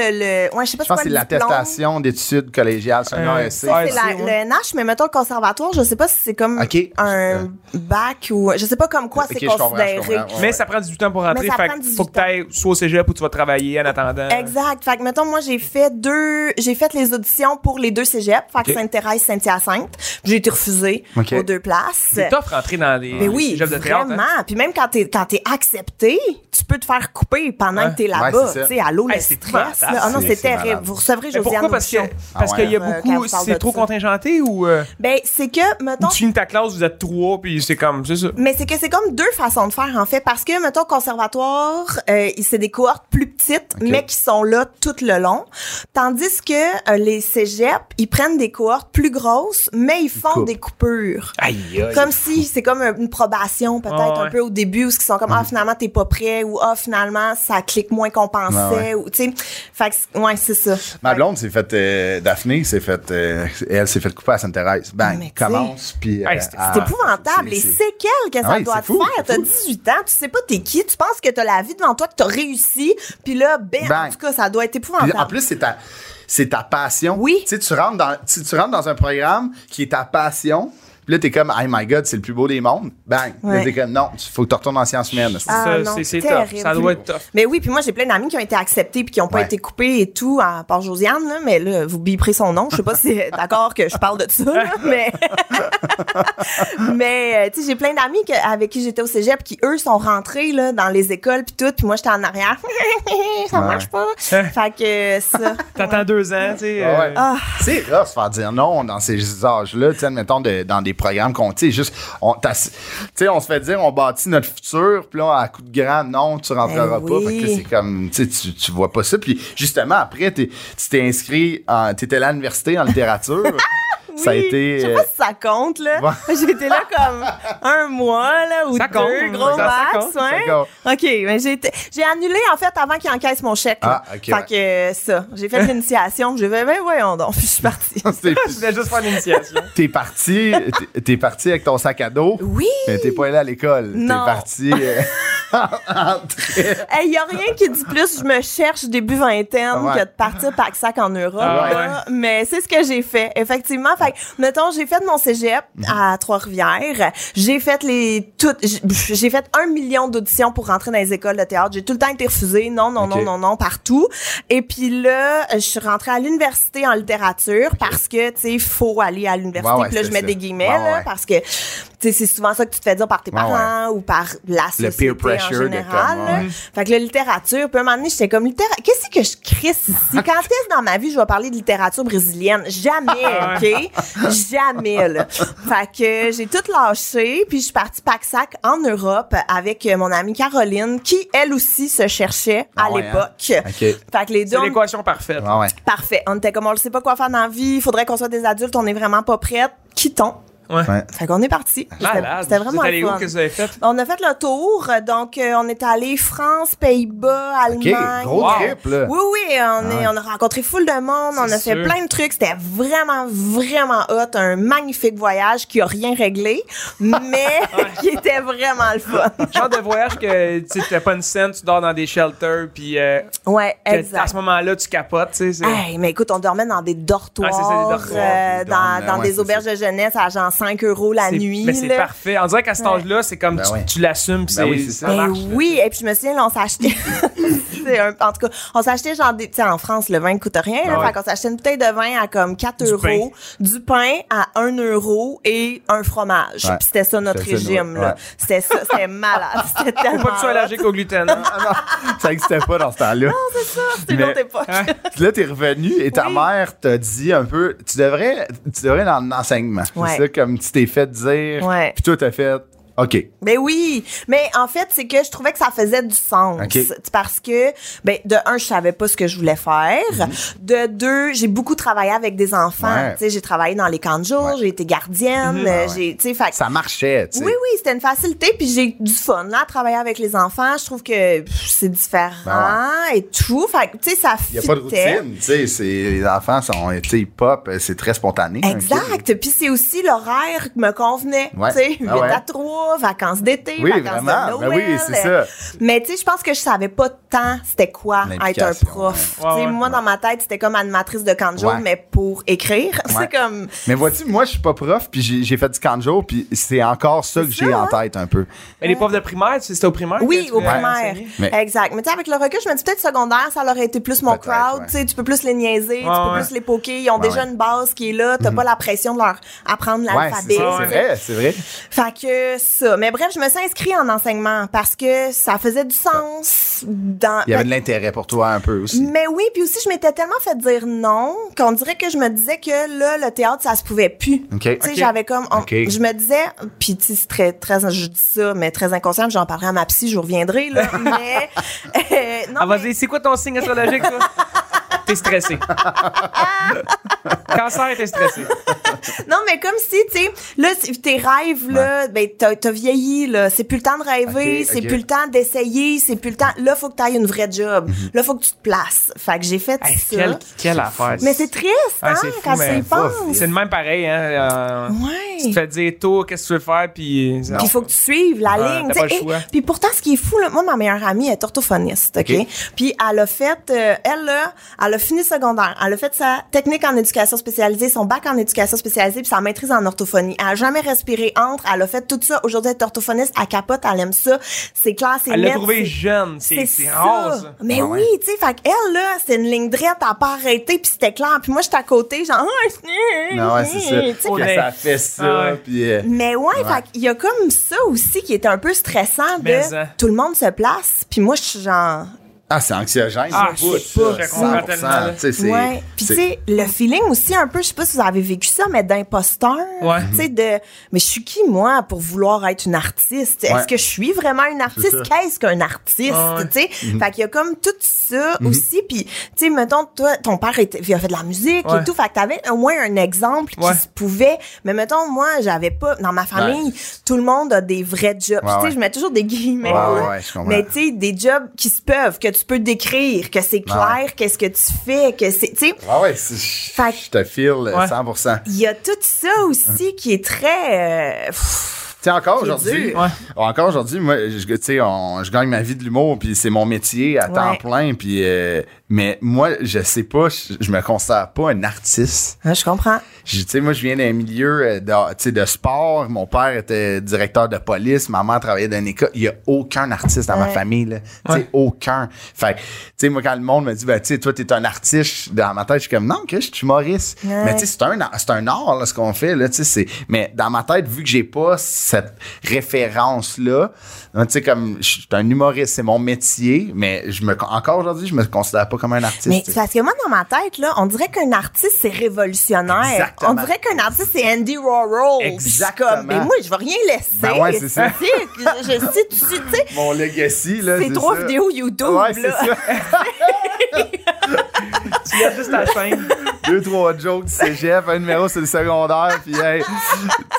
[SPEAKER 4] le- Ouais, je sais pas
[SPEAKER 1] je pense que
[SPEAKER 4] c'est
[SPEAKER 1] c'est
[SPEAKER 4] quoi le diplôme.
[SPEAKER 1] l'attestation d'études collégiales sur
[SPEAKER 2] Euh,
[SPEAKER 1] l'ASC.
[SPEAKER 2] ça,
[SPEAKER 4] C'est
[SPEAKER 2] Ouais,
[SPEAKER 4] la-
[SPEAKER 2] c'est,
[SPEAKER 4] le
[SPEAKER 2] ouais.
[SPEAKER 4] NH, mais mettons le conservatoire, je sais pas si c'est comme
[SPEAKER 1] Ok.
[SPEAKER 4] un
[SPEAKER 1] Euh.
[SPEAKER 4] bac ou je sais pas comme quoi
[SPEAKER 1] Ok,
[SPEAKER 4] c'est
[SPEAKER 1] je comprends, je
[SPEAKER 4] considéré.
[SPEAKER 1] comprends, ouais.
[SPEAKER 2] Mais ça prend 18 ans pour rentrer,
[SPEAKER 4] Mais ça
[SPEAKER 2] fait
[SPEAKER 4] prend
[SPEAKER 2] que
[SPEAKER 4] 18
[SPEAKER 2] faut que t'ailles soit au cégep ou tu vas travailler en attendant.
[SPEAKER 1] Euh,
[SPEAKER 4] Exact. Fait que, mettons, moi, j'ai fait deux, j'ai fait les auditions pour les deux cégeps. Fait que
[SPEAKER 2] Ok.
[SPEAKER 4] Sainte-Thérèse, Saint-Hyacinthe. J'ai été refusée
[SPEAKER 1] Ok.
[SPEAKER 4] aux deux places.
[SPEAKER 2] C'est tough rentrer dans les
[SPEAKER 4] Mais oui,
[SPEAKER 2] cégeps de théâtre.
[SPEAKER 4] vraiment.
[SPEAKER 2] hein.
[SPEAKER 4] Puis même quand t'es, quand t'es accepté, tu peux te faire couper pendant
[SPEAKER 2] Ouais.
[SPEAKER 4] que t'es
[SPEAKER 1] Ouais,
[SPEAKER 4] là-bas.
[SPEAKER 1] c'est ça.
[SPEAKER 4] tu sais, allô, le
[SPEAKER 2] Hey, c'est
[SPEAKER 4] stress.
[SPEAKER 2] fantastique.
[SPEAKER 4] là. Ah non,
[SPEAKER 1] C'est-
[SPEAKER 4] c'est
[SPEAKER 1] c'est
[SPEAKER 4] terrible.
[SPEAKER 1] malade.
[SPEAKER 4] Vous recevrez
[SPEAKER 2] Mais
[SPEAKER 4] Josiane
[SPEAKER 2] pourquoi? Parce que
[SPEAKER 4] Aubuchon.
[SPEAKER 2] parce
[SPEAKER 1] Ah
[SPEAKER 2] qu'il y a
[SPEAKER 4] ouais. Euh, quand
[SPEAKER 2] beaucoup.
[SPEAKER 4] on parle
[SPEAKER 2] C'est
[SPEAKER 4] de
[SPEAKER 2] trop
[SPEAKER 4] ça.
[SPEAKER 2] contingenté ou. euh,
[SPEAKER 4] Ben, c'est que, mettons,
[SPEAKER 2] Tu finis ta classe, vous êtes trois, puis c'est comme. C'est ça.
[SPEAKER 4] Mais c'est que c'est comme deux façons de faire en fait parce que mettons conservatoire, euh, il- c'est des cohortes plus petites
[SPEAKER 1] Ok.
[SPEAKER 4] mais qui sont là tout le long, tandis que euh, les cégeps, ils prennent des cohortes plus grosses mais ils font
[SPEAKER 1] coupent.
[SPEAKER 4] des coupures.
[SPEAKER 1] Ah,
[SPEAKER 2] Aïe, aïe.
[SPEAKER 4] Comme si c'est comme un- une probation peut-être
[SPEAKER 2] Ah ouais.
[SPEAKER 4] un peu au début où ils sont comme ah finalement t'es pas prêt ou ah finalement ça clique moins qu'on
[SPEAKER 1] Ah
[SPEAKER 4] pensait
[SPEAKER 1] Mm. ouais.
[SPEAKER 4] ou tu sais fait que c'est- ouais c'est ça
[SPEAKER 1] Ma blonde s'est faite, euh, Daphné s'est faite, euh, elle s'est faite couper à Sainte-Thérèse.
[SPEAKER 4] Mais
[SPEAKER 1] Bang,
[SPEAKER 4] tu sais.
[SPEAKER 1] commence, puis.
[SPEAKER 2] Hey, c'est-
[SPEAKER 1] ah,
[SPEAKER 4] C'est épouvantable, les
[SPEAKER 1] c'est- c'est-
[SPEAKER 4] séquelles que ça
[SPEAKER 1] Ah oui,
[SPEAKER 4] doit
[SPEAKER 1] c'est
[SPEAKER 4] te
[SPEAKER 1] fou,
[SPEAKER 4] faire.
[SPEAKER 1] c'est
[SPEAKER 4] T'as
[SPEAKER 1] fou.
[SPEAKER 4] 18 ans, tu sais pas t'es qui, tu penses que t'as la vie devant toi, que t'as réussi, puis là, ben, en
[SPEAKER 1] Bang.
[SPEAKER 4] tout cas, ça doit être
[SPEAKER 1] Puis
[SPEAKER 4] épouvantable.
[SPEAKER 1] en plus, c'est ta, c'est ta passion.
[SPEAKER 4] Oui.
[SPEAKER 1] Tu sais, tu rentres dans, tu, tu rentres dans un programme qui est ta passion. Puis là, t'es comme, oh my god, c'est le plus beau des mondes. Bang.
[SPEAKER 4] Ouais.
[SPEAKER 1] Là, t'es comme, non, il faut que tu retournes en sciences humaines.
[SPEAKER 4] Ah,
[SPEAKER 2] Ça,
[SPEAKER 4] non,
[SPEAKER 2] c'est- c'est
[SPEAKER 4] terrible.
[SPEAKER 2] tough. Ça doit être tough.
[SPEAKER 4] mais oui, puis moi, j'ai plein d'amis qui ont été acceptés puis qui ont pas
[SPEAKER 1] Ouais.
[SPEAKER 4] été coupés et tout, à part Josiane, là, mais là, vous biperez son nom. Je sais pas si c'est d'accord que je parle de ça,
[SPEAKER 1] [LAUGHS]
[SPEAKER 4] là, mais... [LAUGHS] mais, euh, tu sais, j'ai plein d'amis que- avec qui j'étais au cégep qui, eux, sont rentrés là, dans les écoles puis tout, puis moi, j'étais en arrière. [LAUGHS] ça
[SPEAKER 1] Ouais.
[SPEAKER 4] marche
[SPEAKER 1] [LAUGHS]
[SPEAKER 4] pas. fait que euh, ça...
[SPEAKER 2] T'attends deux ans, tu sais.
[SPEAKER 1] Ouais.
[SPEAKER 2] euh,
[SPEAKER 4] Ah.
[SPEAKER 1] C'est rough se faire dire non dans ces âges-là, tu sais, admettons, de- dans des des programmes qu'on, tu sais, juste, on, t'as- tu sais, on se fait dire, on bâtit notre futur, puis là, à coup de grand, non, tu rentreras
[SPEAKER 4] Ben
[SPEAKER 1] pas.
[SPEAKER 4] oui.
[SPEAKER 1] Fait que là, c'est comme, tu sais, tu- tu vois pas ça. Puis justement, après, t'es- tu t'es inscrit, en- t'étais là à l'université en littérature.
[SPEAKER 4] [LAUGHS]
[SPEAKER 1] Ça a
[SPEAKER 4] Oui,
[SPEAKER 1] été.
[SPEAKER 4] Je sais
[SPEAKER 1] euh,
[SPEAKER 4] pas si ça compte, là. [LAUGHS]
[SPEAKER 1] Ouais.
[SPEAKER 4] J'étais là comme un mois, là, ou
[SPEAKER 2] Ça
[SPEAKER 4] deux,
[SPEAKER 2] compte,
[SPEAKER 4] gros
[SPEAKER 2] ça, ça
[SPEAKER 4] max,
[SPEAKER 2] compte,
[SPEAKER 4] ouais.
[SPEAKER 1] ça compte.
[SPEAKER 4] OK, mais j'ai été- j'ai annulé, en fait, avant qu'il encaisse mon chèque. là.
[SPEAKER 1] Ah, OK,
[SPEAKER 4] Fait
[SPEAKER 1] ouais.
[SPEAKER 4] que euh, ça, j'ai
[SPEAKER 1] [LAUGHS]
[SPEAKER 4] fait l'initiation, j'ai fait, ben voyons donc, [LAUGHS] puis je suis partie.
[SPEAKER 1] t'es-
[SPEAKER 2] Je voulais juste faire l'initiation.
[SPEAKER 1] T'es parti, t'es- t'es parti avec ton sac à dos.
[SPEAKER 4] Oui!
[SPEAKER 1] Mais t'es pas allé à l'école. T'es
[SPEAKER 4] Non.
[SPEAKER 1] parti. euh, [LAUGHS]
[SPEAKER 4] [LAUGHS] Il n'y a rien qui dit plus je me cherche début vingtaine
[SPEAKER 1] Ouais.
[SPEAKER 4] que de partir pack sac en Europe.
[SPEAKER 2] Ah
[SPEAKER 4] là. Mais c'est ce que j'ai fait, effectivement. Fait que, mettons, j'ai fait mon cégep
[SPEAKER 1] Mhm.
[SPEAKER 4] à Trois-Rivières. J'ai fait les toutes, j'ai j'ai fait un million d'auditions pour rentrer dans les écoles de théâtre. J'ai tout le temps été refusée. Non, non,
[SPEAKER 1] Ok.
[SPEAKER 4] non, non, non, partout. Et puis là, je suis rentrée à l'université en littérature parce que, tu sais, faut aller à l'université.
[SPEAKER 1] Ouais, ouais,
[SPEAKER 4] Puis là, je
[SPEAKER 1] c'est
[SPEAKER 4] mets
[SPEAKER 1] ça.
[SPEAKER 4] des guillemets,
[SPEAKER 1] Ouais,
[SPEAKER 4] là,
[SPEAKER 1] ouais.
[SPEAKER 4] parce que, tu sais, c'est souvent ça que tu te fais dire par tes
[SPEAKER 1] Ouais, ouais.
[SPEAKER 4] parents ou par la
[SPEAKER 1] Le
[SPEAKER 4] société
[SPEAKER 1] peer pressure
[SPEAKER 4] en
[SPEAKER 1] de
[SPEAKER 4] général.
[SPEAKER 1] comme,
[SPEAKER 4] là.
[SPEAKER 1] ouais.
[SPEAKER 4] Fait que la littérature, puis à un moment donné, j'étais comme littérature. Qu'est-ce que je crisse ici? Quand est-ce dans ma vie je vais parler de littérature brésilienne?
[SPEAKER 2] Ah
[SPEAKER 4] Jamais, OK? Jamais, là. Fait que j'ai tout lâché, puis je suis partie pack-sac en Europe avec euh, mon amie Caroline, qui elle aussi se cherchait à
[SPEAKER 1] Ah ouais,
[SPEAKER 4] l'époque.
[SPEAKER 1] OK.
[SPEAKER 4] Fait que les deux.
[SPEAKER 2] hein? C'est
[SPEAKER 4] on-
[SPEAKER 2] l'équation parfaite.
[SPEAKER 1] Ah ouais.
[SPEAKER 4] Parfait. On était comme on ne sait pas quoi faire dans la vie, il faudrait qu'on soit des adultes, on est vraiment pas prêtes. Quittons.
[SPEAKER 2] Ouais.
[SPEAKER 1] Ouais.
[SPEAKER 4] Fait qu'on est parti. C'était
[SPEAKER 2] Malade.
[SPEAKER 4] c'était vraiment
[SPEAKER 2] Vous êtes allé
[SPEAKER 4] le
[SPEAKER 2] où
[SPEAKER 4] fun.
[SPEAKER 2] que vous avez fait?
[SPEAKER 4] On a fait le tour, euh, donc euh, on est allé France, Pays-Bas,
[SPEAKER 1] OK.
[SPEAKER 4] Allemagne.
[SPEAKER 1] Gros
[SPEAKER 2] Wow.
[SPEAKER 1] trip, là.
[SPEAKER 4] Oui, oui, on, est-
[SPEAKER 1] ouais.
[SPEAKER 4] on a rencontré full de monde, on a
[SPEAKER 2] C'est sûr.
[SPEAKER 4] fait plein de trucs, c'était vraiment, vraiment hot, un magnifique voyage qui a rien réglé,
[SPEAKER 2] [LAUGHS]
[SPEAKER 4] mais qui était vraiment le fun.
[SPEAKER 2] Genre de voyage que tu sais, t'as pas une scène, tu dors dans des shelters, puis euh,
[SPEAKER 4] Ouais,
[SPEAKER 2] que-
[SPEAKER 4] exact.
[SPEAKER 2] à ce moment-là, tu capotes, tu sais. c'est-
[SPEAKER 4] Hey, mais écoute, on dormait dans des dortoirs,
[SPEAKER 2] Ah, c'est ça, des dortoirs.
[SPEAKER 4] euh,
[SPEAKER 1] Des
[SPEAKER 4] dans,
[SPEAKER 1] dormes,
[SPEAKER 4] dans
[SPEAKER 1] ouais,
[SPEAKER 4] des
[SPEAKER 1] c'est
[SPEAKER 4] auberges de jeunesse à genre 5 euros la
[SPEAKER 2] c'est-
[SPEAKER 4] nuit.
[SPEAKER 2] Mais c'est
[SPEAKER 4] là.
[SPEAKER 2] parfait. On dirait qu'à cet âge-là, c'est comme
[SPEAKER 1] Ben
[SPEAKER 2] tu,
[SPEAKER 1] ouais.
[SPEAKER 2] tu l'assumes, puis
[SPEAKER 1] Ben
[SPEAKER 2] c'est-
[SPEAKER 1] oui, c'est ça.
[SPEAKER 4] Ben
[SPEAKER 2] marche.
[SPEAKER 4] oui, et puis je me souviens, là,
[SPEAKER 2] [LAUGHS]
[SPEAKER 4] on s'achetait. c'est un- en tout cas, on s'achetait genre des. Tu sais, en France, le vin ne coûte rien. là,
[SPEAKER 1] Ben ouais.
[SPEAKER 4] Fait qu'on s'achetait une bouteille de vin à comme 4
[SPEAKER 2] Du
[SPEAKER 4] euros,
[SPEAKER 2] pain.
[SPEAKER 4] du pain à 1 euro et un fromage.
[SPEAKER 1] Ouais.
[SPEAKER 4] Puis c'était ça notre
[SPEAKER 1] C'était ça,
[SPEAKER 4] régime.
[SPEAKER 1] nous-
[SPEAKER 4] là.
[SPEAKER 1] ouais.
[SPEAKER 4] C'était ça, c'était malade. C'était tellement.
[SPEAKER 2] Faut pas que tu sois
[SPEAKER 4] hot.
[SPEAKER 2] allergique au gluten. hein.
[SPEAKER 4] Ah,
[SPEAKER 1] Ça n'existait pas dans ce temps-là.
[SPEAKER 4] C'est une
[SPEAKER 1] mais-
[SPEAKER 4] autre époque.
[SPEAKER 2] hein?
[SPEAKER 1] Puis Là, t'es revenu et ta
[SPEAKER 4] Oui.
[SPEAKER 1] mère t'a dit un peu, tu devrais, tu devrais dans l'enseignement.
[SPEAKER 4] Ouais.
[SPEAKER 1] C'est ça, comme tu t'es fait dire.
[SPEAKER 4] Ouais.
[SPEAKER 1] Puis toi, t'as fait, OK.
[SPEAKER 4] Ben oui, mais en fait, c'est que je trouvais que ça faisait du sens
[SPEAKER 1] OK.
[SPEAKER 4] parce que ben de un, je savais pas ce que je voulais faire. De deux, j'ai beaucoup travaillé avec des enfants,
[SPEAKER 1] Mhm. Ouais.
[SPEAKER 4] tu sais, j'ai travaillé dans les camps de jour,
[SPEAKER 1] Ouais. Mhm.
[SPEAKER 4] j'ai été gardienne, euh,
[SPEAKER 1] Ouais, ouais.
[SPEAKER 4] j'ai tu sais fait que-
[SPEAKER 1] Ça marchait, tu sais.
[SPEAKER 4] oui, oui, c'était une facilité, puis j'ai du fun là, à travailler avec les enfants. Je trouve que pff, c'est différent
[SPEAKER 1] Ben
[SPEAKER 4] et tout. Fait que, tu sais, ça
[SPEAKER 1] Il n'y a pas de
[SPEAKER 4] fitait.
[SPEAKER 1] routine, tu sais. c'est- Les enfants sont, tu sais, hip-hop, c'est très spontané. OK.
[SPEAKER 4] Exact. Puis c'est aussi l'horaire qui me convenait.
[SPEAKER 1] Ouais.
[SPEAKER 4] Tu sais, 8
[SPEAKER 1] Ah ouais.
[SPEAKER 4] à 3, vacances d'été,
[SPEAKER 1] Oui,
[SPEAKER 4] vacances
[SPEAKER 1] vraiment.
[SPEAKER 4] de
[SPEAKER 1] Ben
[SPEAKER 4] Noël.
[SPEAKER 1] oui, c'est ça.
[SPEAKER 4] Mais tu sais, je pense que je savais pas tant c'était quoi être un
[SPEAKER 1] L'implication,
[SPEAKER 4] prof.
[SPEAKER 2] ouais. Ouais,
[SPEAKER 4] Tu sais,
[SPEAKER 2] ouais.
[SPEAKER 4] moi, dans ma tête, c'était comme animatrice de camp de jour,
[SPEAKER 1] Ouais.
[SPEAKER 4] mais pour écrire. [LAUGHS]
[SPEAKER 1] Ouais.
[SPEAKER 4] C'est comme...
[SPEAKER 1] Mais vois-tu, moi, je suis pas prof, puis j'ai j'ai fait du canjo, puis c'est encore ça que
[SPEAKER 4] C'est ça,
[SPEAKER 1] j'ai en
[SPEAKER 4] hein?
[SPEAKER 1] tête un peu.
[SPEAKER 2] Mais les profs de primaire, tu sais, c'était au primaire? que
[SPEAKER 4] ah. Oui,
[SPEAKER 2] tu
[SPEAKER 4] au
[SPEAKER 2] voulais
[SPEAKER 4] primaire.
[SPEAKER 2] enseigner?
[SPEAKER 1] Mais-
[SPEAKER 4] Exact. Mais tu sais, avec le recul, je me dis peut-être secondaire, ça leur aurait été plus mon
[SPEAKER 1] Peut-être,
[SPEAKER 4] crowd.
[SPEAKER 1] ouais.
[SPEAKER 4] Tu sais, tu peux plus les niaiser, tu
[SPEAKER 2] Ouais,
[SPEAKER 4] peux
[SPEAKER 2] ouais.
[SPEAKER 4] plus les poker. Ils ont
[SPEAKER 1] Ouais,
[SPEAKER 4] déjà
[SPEAKER 1] ouais. Mhm.
[SPEAKER 4] une base qui est là. T'as pas la pression de leur apprendre
[SPEAKER 1] Ouais, c'est
[SPEAKER 4] l'alphabet.
[SPEAKER 1] ça, c'est
[SPEAKER 4] tu sais.
[SPEAKER 1] vrai, c'est vrai.
[SPEAKER 4] Fait que ça. Mais bref, je me suis inscrite en enseignement parce que ça faisait du sens dans.
[SPEAKER 1] Il y avait de l'intérêt pour toi un peu aussi.
[SPEAKER 4] mais oui, puis aussi, je m'étais tellement fait dire non qu'on dirait que je me disais que là, le théâtre, ça se pouvait plus.
[SPEAKER 1] OK.
[SPEAKER 4] Tu sais,
[SPEAKER 1] OK.
[SPEAKER 4] j'avais comme. on-
[SPEAKER 1] Ok.
[SPEAKER 4] Je me disais, puis tu sais, c'est très, très, je dis ça, mais très inconscient, j'en parlerai à ma psy, je vous reviendrai, là.
[SPEAKER 1] [LAUGHS]
[SPEAKER 4] mais. euh, non,
[SPEAKER 2] Ah,
[SPEAKER 4] mais-
[SPEAKER 2] vas-y, c'est quoi ton signe astrologique,
[SPEAKER 4] [LAUGHS]
[SPEAKER 2] toi? t'es stressé. Cancer, t'es stressé.
[SPEAKER 4] Non, mais comme si, tu sais, là, si tes rêves, là, ben, t'as, t'as vieilli, là. C'est plus le temps de rêver,
[SPEAKER 1] Ok,
[SPEAKER 4] c'est
[SPEAKER 1] ok.
[SPEAKER 4] plus le temps d'essayer, c'est plus le temps. Là, faut que t'ailles une vraie job. Là, faut que tu te places. Fait que j'ai fait
[SPEAKER 2] Mhm. Hey,
[SPEAKER 4] ça.
[SPEAKER 2] quelle, quelle affaire.
[SPEAKER 4] Mais c'est triste,
[SPEAKER 2] Ah,
[SPEAKER 4] hein,
[SPEAKER 2] c'est fou,
[SPEAKER 4] quand
[SPEAKER 2] mais
[SPEAKER 4] tu y
[SPEAKER 2] faut-
[SPEAKER 4] penses.
[SPEAKER 2] C'est le même pareil, hein. euh, Tu te
[SPEAKER 4] Ouais.
[SPEAKER 2] fais dire tôt qu'est-ce que tu veux faire, puis.
[SPEAKER 4] Puis il faut que tu suives la
[SPEAKER 2] Ouais,
[SPEAKER 4] ligne.
[SPEAKER 2] Ah, t'as
[SPEAKER 4] tu
[SPEAKER 2] pas
[SPEAKER 4] sais.
[SPEAKER 2] le choix.
[SPEAKER 4] Et- Puis pourtant, ce qui est fou, là, moi, ma meilleure amie est orthophoniste, OK?
[SPEAKER 1] OK.
[SPEAKER 4] Puis elle a fait, euh, elle, là, elle a fini secondaire. Elle a fait sa technique en éducation spécialisée, son bac en éducation spécialisée, puis sa maîtrise en orthophonie. Elle a jamais respiré entre. Elle a fait tout ça. Aujourd'hui, elle est orthophoniste. Elle capote, elle aime ça. C'est clair, c'est
[SPEAKER 2] Elle l'a
[SPEAKER 4] net,
[SPEAKER 2] trouvé
[SPEAKER 4] c'est-
[SPEAKER 2] jeune. C'est c'est rare, ça.
[SPEAKER 4] Mais
[SPEAKER 1] Ah
[SPEAKER 4] oui, tu sais, fait qu'elle, là, c'était une ligne droite, elle n'a pas arrêté, puis c'était clair. Puis moi, j'étais à côté, genre... [LAUGHS]
[SPEAKER 1] Non, ouais, c'est
[SPEAKER 4] Tu
[SPEAKER 1] ça.
[SPEAKER 4] sais,
[SPEAKER 1] Que
[SPEAKER 2] mais-
[SPEAKER 1] ça fait ça,
[SPEAKER 2] Ah ouais.
[SPEAKER 1] puis... euh,
[SPEAKER 4] mais ouais, fait qu'il y a comme ça aussi qui est un peu stressant de
[SPEAKER 2] Mais, euh,
[SPEAKER 4] tout le monde se place, puis moi je suis genre
[SPEAKER 1] Ah, c'est anxiogène.
[SPEAKER 2] Ah,
[SPEAKER 1] ça,
[SPEAKER 2] je sais pas, je comprends
[SPEAKER 1] 100%,
[SPEAKER 2] tellement, là.
[SPEAKER 1] tu sais, c'est-
[SPEAKER 4] Ouais. Puis
[SPEAKER 1] c'est-
[SPEAKER 4] tu sais, le feeling aussi un peu, je sais pas si vous avez vécu ça, mais d'imposteur.
[SPEAKER 2] Ouais.
[SPEAKER 4] Tu sais, de mais je suis qui moi pour vouloir être une artiste
[SPEAKER 1] Ouais.
[SPEAKER 4] Est-ce que je suis vraiment une artiste Qu'est-ce qu'un artiste
[SPEAKER 2] Ah ouais.
[SPEAKER 4] Tu sais,
[SPEAKER 1] Mhm.
[SPEAKER 4] fait qu'il y a comme tout ça aussi. Puis tu sais, mettons toi, ton père était, il a fait de la musique
[SPEAKER 2] Ouais.
[SPEAKER 4] et tout, fait que t'avais au moins un exemple
[SPEAKER 2] Ouais.
[SPEAKER 4] qui se pouvait. Mais mettons moi, j'avais pas dans ma famille, tout le monde a des vrais jobs.
[SPEAKER 1] Ouais,
[SPEAKER 4] tu sais,
[SPEAKER 1] ouais.
[SPEAKER 4] je mets toujours des guillemets.
[SPEAKER 1] Ouais,
[SPEAKER 4] là.
[SPEAKER 1] ouais, ouais, je comprends.
[SPEAKER 4] mais tu sais, des jobs qui se peuvent, que tu peux décrire, que c'est
[SPEAKER 1] Ouais.
[SPEAKER 4] clair, qu'est-ce que tu fais, que c'est, tu sais,
[SPEAKER 1] Ah ouais, c'est- je
[SPEAKER 4] Fait-
[SPEAKER 1] je te file euh,
[SPEAKER 2] Ouais.
[SPEAKER 1] 100%.
[SPEAKER 4] il y a tout ça aussi qui est très, euh, pff,
[SPEAKER 1] Tu sais, encore
[SPEAKER 4] C'est
[SPEAKER 1] aujourd'hui,
[SPEAKER 4] dur.
[SPEAKER 2] Ouais.
[SPEAKER 1] encore aujourd'hui, moi, je, tu sais, on- je gagne ma vie de l'humour, puis c'est mon métier à temps
[SPEAKER 4] Ouais.
[SPEAKER 1] plein, puis euh, mais moi, je sais pas, je, je me considère pas un artiste.
[SPEAKER 4] hein, je comprends.
[SPEAKER 1] Je- Tu sais, moi, je viens d'un milieu euh, de, tu sais, de sport. Mon père était directeur de police. Ma mère travaillait dans une école. Il y a aucun artiste dans ma
[SPEAKER 4] Ouais.
[SPEAKER 1] famille. Là. Tu sais,
[SPEAKER 2] Ouais.
[SPEAKER 1] aucun. Fait que, tu sais, moi, quand le monde me dit, ben, tu sais, toi, t'es un artiste, dans ma tête, je suis comme, non, que je suis humoriste.
[SPEAKER 4] Ouais.
[SPEAKER 1] Mais tu sais, c'est un, c'est un art, là, ce qu'on fait. Là, tu sais, c'est, mais dans ma tête, vu que j'ai pas cette référence-là, hein, tu sais, comme, je suis un humoriste, c'est mon métier, mais je me, encore aujourd'hui, je me considère pas comme un artiste.
[SPEAKER 4] Mais
[SPEAKER 1] tu sais.
[SPEAKER 4] c'est parce que moi, dans ma tête, là, on dirait qu'un artiste, c'est révolutionnaire.
[SPEAKER 1] Exactement.
[SPEAKER 4] On dirait qu'un artiste, c'est Andy Warhol.
[SPEAKER 1] Exactement.
[SPEAKER 4] Je suis Comme, mais moi, je vais rien laisser.
[SPEAKER 1] Ben ouais, c'est ça.
[SPEAKER 4] Tu sais, Je, je sais, tu sais, tu sais,
[SPEAKER 1] Mon legacy, là.
[SPEAKER 4] ces trois
[SPEAKER 1] ça.
[SPEAKER 4] vidéos YouTube,
[SPEAKER 1] Ouais, c'est
[SPEAKER 4] là.
[SPEAKER 1] ça.
[SPEAKER 2] Tu lèves juste la
[SPEAKER 4] [LAUGHS]
[SPEAKER 2] chaîne.
[SPEAKER 1] deux, trois jokes du cégep, un numéro sur le secondaire, puis hey,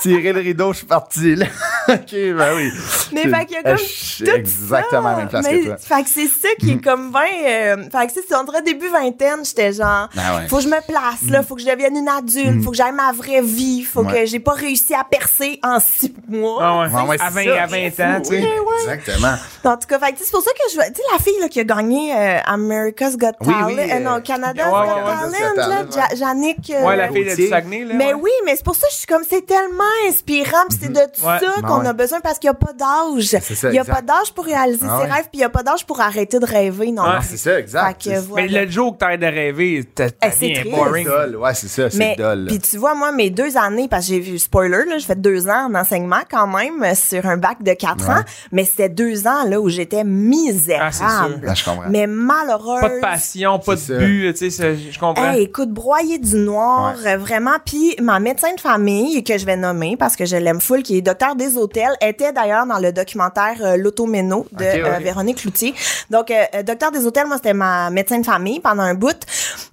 [SPEAKER 1] tirer le rideau, je suis parti. là. [LAUGHS] ok, ben oui.
[SPEAKER 4] Mais fait qu'il y a comme
[SPEAKER 1] Je suis
[SPEAKER 4] tout
[SPEAKER 1] exactement à la même place
[SPEAKER 4] Mais-
[SPEAKER 1] que toi. Mhm.
[SPEAKER 4] Fait que c'est ça qui est comme bien... euh, fait que c'est ça, on dirait début vingtaine, j'étais genre,
[SPEAKER 1] Ah ouais. Mm.
[SPEAKER 4] faut que je me place, là, faut que je devienne une adulte, faut que j'aille ma vraie vie, faut
[SPEAKER 1] Ouais.
[SPEAKER 4] que j'ai pas réussi à percer en six mois.
[SPEAKER 2] Ah ouais.
[SPEAKER 1] Ouais, ouais,
[SPEAKER 2] à,
[SPEAKER 1] c'est
[SPEAKER 2] 20,
[SPEAKER 1] ça.
[SPEAKER 2] à 20 ans, tu
[SPEAKER 1] Oui,
[SPEAKER 2] sais.
[SPEAKER 1] Exactement.
[SPEAKER 4] En tout cas, fait que c'est pour ça que je veux- Tu sais, la fille là, qui a gagné euh, America's Got
[SPEAKER 1] Oui,
[SPEAKER 4] Talent,
[SPEAKER 1] oui,
[SPEAKER 4] euh,
[SPEAKER 1] euh,
[SPEAKER 4] non, Canada's
[SPEAKER 2] ouais,
[SPEAKER 4] Got
[SPEAKER 2] ouais,
[SPEAKER 1] America's Got
[SPEAKER 4] Talent, là,
[SPEAKER 1] Talent,
[SPEAKER 4] Ja- Jannick... euh,
[SPEAKER 2] Ouais, la fille de
[SPEAKER 1] Gauthier.
[SPEAKER 2] Saguenay, là.
[SPEAKER 4] Mais
[SPEAKER 2] ouais.
[SPEAKER 4] oui, mais c'est pour ça que je suis comme c'est tellement inspirant, puis c'est de tout
[SPEAKER 2] Ouais.
[SPEAKER 4] ça
[SPEAKER 1] Ben
[SPEAKER 4] qu'on
[SPEAKER 1] ouais.
[SPEAKER 4] a besoin parce qu'il n'y a pas d'âge.
[SPEAKER 1] C'est ça,
[SPEAKER 4] Il n'y a
[SPEAKER 1] exact.
[SPEAKER 4] pas d'âge pour réaliser
[SPEAKER 1] Ah
[SPEAKER 4] ses
[SPEAKER 1] ouais. Ah,
[SPEAKER 4] rêves, puis il n'y a pas d'âge pour arrêter de rêver non
[SPEAKER 2] Ouais,
[SPEAKER 4] plus.
[SPEAKER 1] C'est ça, exact.
[SPEAKER 4] Fait que
[SPEAKER 1] C'est-
[SPEAKER 4] voilà.
[SPEAKER 2] Mais le jour que t'arrêtes de rêver, t'as
[SPEAKER 4] Eh,
[SPEAKER 2] t'as
[SPEAKER 4] c'est
[SPEAKER 2] bien
[SPEAKER 4] triste.
[SPEAKER 1] C'est
[SPEAKER 2] boring.
[SPEAKER 1] dol. Ouais, c'est ça, c'est
[SPEAKER 4] Mais
[SPEAKER 1] dol.
[SPEAKER 4] puis tu vois, moi, mes deux années, parce que j'ai vu spoiler, là, j'ai fait deux ans en enseignement quand même euh, sur un bac de quatre
[SPEAKER 1] Ouais.
[SPEAKER 4] ans, mais c'était deux ans là où j'étais
[SPEAKER 2] Ah,
[SPEAKER 4] misérable,
[SPEAKER 2] c'est
[SPEAKER 1] Là, je comprends.
[SPEAKER 4] mais malheureuse.
[SPEAKER 2] Pas de passion, pas
[SPEAKER 1] C'est
[SPEAKER 2] de
[SPEAKER 1] ça.
[SPEAKER 2] but, tu sais, ça, je comprends.
[SPEAKER 4] Hey, écoute, broyer du noir, euh, vraiment. Puis ma médecin de famille, que je vais nommer parce que je l'aime full, qui est docteur des hôtels, était d'ailleurs dans le documentaire euh, L'Automéno de
[SPEAKER 1] Ok, ouais.
[SPEAKER 4] euh, Véronique Loutier. Donc, euh, euh, docteur des hôtels, moi, c'était ma médecin de famille pendant un bout.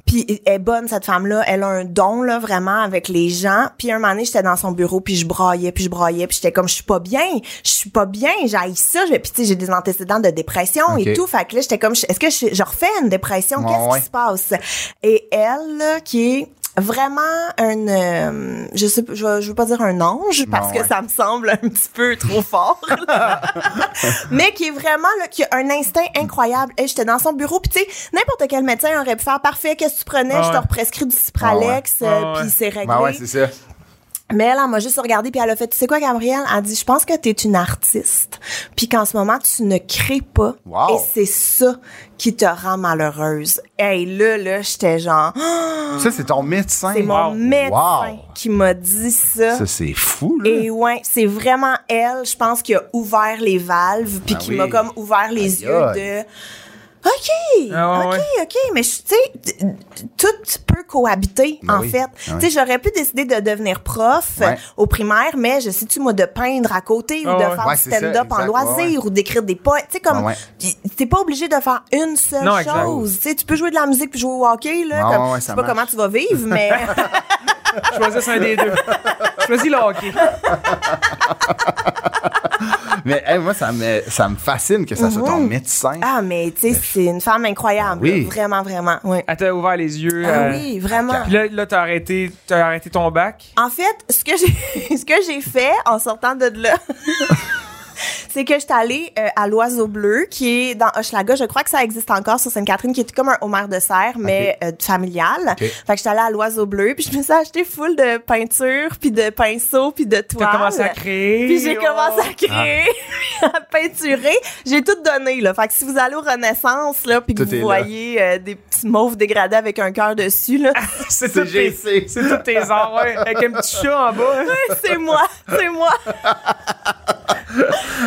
[SPEAKER 4] Puis elle est bonne, cette femme-là. Elle a un don, là, vraiment, avec les gens. Puis un moment donné, j'étais dans son bureau, puis je braillais, puis je braillais, puis j'étais comme, je suis pas bien, je suis pas bien, j'haïs ça. Je- Puis tu sais, j'ai des antécédents de dépression et
[SPEAKER 1] Ok.
[SPEAKER 4] tout. Fait que là, j'étais comme, est-ce que je, je refais une dépression?
[SPEAKER 1] Ouais,
[SPEAKER 4] Qu'est-ce
[SPEAKER 1] ouais.
[SPEAKER 4] qui se passe? Et elle, là, qui est vraiment une euh, je sais pas- je, veux- je veux pas dire un ange parce
[SPEAKER 1] Non,
[SPEAKER 4] que
[SPEAKER 1] ouais.
[SPEAKER 4] ça me semble un petit peu trop fort
[SPEAKER 2] [LAUGHS]
[SPEAKER 4] là. mais qui est vraiment là qui a un instinct incroyable et j'étais dans son bureau puis tu sais n'importe quel médecin aurait pu faire parfait qu'est-ce que tu prenais
[SPEAKER 2] Ah
[SPEAKER 4] je te
[SPEAKER 2] ouais.
[SPEAKER 4] represcris du cipralex
[SPEAKER 2] Ah ouais.
[SPEAKER 4] euh,
[SPEAKER 2] Ah ouais.
[SPEAKER 4] puis c'est réglé
[SPEAKER 1] Ben ouais, c'est ça.
[SPEAKER 4] mais elle, elle m'a juste regardé puis elle a fait, tu sais quoi, Gabrielle? Elle dit, je pense que t'es une artiste puis qu'en ce moment, tu ne crées pas.
[SPEAKER 1] Wow.
[SPEAKER 4] Et c'est ça qui te rend malheureuse. Hey, là, là, j'étais genre, [GASPS] Ah,
[SPEAKER 1] Ça, c'est ton médecin.
[SPEAKER 4] c'est mon
[SPEAKER 2] Wow.
[SPEAKER 4] médecin
[SPEAKER 1] Wow.
[SPEAKER 4] qui m'a dit ça.
[SPEAKER 1] Ça, c'est fou, là.
[SPEAKER 4] Et ouais, c'est vraiment elle, je pense, qui a ouvert les valves puis
[SPEAKER 1] Ah
[SPEAKER 4] qui
[SPEAKER 1] oui.
[SPEAKER 4] m'a comme ouvert les
[SPEAKER 1] Aïe,
[SPEAKER 4] yeux
[SPEAKER 1] aïe.
[SPEAKER 4] de. OK,
[SPEAKER 2] Ah ouais,
[SPEAKER 4] OK,
[SPEAKER 2] ouais.
[SPEAKER 4] OK, mais je- tu sais, t- t- tout peut cohabiter,
[SPEAKER 1] Ben
[SPEAKER 4] en
[SPEAKER 1] oui,
[SPEAKER 4] fait.
[SPEAKER 1] ben
[SPEAKER 4] Tu sais, j'aurais pu décider de devenir prof
[SPEAKER 1] Ouais.
[SPEAKER 4] euh, au primaire, mais je sais-tu, moi, de peindre à côté
[SPEAKER 2] Ah
[SPEAKER 4] ou de
[SPEAKER 2] ouais.
[SPEAKER 4] faire
[SPEAKER 1] Ouais,
[SPEAKER 4] du
[SPEAKER 1] c'est ça,
[SPEAKER 4] stand-up en
[SPEAKER 1] exact, ouais,
[SPEAKER 4] loisir
[SPEAKER 1] ouais.
[SPEAKER 4] ou d'écrire des poètes. Tu sais, comme,
[SPEAKER 1] Ouais,
[SPEAKER 4] t'es pas obligé de faire une seule
[SPEAKER 2] Non, exact.
[SPEAKER 4] chose. Tu sais, tu peux jouer de la musique puis jouer au hockey, là.
[SPEAKER 1] Ouais,
[SPEAKER 4] comme,
[SPEAKER 1] ouais, ouais, ça
[SPEAKER 4] je sais pas
[SPEAKER 1] marche.
[SPEAKER 4] comment tu vas
[SPEAKER 1] [LAUGHS]
[SPEAKER 4] vivre, mais.
[SPEAKER 2] Choisis un des
[SPEAKER 4] [LAUGHS]
[SPEAKER 2] deux. Choisis le hockey.
[SPEAKER 1] [LAUGHS] Mais hey, moi, ça me, ça me fascine que ça soit ton médecin.
[SPEAKER 4] ah, mais, tu sais, c'est une femme incroyable.
[SPEAKER 1] Oui.
[SPEAKER 4] là, vraiment, vraiment. Ouais.
[SPEAKER 2] Elle t'a ouvert les yeux.
[SPEAKER 4] Ah
[SPEAKER 2] euh,
[SPEAKER 4] oui, vraiment.
[SPEAKER 2] Puis là, là t'as arrêté, t'as arrêté ton bac.
[SPEAKER 4] En fait, ce que j'ai [LAUGHS] ce que j'ai fait en sortant de là [LAUGHS] c'est que j'étais allée euh, à l'Oiseau Bleu qui est dans Hochelaga, je crois que ça existe encore sur Sainte-Catherine qui est comme un homard de serre mais euh, familial.
[SPEAKER 1] Ok.
[SPEAKER 4] Fait que j'étais allée à l'Oiseau Bleu puis je me suis acheté full de peinture puis de pinceaux puis de toile.
[SPEAKER 2] T'as commencé à créer.
[SPEAKER 4] Puis j'ai
[SPEAKER 2] oh.
[SPEAKER 4] commencé
[SPEAKER 1] Ah.
[SPEAKER 4] à créer, [LAUGHS] à peinturer. J'ai tout donné, là. Fait que si vous allez aux Renaissance, là, puis que
[SPEAKER 1] Tout est
[SPEAKER 4] vous
[SPEAKER 1] là.
[SPEAKER 4] voyez euh, des petits mauves dégradés avec un cœur
[SPEAKER 1] [LAUGHS]
[SPEAKER 4] dessus, là,
[SPEAKER 2] [LAUGHS]
[SPEAKER 4] [LAUGHS]
[SPEAKER 2] C'est
[SPEAKER 1] C'est
[SPEAKER 2] tout tes-
[SPEAKER 1] GC.
[SPEAKER 2] c'est tous tes arts, ouais, avec un petit chat en bas.
[SPEAKER 4] c'est moi, c'est moi.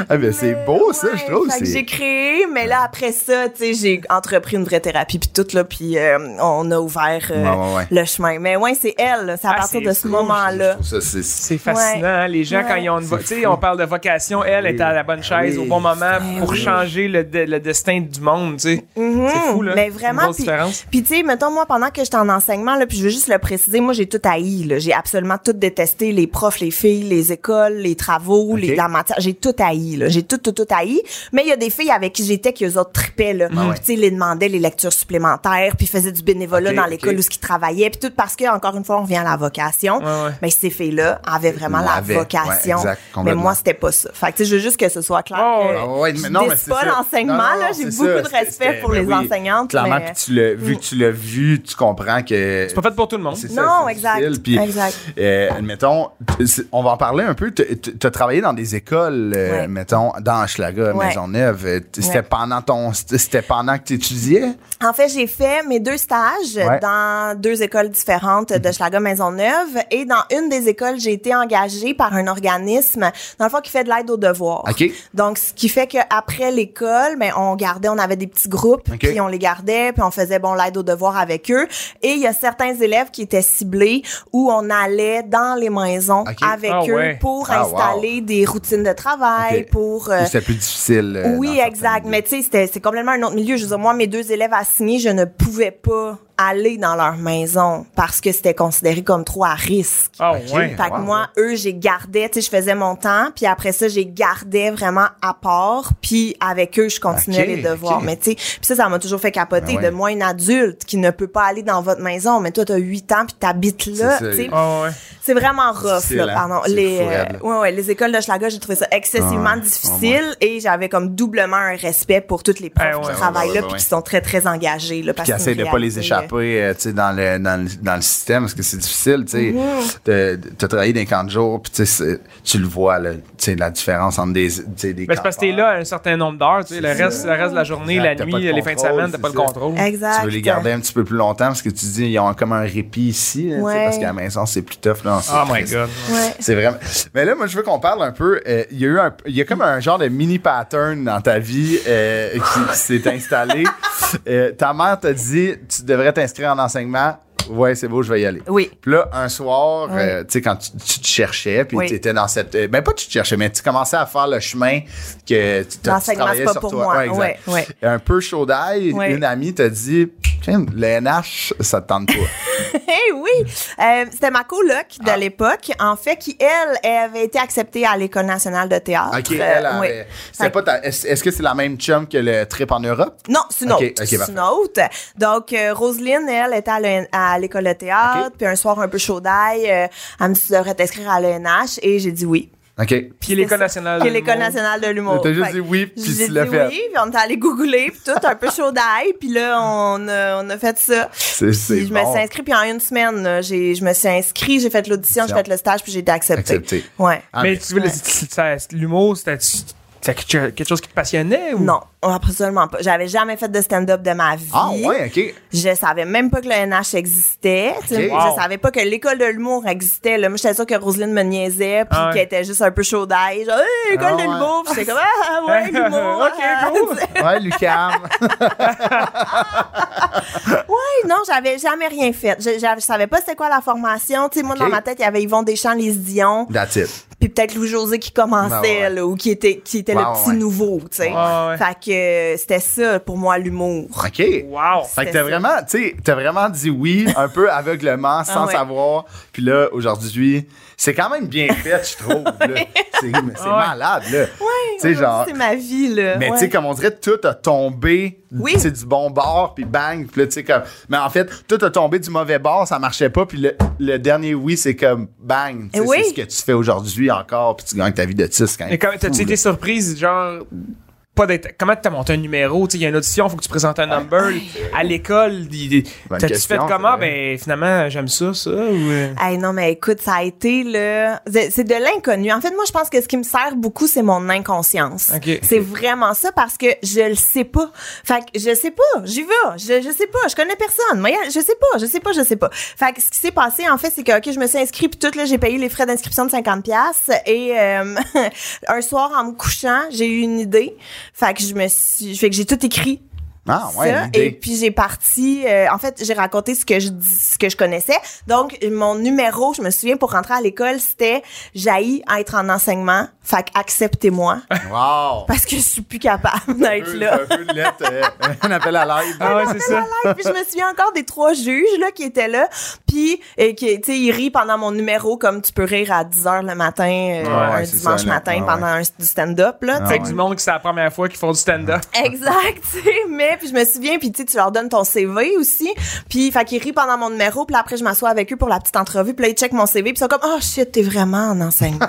[SPEAKER 1] Ah, ben, c'est beau, ça, je
[SPEAKER 4] Ouais,
[SPEAKER 1] trouve.
[SPEAKER 4] fait que
[SPEAKER 1] c'est-
[SPEAKER 4] J'ai créé, mais là, après ça, tu sais, j'ai entrepris une vraie thérapie, puis tout, là, puis euh, on a ouvert euh,
[SPEAKER 1] Ouais, ouais, ouais.
[SPEAKER 4] le chemin. Mais ouais, c'est elle, là, c'est à
[SPEAKER 2] Ah,
[SPEAKER 4] partir
[SPEAKER 2] c'est
[SPEAKER 4] de ce
[SPEAKER 2] cool,
[SPEAKER 1] Je
[SPEAKER 4] moment-là.
[SPEAKER 1] trouve ça, c'est- c'est-
[SPEAKER 2] C'est fascinant.
[SPEAKER 4] Ouais.
[SPEAKER 2] hein, Les gens,
[SPEAKER 4] Ouais.
[SPEAKER 2] quand ils ont une vo- Tu sais, on parle de vocation, elle
[SPEAKER 1] Ah Oui.
[SPEAKER 2] est à la bonne chaise
[SPEAKER 1] Oui.
[SPEAKER 2] au bon moment
[SPEAKER 1] Ben
[SPEAKER 2] pour
[SPEAKER 1] oui.
[SPEAKER 2] changer le, de- le destin du monde, tu sais.
[SPEAKER 4] Mhm.
[SPEAKER 2] C'est fou, là.
[SPEAKER 4] Mais
[SPEAKER 2] Une
[SPEAKER 4] vraiment,
[SPEAKER 2] grosse
[SPEAKER 4] puis-
[SPEAKER 2] différence.
[SPEAKER 4] Puis tu sais, mettons moi pendant que j'étais en enseignement là, puis je veux juste le préciser, moi j'ai tout haï là, j'ai absolument tout détesté les profs, les filles, les écoles, les travaux, les la matière, j'ai tout haï là, j'ai tout tout tout haï. Mais il y a des filles avec qui j'étais qui eux autres tripaient là, Puis, tu sais, ils les demandaient les lectures supplémentaires, puis faisaient du bénévolat
[SPEAKER 1] Ok,
[SPEAKER 4] dans
[SPEAKER 1] ok.
[SPEAKER 4] l'école où ce qu'ils travaillaient, puis tout parce que encore une fois on revient à la vocation.
[SPEAKER 2] Ouais, ouais.
[SPEAKER 4] Mais ces filles là avaient vraiment la
[SPEAKER 1] L'avaient, ouais,
[SPEAKER 4] vocation.
[SPEAKER 1] exact,
[SPEAKER 4] mais
[SPEAKER 1] complètement.
[SPEAKER 4] moi c'était pas ça. Fait que tu sais, je veux juste que ce soit clair.
[SPEAKER 2] Oh,
[SPEAKER 4] que
[SPEAKER 1] Ah ouais,
[SPEAKER 4] je
[SPEAKER 1] mais non, mais
[SPEAKER 4] dis
[SPEAKER 1] c'est
[SPEAKER 4] pas
[SPEAKER 1] ça.
[SPEAKER 4] l'enseignement
[SPEAKER 1] Non, non,
[SPEAKER 4] là,
[SPEAKER 1] non,
[SPEAKER 4] j'ai
[SPEAKER 1] c'est ça.
[SPEAKER 4] beaucoup de
[SPEAKER 1] C'est- c'était-
[SPEAKER 4] respect pour
[SPEAKER 1] ben
[SPEAKER 4] les
[SPEAKER 1] oui,
[SPEAKER 4] enseignantes.
[SPEAKER 1] Clairement,
[SPEAKER 4] mais-
[SPEAKER 1] puis tu l'as, vu que tu l'as vu, tu comprends que.
[SPEAKER 2] C'est pas fait pour tout le monde.
[SPEAKER 1] Ah, C'est ça,
[SPEAKER 4] Non,
[SPEAKER 1] c'est
[SPEAKER 4] exact.
[SPEAKER 1] difficile. Puis,
[SPEAKER 4] Exact.
[SPEAKER 1] euh, admettons, t- c'est- on va en parler un peu. Tu as travaillé dans des écoles, euh,
[SPEAKER 4] Ouais.
[SPEAKER 1] mettons, dans Hochelaga,
[SPEAKER 4] Ouais.
[SPEAKER 1] Maisonneuve. Euh, t- C'était
[SPEAKER 4] Ouais.
[SPEAKER 1] pendant ton, c'était pendant que tu étudiais.
[SPEAKER 4] En fait, j'ai fait mes deux stages
[SPEAKER 1] Ouais. Mhm.
[SPEAKER 4] dans deux écoles différentes de Schlager Maisonneuve et dans une des écoles, j'ai été engagée par un organisme dans le fond qui fait de l'aide aux devoirs.
[SPEAKER 1] Ok.
[SPEAKER 4] Donc ce qui fait qu'après l'école, ben on gardait, on avait des petits groupes
[SPEAKER 1] Ok.
[SPEAKER 4] puis on les gardait puis on faisait bon l'aide aux devoirs avec eux et il y a certains élèves qui étaient ciblés où on allait dans les maisons
[SPEAKER 1] Ok.
[SPEAKER 4] avec
[SPEAKER 2] Ah
[SPEAKER 4] eux
[SPEAKER 2] ouais.
[SPEAKER 4] pour
[SPEAKER 1] Ah, wow.
[SPEAKER 4] installer des routines de travail
[SPEAKER 1] Ok.
[SPEAKER 4] pour euh,
[SPEAKER 1] Ou C'était plus difficile. euh, dans
[SPEAKER 4] oui,
[SPEAKER 1] certains
[SPEAKER 4] exact.
[SPEAKER 1] milieux?
[SPEAKER 4] Mais tu sais, c'était- c'est complètement un autre milieu. Je veux dire, moi, mes deux élèves assignés, je ne pouvais pas aller dans leur maison parce que c'était considéré comme trop à risque.
[SPEAKER 2] Ah
[SPEAKER 1] Ok.
[SPEAKER 2] ouais.
[SPEAKER 4] Fait que
[SPEAKER 1] wow.
[SPEAKER 4] moi, eux, j'ai gardais, tu sais, je faisais mon temps, puis après ça, j'ai gardais vraiment à part, puis avec eux, je continuais
[SPEAKER 1] Ok,
[SPEAKER 4] les devoirs.
[SPEAKER 1] ok.
[SPEAKER 4] Mais tu sais, puis ça, ça m'a toujours fait capoter.
[SPEAKER 1] Ben ouais.
[SPEAKER 4] De moi, une adulte qui ne peut pas aller dans votre maison, mais toi, t'as 8 ans, puis t'habites là,
[SPEAKER 1] C'est ça.
[SPEAKER 4] tu sais.
[SPEAKER 2] Ah ouais.
[SPEAKER 4] C'est vraiment rough,
[SPEAKER 1] Difficile,
[SPEAKER 4] là,
[SPEAKER 1] hein?
[SPEAKER 4] pardon.
[SPEAKER 1] C'est
[SPEAKER 4] Les,
[SPEAKER 1] fou, raide, là.
[SPEAKER 4] euh, ouais, ouais, les écoles de Schlager, j'ai trouvé ça excessivement
[SPEAKER 1] Ah ouais. Ben
[SPEAKER 4] difficile et j'avais comme doublement un respect pour toutes les profs
[SPEAKER 2] Ah ouais,
[SPEAKER 4] qui
[SPEAKER 2] ouais,
[SPEAKER 4] travaillent
[SPEAKER 1] ouais,
[SPEAKER 4] là
[SPEAKER 1] ouais,
[SPEAKER 4] puis
[SPEAKER 1] ouais.
[SPEAKER 4] qui sont très, très engagés. Là, parce
[SPEAKER 1] qui
[SPEAKER 4] que
[SPEAKER 1] essaie
[SPEAKER 4] c'est
[SPEAKER 1] de
[SPEAKER 4] une
[SPEAKER 1] pas les
[SPEAKER 4] réalité,
[SPEAKER 1] échapper euh, tu sais, dans, le, dans, le, dans le système parce que c'est difficile. Tu
[SPEAKER 4] Mm-hmm.
[SPEAKER 1] sais. as travaillé dans les camps de jour, puis tu sais, c'est- tu le vois, là, tu sais, la différence entre des, tu sais, des
[SPEAKER 2] Mais c'est parce que t'es là à un certain nombre d'heures, tu sais. Le reste, le reste de la journée,
[SPEAKER 1] Exact,
[SPEAKER 2] la
[SPEAKER 1] t'as pas
[SPEAKER 2] nuit,
[SPEAKER 1] de
[SPEAKER 2] les fins de
[SPEAKER 1] contrôle,
[SPEAKER 2] semaine, t'as pas le
[SPEAKER 1] c'est ça.
[SPEAKER 2] contrôle.
[SPEAKER 4] euh, Exact.
[SPEAKER 1] Tu veux les garder un petit peu plus longtemps parce que tu dis ils ont comme un répit ici là, tu sais,
[SPEAKER 4] Ouais.
[SPEAKER 1] parce qu'à la maison c'est plus tough là.
[SPEAKER 2] Oh my god.
[SPEAKER 4] Ouais.
[SPEAKER 1] C'est vraiment. Mais là, moi, je veux qu'on parle un peu. euh, Il y a eu un, il y a comme un genre de mini pattern dans ta vie euh, qui, qui s'est
[SPEAKER 4] [LAUGHS]
[SPEAKER 1] installé. Euh, ta mère t'a dit, tu devrais t'inscrire en enseignement. Ouais, c'est beau, je vais y aller.
[SPEAKER 4] Oui.
[SPEAKER 1] Puis là, un soir,
[SPEAKER 4] Oui.
[SPEAKER 1] euh, tu sais, quand tu, tu te cherchais, puis
[SPEAKER 4] Oui.
[SPEAKER 1] tu étais dans cette. euh, ben, pas tu te cherchais, mais tu commençais à faire le chemin que tu t'as- tu
[SPEAKER 4] L'enseignement,
[SPEAKER 1] travaillais
[SPEAKER 4] c'est pas
[SPEAKER 1] sur
[SPEAKER 4] pour
[SPEAKER 1] toi.
[SPEAKER 4] moi.
[SPEAKER 1] Ouais, exact.
[SPEAKER 4] Ouais, ouais.
[SPEAKER 1] Un peu chaud d'ail,
[SPEAKER 4] Ouais.
[SPEAKER 1] une amie t'a dit, tiens, le NH, ça te tente pas.
[SPEAKER 4] Eh oui! Euh, C'était ma coloc de
[SPEAKER 1] Ah.
[SPEAKER 4] l'époque, en fait, qui, elle, elle avait été acceptée à l'École nationale de théâtre.
[SPEAKER 1] OK, elle,
[SPEAKER 4] Euh,
[SPEAKER 1] elle,
[SPEAKER 4] oui.
[SPEAKER 1] elle- c'est
[SPEAKER 4] Fait-
[SPEAKER 1] pas ta- est-ce, est-ce que c'est la même chum que le trip en Europe?
[SPEAKER 4] Non, c'est une
[SPEAKER 1] Ok,
[SPEAKER 4] autre.
[SPEAKER 1] ok,
[SPEAKER 4] c'est
[SPEAKER 1] parfait.
[SPEAKER 4] une autre. Donc, euh, Roselyne, elle, était à l'EN à l'école de théâtre.
[SPEAKER 1] Ok.
[SPEAKER 4] Puis un soir, un peu chaud d'ail, euh, elle me dit, tu devrais t'inscrire à l'ENH. Et j'ai dit oui.
[SPEAKER 1] OK.
[SPEAKER 2] Puis l'École
[SPEAKER 4] C'est ça.
[SPEAKER 2] nationale.
[SPEAKER 4] Puis
[SPEAKER 2] de
[SPEAKER 4] l'École
[SPEAKER 2] l'humour.
[SPEAKER 4] nationale de l'humour.
[SPEAKER 1] T'as juste
[SPEAKER 4] Fait
[SPEAKER 1] dit oui,
[SPEAKER 4] que
[SPEAKER 1] puis tu
[SPEAKER 4] j'ai
[SPEAKER 1] l'as
[SPEAKER 4] dit
[SPEAKER 1] fait.
[SPEAKER 4] oui, puis on est allé googler, puis tout, un peu chaud d'ail. Puis là, on, a- on a fait ça.
[SPEAKER 1] C'est, c'est
[SPEAKER 4] Puis je me
[SPEAKER 1] bon.
[SPEAKER 4] suis inscrite, puis en une semaine, là, j'ai, je me suis inscrite, j'ai fait l'audition, j'ai
[SPEAKER 1] Bien.
[SPEAKER 4] fait le stage, puis j'ai été acceptée.
[SPEAKER 1] Acceptée.
[SPEAKER 4] Ouais.
[SPEAKER 1] Ah,
[SPEAKER 2] Mais
[SPEAKER 1] mais-
[SPEAKER 2] tu veux, le-
[SPEAKER 4] Ouais.
[SPEAKER 2] ça- l'humour, c'était c'était quelque quelque chose qui te passionnait ou?
[SPEAKER 4] Non, absolument pas. J'avais jamais fait de stand-up de ma vie.
[SPEAKER 1] Ah, ouais, OK.
[SPEAKER 4] Je savais même pas que le NH existait. Tu sais,
[SPEAKER 1] Wow.
[SPEAKER 4] Je savais pas que l'école de l'humour existait. Là. Moi, j'étais sûre que Roselyne me niaisait, puis
[SPEAKER 2] Ah ouais.
[SPEAKER 4] qu'elle était juste un peu chaud d'ail. Genre, hey, école
[SPEAKER 1] Ah
[SPEAKER 4] de
[SPEAKER 1] ouais.
[SPEAKER 4] l'humour. Puis j'étais comme,
[SPEAKER 2] [LAUGHS]
[SPEAKER 4] ah ouais, l'humour.
[SPEAKER 2] Ok,
[SPEAKER 4] ah. [LAUGHS]
[SPEAKER 2] cool.
[SPEAKER 1] Ouais, Lucam.
[SPEAKER 4] ouais, non, j'avais jamais rien fait. Je, je- je savais pas c'était quoi la formation. Tu sais, moi,
[SPEAKER 1] Ok.
[SPEAKER 4] dans ma tête, il y avait Yvon Deschamps, les Dion,
[SPEAKER 1] [LAUGHS] That's it.
[SPEAKER 4] puis peut-être Louis-José qui commençait,
[SPEAKER 1] Ah ouais.
[SPEAKER 4] là, ou qui était, qui était
[SPEAKER 1] Ah
[SPEAKER 4] le petit
[SPEAKER 1] ouais.
[SPEAKER 4] nouveau, tu sais.
[SPEAKER 2] Ah ouais.
[SPEAKER 4] Fait que euh, c'était ça, pour moi, l'humour.
[SPEAKER 1] OK.
[SPEAKER 2] Wow.
[SPEAKER 1] Fait que
[SPEAKER 4] C'était
[SPEAKER 1] t'as
[SPEAKER 4] ça.
[SPEAKER 1] vraiment, tu sais, t'as vraiment dit oui, un peu aveuglement, sans
[SPEAKER 4] Ah, ouais.
[SPEAKER 1] savoir. Puis là, aujourd'hui, c'est quand même bien fait, je trouve.
[SPEAKER 4] [LAUGHS]
[SPEAKER 1] là. C'est, mais c'est
[SPEAKER 2] Ouais.
[SPEAKER 1] malade, là.
[SPEAKER 4] Ouais,
[SPEAKER 1] Tu sais, genre-
[SPEAKER 4] c'est ma vie, là.
[SPEAKER 1] Mais
[SPEAKER 4] Euh, Ouais.
[SPEAKER 1] tu sais, comme on dirait, tout a tombé
[SPEAKER 4] Oui.
[SPEAKER 1] tu sais, du bon bord, puis bang, puis là, tu sais, comme. Mais en fait, tout a tombé du mauvais bord, ça marchait pas, puis le, le dernier oui, c'est comme bang. tu sais,
[SPEAKER 4] Eh oui.
[SPEAKER 1] C'est ce que tu fais aujourd'hui encore, puis tu gagnes ta vie de 6 quand
[SPEAKER 2] Et
[SPEAKER 1] même.
[SPEAKER 2] comme, t'as-tu
[SPEAKER 1] Fou,
[SPEAKER 2] été surprise, genre, pas d'être. Comment tu monté un numéro? Tu sais, Il y a une audition, il faut que tu présentes un number. À l'école, il- il-
[SPEAKER 1] Bonne
[SPEAKER 2] t'as-tu
[SPEAKER 1] question,
[SPEAKER 2] fait
[SPEAKER 1] c'est
[SPEAKER 2] comment?
[SPEAKER 1] vrai.
[SPEAKER 2] Ben, finalement, j'aime ça, ça. Ou... euh,
[SPEAKER 4] Hey, non, mais écoute, ça a été le. C'est c'est de l'inconnu. En fait, moi, je pense que ce qui me sert beaucoup, c'est mon inconscience.
[SPEAKER 2] Ok.
[SPEAKER 4] C'est vraiment ça parce que je le sais pas. Fait que je sais pas, j'y vais, je, je sais pas, je connais personne. Moi, je sais pas, je sais pas, je sais pas. Fait que ce qui s'est passé, en fait, c'est que, OK, je me suis inscrite, puis tout, là, j'ai payé les frais d'inscription de 50$. piastres. Et euh, [LAUGHS] un soir, en me couchant, j'ai eu une idée. Fait que je me suis. Fait que j'ai tout écrit
[SPEAKER 1] Ah, ouais,
[SPEAKER 4] ça.
[SPEAKER 1] l'idée.
[SPEAKER 4] Et puis j'ai parti. euh, en fait, j'ai raconté ce que je dis- ce que je connaissais. Donc mon numéro, je me souviens pour rentrer à l'école, c'était jaillit à être en enseignement. Fait
[SPEAKER 1] [LAUGHS]
[SPEAKER 4] acceptez-moi
[SPEAKER 1] Wow!
[SPEAKER 4] parce que je suis plus capable [LAUGHS] d'être là.
[SPEAKER 1] Un peu de lettre, euh, [LAUGHS] un appel à l'aide.
[SPEAKER 2] Ah ouais, c'est ça.
[SPEAKER 4] Like, puis je me souviens encore des trois juges là qui étaient là, puis et qui tu sais ils rient pendant mon numéro comme tu peux rire à 10 heures le matin euh, un
[SPEAKER 1] ouais, c'est
[SPEAKER 4] dimanche
[SPEAKER 1] ça, là.
[SPEAKER 4] matin
[SPEAKER 1] Ouais,
[SPEAKER 4] pendant un, du stand-up là. tu sais.
[SPEAKER 1] Ah
[SPEAKER 2] Fait
[SPEAKER 1] ouais.
[SPEAKER 2] que du monde que c'est la première fois qu'ils font du stand-up.
[SPEAKER 4] Exact, tu sais, mais puis je me souviens puis tu sais, tu leur donnes ton CV aussi, puis fait qu'ils rient pendant mon numéro, puis là, après je m'assois avec eux pour la petite entrevue, puis là ils checkent mon CV, puis ils sont comme "Oh shit, t'es vraiment
[SPEAKER 1] [LAUGHS]
[SPEAKER 4] en enseignement."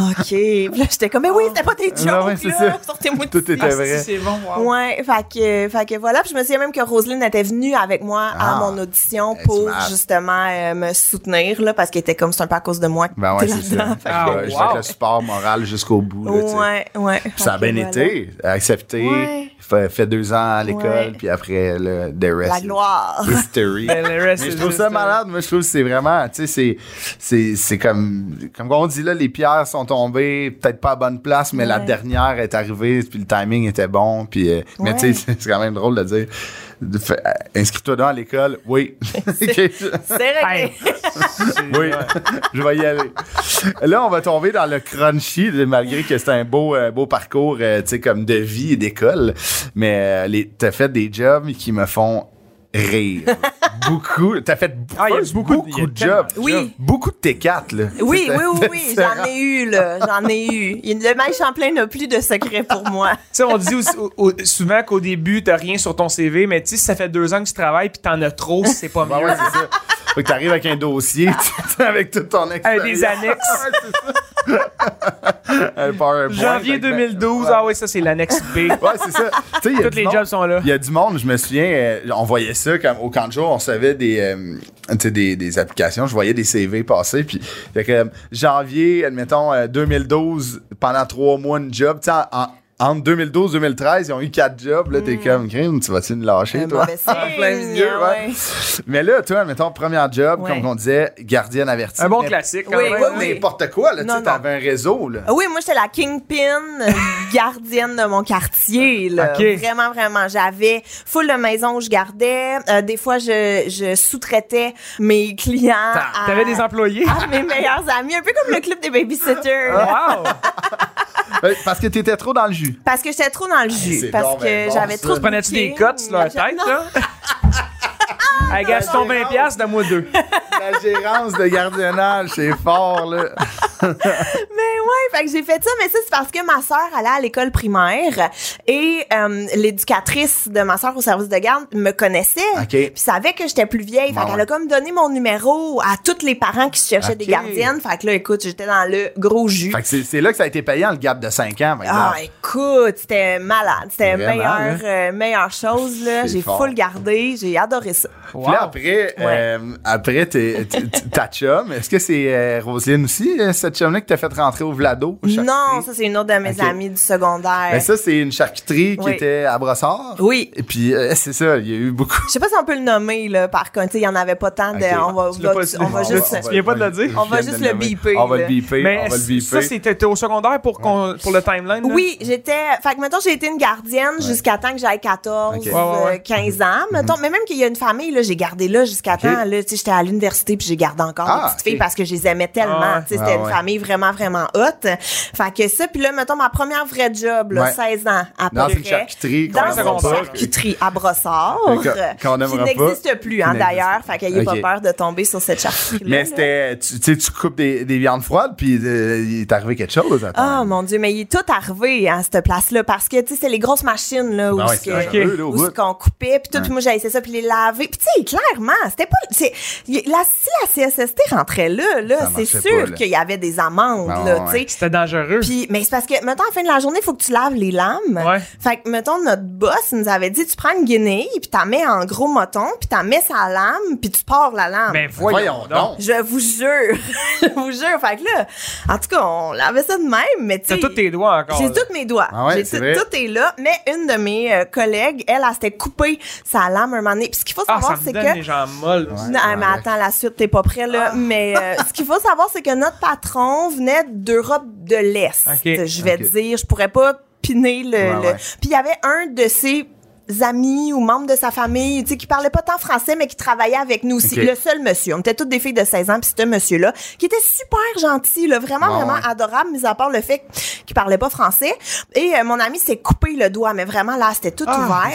[SPEAKER 4] OK, puis là j'étais comme "Mais oui, c'était pas tes jokes
[SPEAKER 1] Ah ouais, c'est
[SPEAKER 4] là,
[SPEAKER 1] ça.
[SPEAKER 4] sortez-moi Ah, de
[SPEAKER 1] Tout
[SPEAKER 4] ici.
[SPEAKER 1] était vrai.
[SPEAKER 2] c'est bon,
[SPEAKER 4] Ouais, fait que, fait que voilà. Puis je me souviens même que Roselyne était venue avec moi
[SPEAKER 1] Ah.
[SPEAKER 4] à mon audition
[SPEAKER 1] Elle est
[SPEAKER 4] pour
[SPEAKER 1] smart.
[SPEAKER 4] justement euh, me soutenir, là, parce qu'elle était comme c'est un peu à cause de moi.
[SPEAKER 1] Ben
[SPEAKER 4] T'es
[SPEAKER 1] ouais, c'est ça.
[SPEAKER 4] là-dedans.
[SPEAKER 1] Fait que,
[SPEAKER 2] Ah,
[SPEAKER 1] euh, je dirais
[SPEAKER 2] wow.
[SPEAKER 1] que le support moral jusqu'au bout. Là, tu sais.
[SPEAKER 4] Ouais, ouais.
[SPEAKER 1] Puis ça a
[SPEAKER 4] Fait
[SPEAKER 1] bien
[SPEAKER 4] que voilà.
[SPEAKER 1] été, accepté,
[SPEAKER 4] Ouais.
[SPEAKER 1] fait, fait deux ans à l'école,
[SPEAKER 4] Ouais.
[SPEAKER 1] puis après, le the rest.
[SPEAKER 4] La
[SPEAKER 1] is [LAUGHS]
[SPEAKER 4] gloire.
[SPEAKER 1] History.
[SPEAKER 2] Ben, le reste
[SPEAKER 1] Mais je
[SPEAKER 2] is
[SPEAKER 1] trouve ça
[SPEAKER 2] history.
[SPEAKER 1] malade. Moi, je trouve que c'est vraiment, tu sais, c'est- c'est c'est comme, comme on dit là, les pierres sont tombées, peut-être pas à bonne place, mais la
[SPEAKER 4] Ouais.
[SPEAKER 1] dernière est arrivée, puis le timing était bon, puis, euh, mais
[SPEAKER 4] Ouais.
[SPEAKER 1] tu sais, [LAUGHS] c'est quand même drôle de dire, de fait- euh, inscris-toi dans l'école, oui. [LAUGHS] Ok.
[SPEAKER 4] [LAUGHS] C'est réglé. [LAUGHS]
[SPEAKER 2] Hey.
[SPEAKER 1] Oui, je vais y aller. Là, on va tomber dans le crunchy, malgré que c'est un beau, euh, beau parcours, euh, tu sais, comme de vie et d'école. Mais euh, les- t'as fait des jobs qui me font
[SPEAKER 2] [LAUGHS]
[SPEAKER 1] rire. beaucoup. T'as fait b-
[SPEAKER 2] Ah, il y a
[SPEAKER 1] first,
[SPEAKER 2] beaucoup de-
[SPEAKER 1] beaucoup,
[SPEAKER 2] il y a
[SPEAKER 1] de
[SPEAKER 2] tellement
[SPEAKER 1] jobs.
[SPEAKER 2] de
[SPEAKER 4] Oui.
[SPEAKER 1] Beaucoup de T4, là.
[SPEAKER 4] Oui,
[SPEAKER 1] C'est-
[SPEAKER 4] oui, oui, oui,
[SPEAKER 1] c'est-
[SPEAKER 4] j'en ai eu, là. J'en ai eu. Il- Le mail Champlain n'a plus de secret pour
[SPEAKER 1] [LAUGHS]
[SPEAKER 4] moi.
[SPEAKER 2] Tu sais, on dit aussi- au- au- souvent qu'au début, t'as rien sur ton CV, mais tu sais, si ça fait deux ans que tu travailles puis t'en as trop, c'est pas mieux.
[SPEAKER 1] Bah Ouais, ouais, c'est ça. Fait que t'arrives avec un dossier, [LAUGHS] tu sais, avec tout ton expérience.
[SPEAKER 2] Euh, des annexes.
[SPEAKER 1] Ouais, c'est ça. un PowerPoint.
[SPEAKER 2] Janvier
[SPEAKER 1] Fait que, ben,
[SPEAKER 2] 2012,
[SPEAKER 1] ouais.
[SPEAKER 2] ah oui, ça, c'est l'annexe B.
[SPEAKER 1] Ouais, c'est ça. Tu sais, il y a
[SPEAKER 2] Toutes
[SPEAKER 1] du
[SPEAKER 2] les
[SPEAKER 1] monde-
[SPEAKER 2] jobs sont là.
[SPEAKER 1] Il y a du monde, je me souviens, euh, on voyait ça comme au camp de jour, on savait des, euh, tu sais, des, des applications, je voyais des CV passer, puis fait que, euh, janvier, admettons, euh, 2012, pendant trois mois, une job, tu sais, en- en- entre 2012 2013, ils ont eu quatre jobs. Là, t'es comme, Crime, tu vas-tu nous lâcher,
[SPEAKER 4] Mm. Un
[SPEAKER 1] toi?
[SPEAKER 4] mauvais
[SPEAKER 1] [LAUGHS] En plein
[SPEAKER 4] signe,
[SPEAKER 1] milieu, ouais.
[SPEAKER 4] ouais.
[SPEAKER 1] Mais là, toi, admettons, premier job,
[SPEAKER 4] Ouais.
[SPEAKER 1] comme on disait, gardienne avertie.
[SPEAKER 2] Un bon
[SPEAKER 1] Mais-
[SPEAKER 2] classique, quand
[SPEAKER 4] Oui,
[SPEAKER 2] même.
[SPEAKER 4] oui,
[SPEAKER 2] hein.
[SPEAKER 4] oui.
[SPEAKER 1] N'importe quoi, là, tu
[SPEAKER 4] Non,
[SPEAKER 1] sais,
[SPEAKER 4] non.
[SPEAKER 1] t'avais un réseau, là.
[SPEAKER 4] Ah Oui, moi, j'étais la kingpin, euh, gardienne de mon quartier. Là.
[SPEAKER 2] Ok.
[SPEAKER 4] Vraiment, vraiment. J'avais full de maison où je gardais. Euh, des fois, je, je sous-traitais mes clients. à-
[SPEAKER 2] T'avais des employés.
[SPEAKER 4] [LAUGHS] à mes meilleurs amis. Un peu comme le club des babysitters.
[SPEAKER 1] Ah.
[SPEAKER 4] là.
[SPEAKER 2] Wow!
[SPEAKER 1] Ouais, Euh, Parce que t'étais trop dans le jus.
[SPEAKER 4] [LAUGHS] Parce que j'étais trop dans le
[SPEAKER 1] Hey, c'est
[SPEAKER 4] jus. Parce
[SPEAKER 1] donc
[SPEAKER 4] que
[SPEAKER 1] ben bon,
[SPEAKER 4] j'avais
[SPEAKER 1] ça.
[SPEAKER 4] trop.
[SPEAKER 1] Tu
[SPEAKER 2] Prenais-tu des cotes sur leur
[SPEAKER 4] la
[SPEAKER 2] tête, là?
[SPEAKER 4] Ah.
[SPEAKER 2] Hey, gars, si ton 20$, donne-moi deux.
[SPEAKER 4] [LAUGHS]
[SPEAKER 1] La gérance de gardiennage, c'est fort,
[SPEAKER 4] [LAUGHS]
[SPEAKER 1] là.
[SPEAKER 4] Mais Ben ouais, fait que j'ai fait ça, mais ça c'est parce que ma sœur allait à l'école primaire et euh, l'éducatrice de ma sœur au service de garde me connaissait,
[SPEAKER 1] OK.
[SPEAKER 4] puis savait que j'étais plus vieille,
[SPEAKER 1] Bon,
[SPEAKER 4] fait qu'elle
[SPEAKER 1] ouais.
[SPEAKER 4] a comme donné mon numéro à tous les parents qui se cherchaient des
[SPEAKER 1] OK.
[SPEAKER 4] gardiennes, fait que là écoute, j'étais dans le gros jus.
[SPEAKER 1] Fait que c'est- c'est là que ça a été payant, le gap de 5 ans, par
[SPEAKER 4] Ah,
[SPEAKER 1] exemple.
[SPEAKER 4] écoute, c'était malade. C'était
[SPEAKER 1] Vraiment, hein?
[SPEAKER 4] meilleure, euh, meilleure chose, là.
[SPEAKER 1] C'est
[SPEAKER 4] J'ai
[SPEAKER 1] fort.
[SPEAKER 4] full gardé. J'ai adoré ça.
[SPEAKER 1] Puis là, après, euh, après t'es- t- t- ta chum, est-ce que c'est euh, Roselyne aussi, euh, cette chum-là, que t'as fait rentrer au Vlado? au
[SPEAKER 4] Non,
[SPEAKER 1] charcuterie?
[SPEAKER 4] ça, c'est une autre de mes
[SPEAKER 1] OK.
[SPEAKER 4] amies du secondaire.
[SPEAKER 1] Mais ça, c'est une charcuterie qui
[SPEAKER 4] Oui.
[SPEAKER 1] était à Brossard.
[SPEAKER 4] Oui.
[SPEAKER 1] Et puis, euh, c'est ça, il y a eu beaucoup.
[SPEAKER 4] Je sais pas si on peut le nommer, là, par contre. Tu sais, Il y en avait pas tant de.
[SPEAKER 1] OK.
[SPEAKER 4] On va,
[SPEAKER 2] Tu l'as pas-
[SPEAKER 4] on va
[SPEAKER 2] tu l'as-
[SPEAKER 4] juste.
[SPEAKER 2] tu viens pas de le dire?
[SPEAKER 4] On va
[SPEAKER 1] Je viens
[SPEAKER 4] juste
[SPEAKER 1] de
[SPEAKER 4] le
[SPEAKER 1] nommer.
[SPEAKER 4] beeper,
[SPEAKER 1] On va le
[SPEAKER 4] là.
[SPEAKER 1] beeper,
[SPEAKER 2] Mais
[SPEAKER 1] on va le beeper.
[SPEAKER 2] ça, c'était t'es au secondaire pour, qu'on- pour le timeline? là?
[SPEAKER 4] Oui, j'étais. Fait que, mettons, j'ai été une gardienne jusqu'à temps que j'aille 14,
[SPEAKER 1] Ok. Mhm. Ouais,
[SPEAKER 2] ouais,
[SPEAKER 4] euh,
[SPEAKER 2] ouais.
[SPEAKER 4] 15 ans, mettons. Mais même qu'il y a une famille, là, j'ai gardé là jusqu'à temps. Là, tu sais, j'étais à l'université puis j'ai gardé encore
[SPEAKER 1] Ah,
[SPEAKER 4] les petites
[SPEAKER 1] ok.
[SPEAKER 4] filles parce que je les aimais tellement.
[SPEAKER 2] Ah ouais.
[SPEAKER 4] Tu sais,
[SPEAKER 1] Ah
[SPEAKER 4] c'était une
[SPEAKER 1] ouais.
[SPEAKER 4] famille vraiment, vraiment haute. Fait que ça, puis là, mettons, ma première vraie job, là,
[SPEAKER 1] Ouais.
[SPEAKER 4] 16 ans à peu
[SPEAKER 1] Dans une
[SPEAKER 4] près.
[SPEAKER 1] charcuterie qu'on
[SPEAKER 4] Dans
[SPEAKER 1] n'aimera
[SPEAKER 4] une
[SPEAKER 2] secondaire.
[SPEAKER 1] pas.
[SPEAKER 4] charcuterie à brossard.
[SPEAKER 1] Qu'on- qu'on
[SPEAKER 4] qui
[SPEAKER 1] n'aimera pas.
[SPEAKER 4] n'existe plus, hein,
[SPEAKER 1] Qui n'existe
[SPEAKER 4] d'ailleurs.
[SPEAKER 1] pas.
[SPEAKER 4] Fait qu'ayez
[SPEAKER 1] Ok.
[SPEAKER 4] pas peur de tomber sur cette charcuterie-là.
[SPEAKER 1] Mais
[SPEAKER 4] là.
[SPEAKER 1] c'était, tu tu sais, tu coupes des, des viandes froides, puis euh, il est arrivé quelque chose. à
[SPEAKER 4] Ah
[SPEAKER 1] ton-
[SPEAKER 4] mon dieu, mais il est tout arrivé à cette place-là parce que tu sais c'est les grosses machines là où
[SPEAKER 1] Ben ouais,
[SPEAKER 4] ce
[SPEAKER 1] c'est
[SPEAKER 4] que-
[SPEAKER 1] dangereux, là, au
[SPEAKER 4] où ce
[SPEAKER 1] bout.
[SPEAKER 4] qu'on coupait puis tout puis moi j'avais ça puis les laver puis tu sais clairement c'était pas c'est y- la si la CSST rentrait là, là
[SPEAKER 1] Ça
[SPEAKER 4] c'est
[SPEAKER 1] marchait
[SPEAKER 4] sûr
[SPEAKER 1] pas, là.
[SPEAKER 4] qu'il y avait des amendes.
[SPEAKER 1] Ah,
[SPEAKER 4] là,
[SPEAKER 1] ouais.
[SPEAKER 4] tu sais.
[SPEAKER 2] C'était dangereux.
[SPEAKER 4] Puis, mais c'est parce que, mettons, à la fin de la journée, il faut que tu laves les lames.
[SPEAKER 2] Ouais.
[SPEAKER 4] Fait que, mettons, notre boss nous avait dit, tu prends une guinée, puis t'en mets en gros moton, puis t'en mets sa lame, puis tu pars la lame.
[SPEAKER 2] Ben
[SPEAKER 1] Voyons
[SPEAKER 2] voyons, donc.
[SPEAKER 1] donc.
[SPEAKER 4] Je vous jure. [LAUGHS] je vous jure. Fait que là, en tout cas, on l'avait ça de même, mais tu
[SPEAKER 2] T'as
[SPEAKER 4] sais.
[SPEAKER 2] tous tes doigts encore.
[SPEAKER 4] J'ai
[SPEAKER 2] là.
[SPEAKER 4] tous mes doigts.
[SPEAKER 1] Ah ouais,
[SPEAKER 4] J'ai
[SPEAKER 1] c'est
[SPEAKER 4] tout,
[SPEAKER 1] vrai.
[SPEAKER 4] tout est là. Mais une de mes euh, collègues, elle, elle s'était coupée sa lame un moment donné. Puis ce qu'il faut
[SPEAKER 2] Ah,
[SPEAKER 4] savoir,
[SPEAKER 2] ça me
[SPEAKER 4] c'est
[SPEAKER 2] donne
[SPEAKER 4] que.
[SPEAKER 2] les jambes molles.
[SPEAKER 1] Ouais.
[SPEAKER 4] Non, mais attends, la suite, t'es pas prêt, là. [LAUGHS] Mais euh, ce qu'il faut savoir, c'est que notre patron venait d'Europe de l'Est.
[SPEAKER 2] Ok.
[SPEAKER 4] Je vais
[SPEAKER 1] Ok.
[SPEAKER 4] dire, je pourrais pas piner le.
[SPEAKER 1] Ouais,
[SPEAKER 4] le-
[SPEAKER 1] ouais.
[SPEAKER 4] Puis il y avait un de ses amis ou membres de sa famille, tu sais, qui parlait pas tant français, mais qui travaillait avec nous aussi.
[SPEAKER 1] Ok.
[SPEAKER 4] Le seul monsieur, on était toutes des filles de 16 ans, puis c'était un monsieur-là, qui était super gentil, là, vraiment,
[SPEAKER 1] Ouais,
[SPEAKER 4] vraiment
[SPEAKER 1] ouais.
[SPEAKER 4] adorable, mis à part le fait qu'il parlait pas français. Et euh, mon ami s'est coupé le doigt, mais vraiment, là, c'était tout ouvert.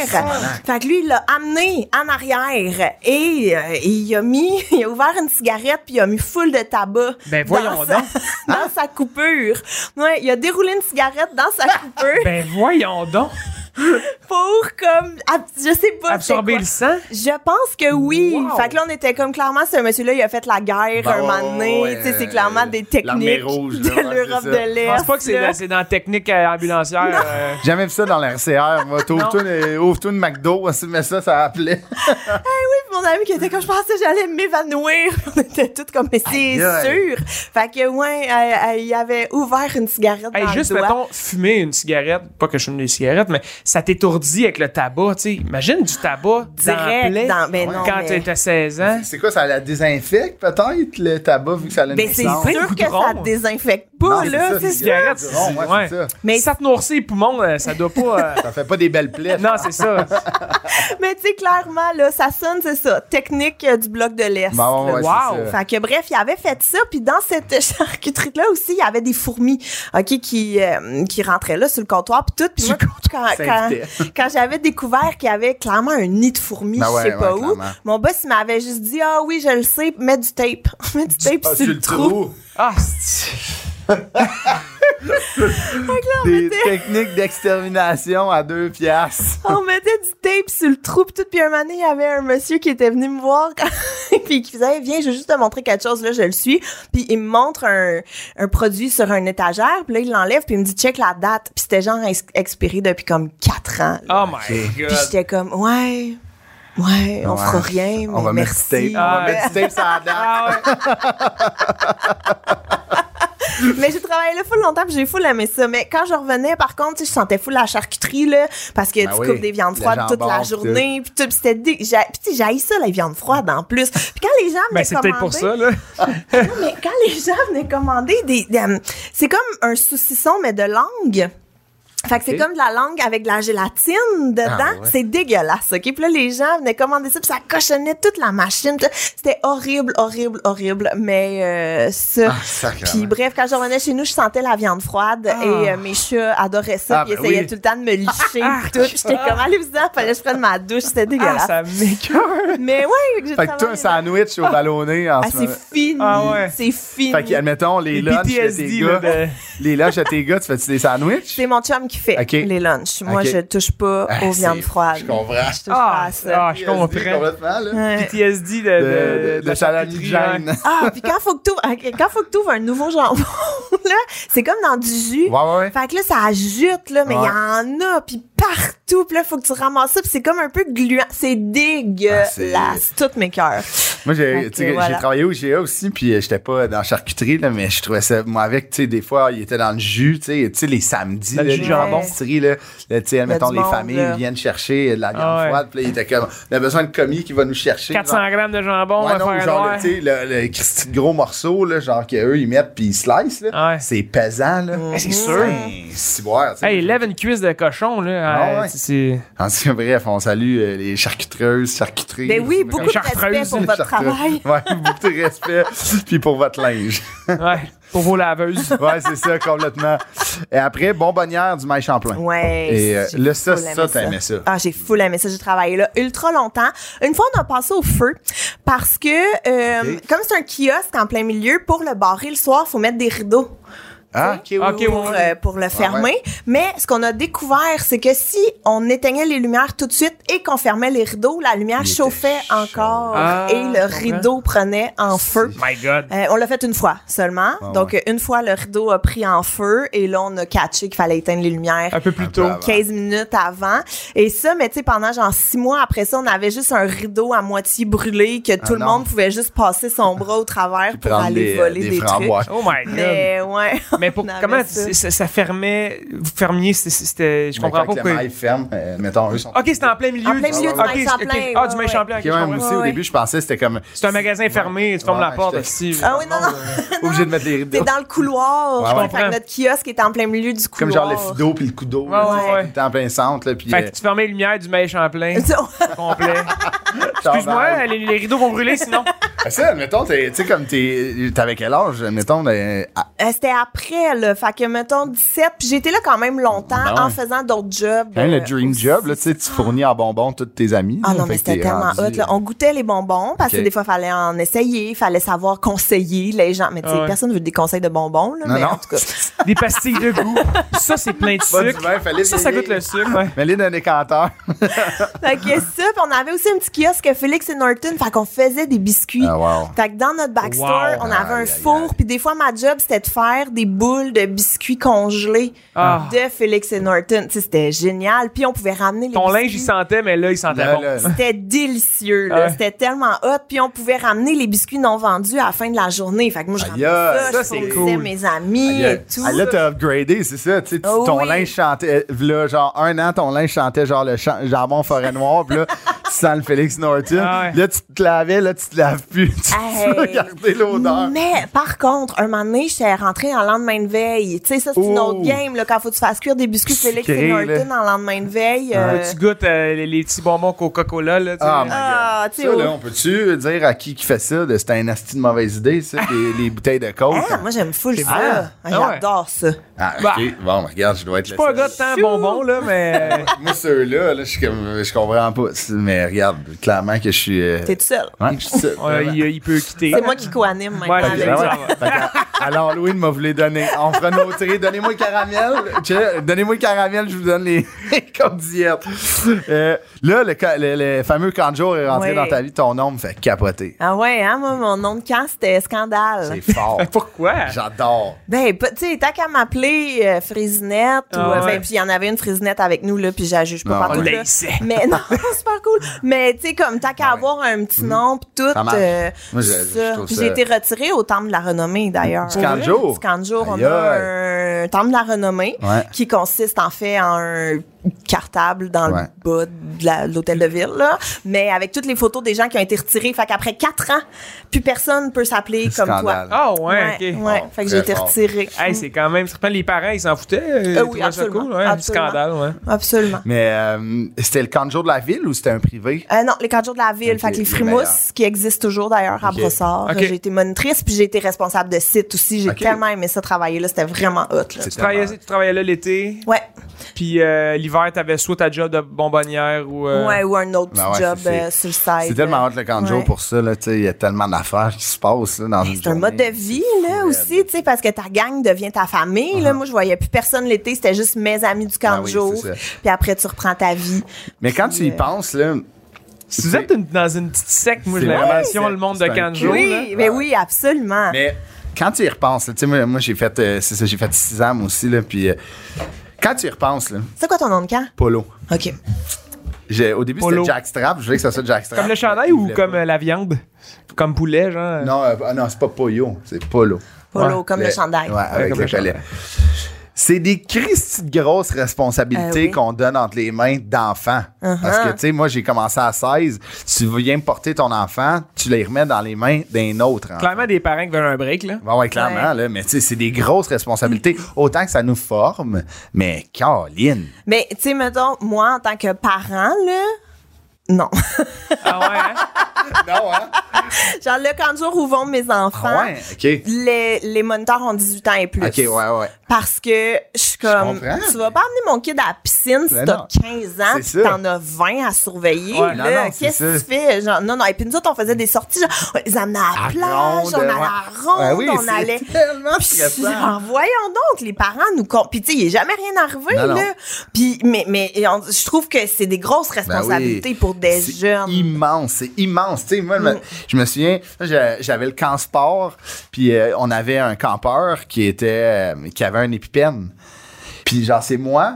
[SPEAKER 4] Fait que lui, il l'a amené en arrière et euh, il a mis, [LAUGHS] il a ouvert une cigarette puis il a mis full de tabac.
[SPEAKER 2] Ben,
[SPEAKER 4] dans
[SPEAKER 2] voyons
[SPEAKER 4] sa-
[SPEAKER 2] donc.
[SPEAKER 4] [LAUGHS] Dans sa coupure. Ouais, il a déroulé une cigarette dans sa coupure
[SPEAKER 2] Ben voyons donc.
[SPEAKER 4] pour comme, ab- je sais [LAUGHS] pas.
[SPEAKER 2] Absorber le
[SPEAKER 4] c'était quoi.
[SPEAKER 2] sang.
[SPEAKER 4] Je pense que oui.
[SPEAKER 2] Wow.
[SPEAKER 4] Fait que là, on était comme clairement, ce monsieur-là, il a fait la guerre
[SPEAKER 1] Ben
[SPEAKER 4] un moment donné.
[SPEAKER 1] ouais,
[SPEAKER 4] tu sais, c'est
[SPEAKER 1] euh,
[SPEAKER 4] clairement des
[SPEAKER 1] l'armée
[SPEAKER 4] techniques
[SPEAKER 1] rouge,
[SPEAKER 4] de
[SPEAKER 1] là, ouais,
[SPEAKER 4] l'Europe
[SPEAKER 1] c'est
[SPEAKER 4] de
[SPEAKER 1] ça.
[SPEAKER 4] l'Est.
[SPEAKER 2] Je pense pas que c'est
[SPEAKER 4] là.
[SPEAKER 2] dans- c'est dans la technique euh, ambulancière. euh,
[SPEAKER 1] J'ai Jamais vu ça dans la RCR. moi. T'ouvres-toi une- Ouvre-toi une McDo, [LAUGHS] mais ça, ça appelait.
[SPEAKER 4] mon ami qui était comme je pensais que j'allais m'évanouir. [LAUGHS] On était toutes comme mais c'est
[SPEAKER 1] Aïe, aïe.
[SPEAKER 4] sûr. Fait que ouais, euh, euh, il avait ouvert une cigarette
[SPEAKER 2] Hey,
[SPEAKER 4] dans
[SPEAKER 2] juste,
[SPEAKER 4] le doigt.
[SPEAKER 2] mettons, fumer une cigarette, pas que je fume des cigarettes, mais ça t'étourdit avec le tabac, tu sais. Imagine du tabac
[SPEAKER 4] Direct
[SPEAKER 2] dans, la plaie
[SPEAKER 4] dans- ben non,
[SPEAKER 2] quand
[SPEAKER 4] mais-
[SPEAKER 2] t'es à 16 ans.
[SPEAKER 1] C'est quoi, ça la désinfecte peut-être, le tabac, vu que ça a une
[SPEAKER 4] Ben, c'est
[SPEAKER 1] puissance?
[SPEAKER 2] plein de
[SPEAKER 4] sûr que
[SPEAKER 2] goudron.
[SPEAKER 4] ça désinfecte pas
[SPEAKER 1] Non, c'est
[SPEAKER 4] là,
[SPEAKER 1] ça,
[SPEAKER 4] c'est
[SPEAKER 1] c'est
[SPEAKER 4] sûr.
[SPEAKER 2] Cigarette,
[SPEAKER 1] Non,
[SPEAKER 2] c'est-
[SPEAKER 1] ouais,
[SPEAKER 2] ouais.
[SPEAKER 1] c'est ça.
[SPEAKER 4] Mais-
[SPEAKER 2] Mais ça te nourrit les poumons, euh, ça doit
[SPEAKER 4] [LAUGHS]
[SPEAKER 2] pas. euh,
[SPEAKER 1] Ça fait pas des belles plaies.
[SPEAKER 2] non, c'est ça.
[SPEAKER 4] Mais tu sais clairement là, ça sonne c'est ça, technique euh, du bloc de l'Est.
[SPEAKER 1] Bon, ouais,
[SPEAKER 4] là.
[SPEAKER 1] c'est
[SPEAKER 2] Wow.
[SPEAKER 1] ça. Ben,
[SPEAKER 4] Fait que bref, il avait fait ça, puis dans cette [LAUGHS] charcuterie-là aussi, il y avait des fourmis, OK, qui, euh, qui rentraient là sur le comptoir, puis tout. Puis moi, quand,
[SPEAKER 1] ça
[SPEAKER 4] quand,
[SPEAKER 1] invitait.
[SPEAKER 4] quand j'avais découvert qu'il y avait clairement un nid de fourmis,
[SPEAKER 1] Ben ouais,
[SPEAKER 4] je sais pas
[SPEAKER 1] ouais,
[SPEAKER 4] où,
[SPEAKER 1] clairement.
[SPEAKER 4] mon boss, il m'avait juste dit, ah oui, je le sais, mets du tape. [LAUGHS] mets du tape
[SPEAKER 1] Ah,
[SPEAKER 4] sur le trou.
[SPEAKER 2] Ah, c'est-
[SPEAKER 1] Des
[SPEAKER 4] mettait-
[SPEAKER 1] techniques d'extermination à deux piastres.
[SPEAKER 4] [LAUGHS] On mettait du tape sur le trou, puis tout. Puis un moment donné, il y avait un monsieur qui était venu me voir, [LAUGHS] puis qui faisait, Hey, viens, je veux juste te montrer quelque chose, là, je le suis. Puis il me montre un, un produit sur un étagère, puis là, il l'enlève, puis il me dit, check la date. Puis c'était genre ex- expiré depuis comme quatre ans. là.
[SPEAKER 2] oh my
[SPEAKER 4] puis
[SPEAKER 2] god.
[SPEAKER 4] j'étais comme, ouais, ouais, on
[SPEAKER 1] Ouais.
[SPEAKER 4] fera rien, mais
[SPEAKER 1] On va mettre
[SPEAKER 4] merci.
[SPEAKER 1] du tape. On va
[SPEAKER 2] Ah,
[SPEAKER 1] mettre du tape sur la dent.
[SPEAKER 4] [LAUGHS]
[SPEAKER 2] Ah, ouais.
[SPEAKER 4] Mais j'ai travaillé là full longtemps, puis j'ai full aimé ça. Mais quand je revenais, par contre, tu sais, je sentais full la charcuterie, là, parce que
[SPEAKER 1] Ben
[SPEAKER 4] tu
[SPEAKER 1] oui,
[SPEAKER 4] coupes des viandes
[SPEAKER 1] le
[SPEAKER 4] froides toute
[SPEAKER 1] jambon,
[SPEAKER 4] la
[SPEAKER 1] puis
[SPEAKER 4] journée, puis tout, puis c'était dé- j'ai- puis tu sais, j'haïs ça, les viandes froides, en plus. Puis quand les gens
[SPEAKER 2] Ben,
[SPEAKER 4] venaient
[SPEAKER 2] c'est peut-être pour
[SPEAKER 4] commander-
[SPEAKER 2] ça, là.
[SPEAKER 4] Non, mais quand les gens venaient commander des... des, euh, c'est comme un saucisson, mais de langue. Fait que c'est
[SPEAKER 1] Ok.
[SPEAKER 4] comme de la langue avec de la gélatine dedans.
[SPEAKER 1] Ah, ouais.
[SPEAKER 4] C'est dégueulasse, OK? Puis là, les gens venaient commander ça, puis ça cochonnait toute la machine. Puis là, C'était horrible, horrible, horrible. Mais euh, ça...
[SPEAKER 1] Ah, sacrément.
[SPEAKER 4] Puis bref, quand je revenais chez nous, je sentais la viande froide
[SPEAKER 2] Ah.
[SPEAKER 4] et euh, mes chats adoraient ça.
[SPEAKER 1] Ah,
[SPEAKER 4] puis ils
[SPEAKER 1] ben
[SPEAKER 4] essayaient
[SPEAKER 1] oui.
[SPEAKER 4] tout le temps de me licher. puis tout. Puis J'étais comme, allez-vous-en, fallait que je prenne ma douche. C'était
[SPEAKER 2] Ah,
[SPEAKER 4] dégueulasse.
[SPEAKER 2] ça
[SPEAKER 4] [LAUGHS]
[SPEAKER 2] m'écoeure.
[SPEAKER 4] Mais ouais, j'ai
[SPEAKER 1] Fait que toi, un
[SPEAKER 4] travaillé-
[SPEAKER 1] sandwich au ballonné en
[SPEAKER 4] Ah,
[SPEAKER 1] ce
[SPEAKER 4] c'est
[SPEAKER 1] moment.
[SPEAKER 4] fini.
[SPEAKER 2] Ah ouais.
[SPEAKER 4] C'est fini.
[SPEAKER 1] Fait que, admettons, les
[SPEAKER 2] Les
[SPEAKER 1] lunchs à
[SPEAKER 2] PTSD,
[SPEAKER 1] tes gars,
[SPEAKER 2] là. de-
[SPEAKER 1] les lunchs à tes gars, tu fais-tu des sandwichs?
[SPEAKER 4] C'est mon chum qui fait
[SPEAKER 1] Ok.
[SPEAKER 4] les lunchs. Moi,
[SPEAKER 1] Ok.
[SPEAKER 4] je touche pas
[SPEAKER 1] Ah,
[SPEAKER 4] aux
[SPEAKER 1] c'est-
[SPEAKER 4] viandes froides.
[SPEAKER 1] je comprends.
[SPEAKER 4] [LAUGHS] Je touche pas
[SPEAKER 2] Ah,
[SPEAKER 4] à ça.
[SPEAKER 2] ah, je comprends.
[SPEAKER 1] Complètement, là.
[SPEAKER 4] Ouais.
[SPEAKER 2] PTSD de,
[SPEAKER 1] De,
[SPEAKER 2] de, de la charcuterie, hein.
[SPEAKER 1] salamigène.
[SPEAKER 2] ouais.
[SPEAKER 4] Ah, puis quand faut que t'ouvres, quand faut que t'ouvres un nouveau jambon, [LAUGHS] là, c'est comme dans du jus.
[SPEAKER 1] Ouais, ouais, ouais.
[SPEAKER 4] Fait que là, ça ajoute, là, mais il
[SPEAKER 1] Ouais.
[SPEAKER 4] y en a, puis partout, puis là, faut que tu ramasses ça, puis c'est comme un peu gluant. C'est
[SPEAKER 1] Ah,
[SPEAKER 4] dégueulasse, toutes mes cœurs.
[SPEAKER 1] Moi, j'ai
[SPEAKER 4] Ok,
[SPEAKER 1] tu sais, j'ai
[SPEAKER 4] voilà.
[SPEAKER 1] travaillé au GA aussi, puis euh, j'étais pas dans la charcuterie, là, mais je trouvais ça. Moi, avec, tu sais, des fois, il était dans le jus, tu sais, tu sais, les samedis,
[SPEAKER 2] Dans le
[SPEAKER 1] là,
[SPEAKER 2] jus
[SPEAKER 1] les
[SPEAKER 2] de jambon.
[SPEAKER 1] pâtisseries, là, là, tu sais, mettons,
[SPEAKER 4] du
[SPEAKER 1] les
[SPEAKER 4] monde,
[SPEAKER 1] familles
[SPEAKER 4] là.
[SPEAKER 1] viennent chercher de la viande
[SPEAKER 2] Ah ouais.
[SPEAKER 1] froide, puis là, il était comme, on a besoin de commis qui va nous chercher.
[SPEAKER 2] 400 grammes de jambon,
[SPEAKER 1] Ouais,
[SPEAKER 2] à
[SPEAKER 1] non,
[SPEAKER 2] faire
[SPEAKER 1] genre,
[SPEAKER 2] noir.
[SPEAKER 1] le, tu sais, le, le Christy de gros morceau, là, genre qu'eux, ils mettent puis ils slicent, là,
[SPEAKER 2] Ouais.
[SPEAKER 1] c'est pesant, là.
[SPEAKER 2] c'est
[SPEAKER 4] Mhm.
[SPEAKER 2] sûr.
[SPEAKER 1] C'est boire, tu sais.
[SPEAKER 2] Hey, lève une cuisse de cochon, là.
[SPEAKER 1] Ah,
[SPEAKER 2] euh,
[SPEAKER 1] ouais.
[SPEAKER 2] c'est- c'est-
[SPEAKER 1] En tout cas, bref, on salue euh, les charcuteuses, charcuteries.
[SPEAKER 4] Ben oui, beaucoup de respect
[SPEAKER 2] chartreuse,
[SPEAKER 4] pour votre travail.
[SPEAKER 1] [LAUGHS] Ouais, beaucoup de respect, puis pour votre linge.
[SPEAKER 4] [LAUGHS]
[SPEAKER 2] Ouais, pour
[SPEAKER 1] [LAUGHS]
[SPEAKER 2] vos laveuses.
[SPEAKER 1] Ouais, c'est ça, complètement. Et après, bonbonnière du maïs Champlain.
[SPEAKER 4] Ouais.
[SPEAKER 1] Et euh,
[SPEAKER 4] j'ai
[SPEAKER 1] là, ça,
[SPEAKER 4] full aimé
[SPEAKER 1] ça, t'aimais ça.
[SPEAKER 4] Ah, j'ai full aimé ça. J'ai travaillé là ultra longtemps. Une fois, on a passé au feu parce que, euh,
[SPEAKER 1] Ok.
[SPEAKER 4] comme c'est un kiosque en plein milieu, pour le barrer le soir, faut mettre des rideaux.
[SPEAKER 1] Ah,
[SPEAKER 4] tu sais,
[SPEAKER 2] ok, oui,
[SPEAKER 4] pour,
[SPEAKER 2] oui, oui.
[SPEAKER 4] euh, pour le fermer. Mais ce qu'on a découvert, c'est que si on éteignait les lumières tout de suite et qu'on fermait les rideaux, la lumière
[SPEAKER 1] Il était
[SPEAKER 4] chauffait
[SPEAKER 1] chaud.
[SPEAKER 4] encore
[SPEAKER 2] Ah,
[SPEAKER 4] et le
[SPEAKER 2] je comprends.
[SPEAKER 4] rideau prenait en feu.
[SPEAKER 2] My God.
[SPEAKER 4] Euh, on l'a fait une fois seulement.
[SPEAKER 1] Ah
[SPEAKER 4] Donc, une fois, le rideau a pris en feu et là, on a catché qu'il fallait éteindre les lumières
[SPEAKER 2] Un peu plus
[SPEAKER 1] Un peu
[SPEAKER 2] tôt.
[SPEAKER 1] avant.
[SPEAKER 4] 15 minutes avant. Et ça, mais tu sais, pendant genre six mois après ça, on avait juste un rideau à moitié brûlé que tout le
[SPEAKER 1] Ah, non.
[SPEAKER 4] monde pouvait juste passer son bras au travers pour
[SPEAKER 1] Prendre
[SPEAKER 4] aller
[SPEAKER 1] des, euh,
[SPEAKER 4] voler
[SPEAKER 1] des
[SPEAKER 4] des, trucs.
[SPEAKER 1] framboises.
[SPEAKER 2] Oh my God.
[SPEAKER 4] Mais ouais.
[SPEAKER 2] Mais pour,
[SPEAKER 4] on avait
[SPEAKER 2] comment
[SPEAKER 4] ça.
[SPEAKER 2] ça. Ça, ça fermait, vous fermiez, c'est- c'était, je
[SPEAKER 1] Mais
[SPEAKER 2] comprends pas
[SPEAKER 1] quand
[SPEAKER 2] pourquoi.
[SPEAKER 1] le mail ferme, euh, mettons, eux sont.
[SPEAKER 2] Ok, c'était en plein milieu.
[SPEAKER 4] En plein milieu du
[SPEAKER 2] Ok,
[SPEAKER 4] Mail
[SPEAKER 2] ok.
[SPEAKER 4] Champlain,
[SPEAKER 2] Ah,
[SPEAKER 4] ouais,
[SPEAKER 2] du
[SPEAKER 4] ouais.
[SPEAKER 2] Mail Champlain.
[SPEAKER 1] Ok,
[SPEAKER 2] ok,
[SPEAKER 1] ouais,
[SPEAKER 2] je
[SPEAKER 1] moi
[SPEAKER 2] comprends.
[SPEAKER 1] aussi, au
[SPEAKER 4] Ouais.
[SPEAKER 1] début, je pensais que c'était
[SPEAKER 4] [LAUGHS]
[SPEAKER 1] comme.
[SPEAKER 2] C'est un magasin fermé, tu fermes la
[SPEAKER 1] Ouais,
[SPEAKER 2] porte
[SPEAKER 1] j'étais-
[SPEAKER 2] aussi.
[SPEAKER 4] Ah oui, non, non.
[SPEAKER 1] Obligé de mettre les
[SPEAKER 4] T'es
[SPEAKER 1] rideaux.
[SPEAKER 4] dans le couloir.
[SPEAKER 1] Ouais, ouais.
[SPEAKER 4] Fait que notre kiosque est en plein milieu du couloir.
[SPEAKER 1] Comme genre le fido puis le coup d'eau.
[SPEAKER 2] Ouais,
[SPEAKER 1] là, tu sais,
[SPEAKER 2] ouais,
[SPEAKER 1] T'es en plein centre, là, puis.
[SPEAKER 2] Fait que tu fermais les lumières du Mail
[SPEAKER 4] [LAUGHS]
[SPEAKER 2] Champlain complet.
[SPEAKER 1] euh,
[SPEAKER 2] Excuse-moi, les, les rideaux vont brûler sinon.
[SPEAKER 1] Ben, ça, mettons, t'es- tu sais, comme t'es. T'avais quel âge, mettons, euh, à-
[SPEAKER 4] Euh, C'était après, là. Fait que, mettons, 17. Puis j'étais là quand même longtemps
[SPEAKER 1] Ben ouais.
[SPEAKER 4] en faisant d'autres jobs.
[SPEAKER 2] Ben,
[SPEAKER 1] hein, le
[SPEAKER 4] euh,
[SPEAKER 1] dream
[SPEAKER 4] aussi.
[SPEAKER 1] job, là, tu sais, tu fournis en bonbons tous tes amis.
[SPEAKER 4] Ah
[SPEAKER 1] là,
[SPEAKER 4] non,
[SPEAKER 1] fait
[SPEAKER 4] mais
[SPEAKER 1] que
[SPEAKER 4] c'était
[SPEAKER 1] t'es
[SPEAKER 4] tellement
[SPEAKER 1] rendu,
[SPEAKER 4] hot. Là. On goûtait les bonbons parce
[SPEAKER 1] Ok.
[SPEAKER 4] que des fois, il fallait en essayer, il fallait savoir conseiller les gens. Mais tu sais,
[SPEAKER 2] Ah ouais.
[SPEAKER 4] personne veut des conseils de bonbons. Là,
[SPEAKER 1] Non,
[SPEAKER 4] mais
[SPEAKER 1] non.
[SPEAKER 4] en tout cas,
[SPEAKER 2] Des pastilles de goût. Ça, c'est plein de
[SPEAKER 1] Pas du
[SPEAKER 2] sucre.
[SPEAKER 1] vin, fallait
[SPEAKER 2] Ça, ça
[SPEAKER 1] essayer.
[SPEAKER 2] goûte le sucre. ouais.
[SPEAKER 1] Mais l'île d'un
[SPEAKER 2] [LAUGHS]
[SPEAKER 1] décanteur.
[SPEAKER 4] fait que ça, puis on avait aussi un petit kiosque Félix et Norton, fait qu'on faisait des biscuits.
[SPEAKER 1] Ah, wow.
[SPEAKER 4] Fait que dans notre backstore,
[SPEAKER 2] Wow.
[SPEAKER 4] on avait
[SPEAKER 1] Aïe, aïe,
[SPEAKER 4] un four,
[SPEAKER 1] aïe.
[SPEAKER 4] puis des fois, ma job, c'était de faire des boules de biscuits congelés
[SPEAKER 2] Ah.
[SPEAKER 4] de Félix et Norton. Tu sais, c'était génial. Puis on pouvait ramener les
[SPEAKER 2] Ton
[SPEAKER 4] biscuits.
[SPEAKER 2] linge, il sentait, mais là, il sentait
[SPEAKER 1] Là,
[SPEAKER 2] Ah, ben, bon.
[SPEAKER 1] là,
[SPEAKER 4] C'était délicieux, là.
[SPEAKER 2] Ouais.
[SPEAKER 4] C'était tellement hot. Puis on pouvait ramener les biscuits non vendus à la fin de la journée. Fait que moi, je
[SPEAKER 1] Aïe,
[SPEAKER 4] ramenais
[SPEAKER 1] ça,
[SPEAKER 4] ça, je
[SPEAKER 2] c'est
[SPEAKER 4] fournissais
[SPEAKER 2] cool.
[SPEAKER 4] mes amis
[SPEAKER 1] Aïe,
[SPEAKER 4] et tout.
[SPEAKER 1] ah, là, t'as upgradé, c'est ça. tu sais, tu-
[SPEAKER 4] Oh
[SPEAKER 1] ton
[SPEAKER 4] oui.
[SPEAKER 1] linge chantait, là, genre un an, ton linge chantait genre le chan- jambon forêt noire,
[SPEAKER 4] [LAUGHS]
[SPEAKER 1] puis là, tu sens le Félix Norton.
[SPEAKER 2] Ah ouais.
[SPEAKER 1] Là, tu te lavais, là, tu te laves plus. [LAUGHS] tu
[SPEAKER 4] Hey.
[SPEAKER 1] peux garder l'odeur.
[SPEAKER 4] Mais par contre, un moment donné, j'étais rentrée en lendemain de veille. Tu sais, ça, c'est une
[SPEAKER 1] Oh.
[SPEAKER 4] autre game, là, quand faut que tu fasses cuire des biscuits Félix
[SPEAKER 1] Sucré,
[SPEAKER 4] et
[SPEAKER 1] là.
[SPEAKER 4] Norton en lendemain de veille.
[SPEAKER 2] Euh,
[SPEAKER 4] euh,
[SPEAKER 2] tu goûtes euh, les, les petits bonbons Coca-Cola, là. tu sais.
[SPEAKER 1] Ah, my
[SPEAKER 4] Ah,
[SPEAKER 1] God.
[SPEAKER 4] tu
[SPEAKER 1] Ça,
[SPEAKER 4] sais,
[SPEAKER 1] là,
[SPEAKER 4] oh.
[SPEAKER 1] on peut-tu dire à qui qui fait ça? de- C'était un asti de mauvaise idée, ça, les, les bouteilles de coke.
[SPEAKER 4] ah, moi, j'aime full ça.
[SPEAKER 1] Ah,
[SPEAKER 4] Ah,
[SPEAKER 2] ah ouais.
[SPEAKER 4] J'adore ça.
[SPEAKER 1] Ah,
[SPEAKER 2] Bah.
[SPEAKER 1] ok. Bon, regarde, je dois être
[SPEAKER 2] Je suis pas un gars de tant bonbon, là, [LAUGHS] mais. euh,
[SPEAKER 1] Moi, ceux-là, là, je, suis comme- je comprends pas. Mais regarde, clairement que je suis. euh,
[SPEAKER 4] T'es tout seul.
[SPEAKER 1] ouais, je suis seul,
[SPEAKER 2] Ouais,
[SPEAKER 1] vraiment.
[SPEAKER 2] il, il peut quitter.
[SPEAKER 4] C'est moi qui co-anime maintenant.
[SPEAKER 2] Ouais,
[SPEAKER 1] Fait que,
[SPEAKER 4] avec
[SPEAKER 1] ben
[SPEAKER 4] toi.
[SPEAKER 1] ouais. Fait que, alors, Louis m'a voulu donner. On fera nos tirs. Donnez-moi le caramel. Tu- Donnez-moi le caramel, je vous donne les, [LAUGHS] les codes diètes. Euh, là, le, ca- le- le fameux canjo est rentré
[SPEAKER 4] Ouais.
[SPEAKER 1] dans ta vie. Ton nom me fait capoter.
[SPEAKER 4] Ah ouais, hein, moi, mon nom de camp, c'était Scandale.
[SPEAKER 2] [LAUGHS]
[SPEAKER 1] C'est fort.
[SPEAKER 2] Pourquoi?
[SPEAKER 1] J'adore.
[SPEAKER 4] Ben, pas- tu sais, tant qu'à m'appeler euh, Frisinette,
[SPEAKER 2] Ah
[SPEAKER 4] ou, euh,
[SPEAKER 2] ouais.
[SPEAKER 4] ben, puis il y en avait une Frisinette avec nous, là, puis je la juge
[SPEAKER 1] Non.
[SPEAKER 4] pas partout,
[SPEAKER 2] On
[SPEAKER 4] là.
[SPEAKER 2] l'a ici.
[SPEAKER 4] Mais non, [LAUGHS] c'est super cool. Mais, tu sais, comme tant qu'à avoir un petit nom, puis tout,
[SPEAKER 1] Ah Mhm. Ça marche.
[SPEAKER 4] euh,
[SPEAKER 1] Moi, je-
[SPEAKER 4] ça.
[SPEAKER 1] je trouve
[SPEAKER 4] Puis
[SPEAKER 1] ça-
[SPEAKER 4] j'ai été retirée au Temple de la Renommée, d'ailleurs.
[SPEAKER 1] Du Kanjo?
[SPEAKER 4] Du Kanjo, on
[SPEAKER 1] Aïe,
[SPEAKER 4] a
[SPEAKER 1] aïe.
[SPEAKER 4] un Temple de la Renommée
[SPEAKER 1] Ouais.
[SPEAKER 4] qui consiste, en fait, en un cartable dans
[SPEAKER 1] Ouais.
[SPEAKER 4] le bas de la- de l'hôtel de ville, là, mais avec toutes les photos des gens qui ont été retirés. Fait qu'après quatre ans, plus personne peut s'appeler comme toi.
[SPEAKER 1] Scandale.
[SPEAKER 2] Ah, ouais,
[SPEAKER 4] Ouais,
[SPEAKER 2] ok.
[SPEAKER 4] ouais.
[SPEAKER 1] Bon,
[SPEAKER 4] fait
[SPEAKER 1] très
[SPEAKER 4] que j'ai été
[SPEAKER 1] fort.
[SPEAKER 4] retirée.
[SPEAKER 2] Hey, c'est quand même. Certainement, les parents, ils s'en foutaient. euh,
[SPEAKER 4] Euh,
[SPEAKER 2] ils
[SPEAKER 4] oui,
[SPEAKER 2] trouvaient ça
[SPEAKER 4] absolument,
[SPEAKER 2] cool, ouais.
[SPEAKER 4] absolument.
[SPEAKER 2] Scandale, ouais.
[SPEAKER 4] Absolument.
[SPEAKER 1] Mais euh, c'était le canjo de la ville ou c'était un privé?
[SPEAKER 4] Euh, non, les quatre jours de la ville.
[SPEAKER 1] Ok,
[SPEAKER 4] fait que
[SPEAKER 1] les
[SPEAKER 4] les frimousses,
[SPEAKER 1] meilleurs.
[SPEAKER 4] qui existent toujours d'ailleurs à
[SPEAKER 1] Ok.
[SPEAKER 4] Brossard.
[SPEAKER 2] Ok.
[SPEAKER 4] J'ai été monitrice, puis j'ai été responsable de site aussi. J'ai
[SPEAKER 1] Ok.
[SPEAKER 4] tellement aimé ça travailler là. C'était vraiment hot. Là.
[SPEAKER 1] C'est
[SPEAKER 2] Tu travaillais, tu travaillais là l'été,
[SPEAKER 4] Ouais.
[SPEAKER 2] puis euh, l'hiver, t'avais soit ta job de bonbonnière ou. euh,
[SPEAKER 4] ouais, ou un autre
[SPEAKER 1] Ben
[SPEAKER 4] petit
[SPEAKER 1] ouais,
[SPEAKER 4] job
[SPEAKER 1] c'est-
[SPEAKER 4] euh, sur le site.
[SPEAKER 1] C'est tellement hot le canjo
[SPEAKER 4] Ouais.
[SPEAKER 1] pour ça. là, tu sais, Il y a tellement d'affaires qui se passent là, dans une
[SPEAKER 4] C'est un mode de
[SPEAKER 1] journée.
[SPEAKER 4] vie, là,
[SPEAKER 1] raide.
[SPEAKER 4] aussi, tu sais, parce que ta gang devient ta famille, là. Moi, je voyais plus personne l'été, c'était juste mes amis du camp
[SPEAKER 1] Ah
[SPEAKER 4] de
[SPEAKER 1] Uh-huh. oui,
[SPEAKER 4] jour.
[SPEAKER 1] c'est ça.
[SPEAKER 4] Puis après, tu reprends ta vie.
[SPEAKER 1] Mais quand tu y
[SPEAKER 4] euh,
[SPEAKER 1] penses, là,
[SPEAKER 2] Si vous êtes une- dans une petite secte, moi, j'ai
[SPEAKER 1] C'est vraiment
[SPEAKER 2] l'impression,
[SPEAKER 1] sec.
[SPEAKER 2] le monde de
[SPEAKER 1] C'est un
[SPEAKER 2] Kanjo.
[SPEAKER 1] cul.
[SPEAKER 2] là.
[SPEAKER 4] Oui, mais oui,
[SPEAKER 1] Ben
[SPEAKER 4] absolument.
[SPEAKER 1] Mais quand tu y repenses, là, tu sais, moi, moi, j'ai fait, euh, c'est ça, j'ai fait six ans moi aussi, là, puis euh, quand tu y repenses, là,
[SPEAKER 4] C'est quoi ton nom de camp?
[SPEAKER 1] polo.
[SPEAKER 4] OK.
[SPEAKER 1] J'ai- au début,
[SPEAKER 2] Polo.
[SPEAKER 1] c'était Jack Strap, je voulais que ça soit Jack Strap.
[SPEAKER 2] Comme le chandail
[SPEAKER 1] Il
[SPEAKER 2] ou
[SPEAKER 1] voulait
[SPEAKER 2] comme
[SPEAKER 1] pas.
[SPEAKER 2] euh, la viande? Comme poulet, genre?
[SPEAKER 1] Non, euh, ah non, c'est pas Poyo, c'est Polo.
[SPEAKER 4] Polo,
[SPEAKER 2] Ouais,
[SPEAKER 4] comme le, chandail.
[SPEAKER 1] Ouais, avec
[SPEAKER 2] comme
[SPEAKER 1] le
[SPEAKER 2] le chandail.
[SPEAKER 1] chalet. C'est des crises de grosses responsabilités
[SPEAKER 4] Euh, oui. Uh-huh.
[SPEAKER 1] qu'on donne entre les mains d'enfants. Parce que, tu sais, moi, j'ai commencé à 16. Tu viens me porter ton enfant, tu les remets dans les mains d'un autre. enfant.
[SPEAKER 2] Clairement, des parents qui veulent un break, là.
[SPEAKER 1] Ouais, ouais, clairement,
[SPEAKER 4] Ouais.
[SPEAKER 1] Là, mais tu sais, c'est des grosses
[SPEAKER 4] [LAUGHS]
[SPEAKER 1] responsabilités. Autant que ça nous forme, mais Caroline.
[SPEAKER 4] Mais, tu sais, mettons, moi, en tant que parent, là, non. [LAUGHS]
[SPEAKER 2] Ah ouais, hein?
[SPEAKER 1] Non, hein?
[SPEAKER 4] Genre, là, quand le jour où vont mes enfants,
[SPEAKER 1] Ah ouais, ok.
[SPEAKER 4] les, les moniteurs ont 18 ans et plus.
[SPEAKER 1] Ok, ouais, ouais.
[SPEAKER 4] Parce que je suis comme,
[SPEAKER 1] comprends.
[SPEAKER 4] tu vas pas amener mon kid à la piscine si
[SPEAKER 1] Ben
[SPEAKER 4] t'as
[SPEAKER 1] non.
[SPEAKER 4] 15 ans,
[SPEAKER 1] C'est
[SPEAKER 4] pis
[SPEAKER 1] ça.
[SPEAKER 4] t'en as 20 à surveiller.
[SPEAKER 1] Ouais, non,
[SPEAKER 4] là,
[SPEAKER 1] non, c'est
[SPEAKER 4] qu'est-ce que tu
[SPEAKER 1] ça.
[SPEAKER 4] fais? Genre, non, non. Et puis nous autres, on faisait des sorties, genre, on les amenait à la
[SPEAKER 1] À
[SPEAKER 4] plage,
[SPEAKER 1] ronde,
[SPEAKER 4] on allait
[SPEAKER 1] ouais.
[SPEAKER 4] à la ronde,
[SPEAKER 1] Ouais, oui,
[SPEAKER 4] on
[SPEAKER 1] c'est
[SPEAKER 4] allait.
[SPEAKER 1] [LAUGHS] tellement
[SPEAKER 4] Puis,
[SPEAKER 1] stressant.
[SPEAKER 4] genre, voyons donc, les parents nous comptent. Puis, tu sais, il n'est jamais rien arrivé,
[SPEAKER 1] Non, non.
[SPEAKER 4] là. Puis, mais, mais et on- je trouve que c'est des grosses
[SPEAKER 1] Ben oui.
[SPEAKER 4] responsabilités pour des
[SPEAKER 1] C'est
[SPEAKER 4] jeunes. Mm.
[SPEAKER 1] immense, c'est immense. Tu sais, moi, je me- je me souviens, j'a- j'avais le camp sport, puis euh, on avait un campeur qui était, euh, qui avait un épipène. Puis genre, c'est moi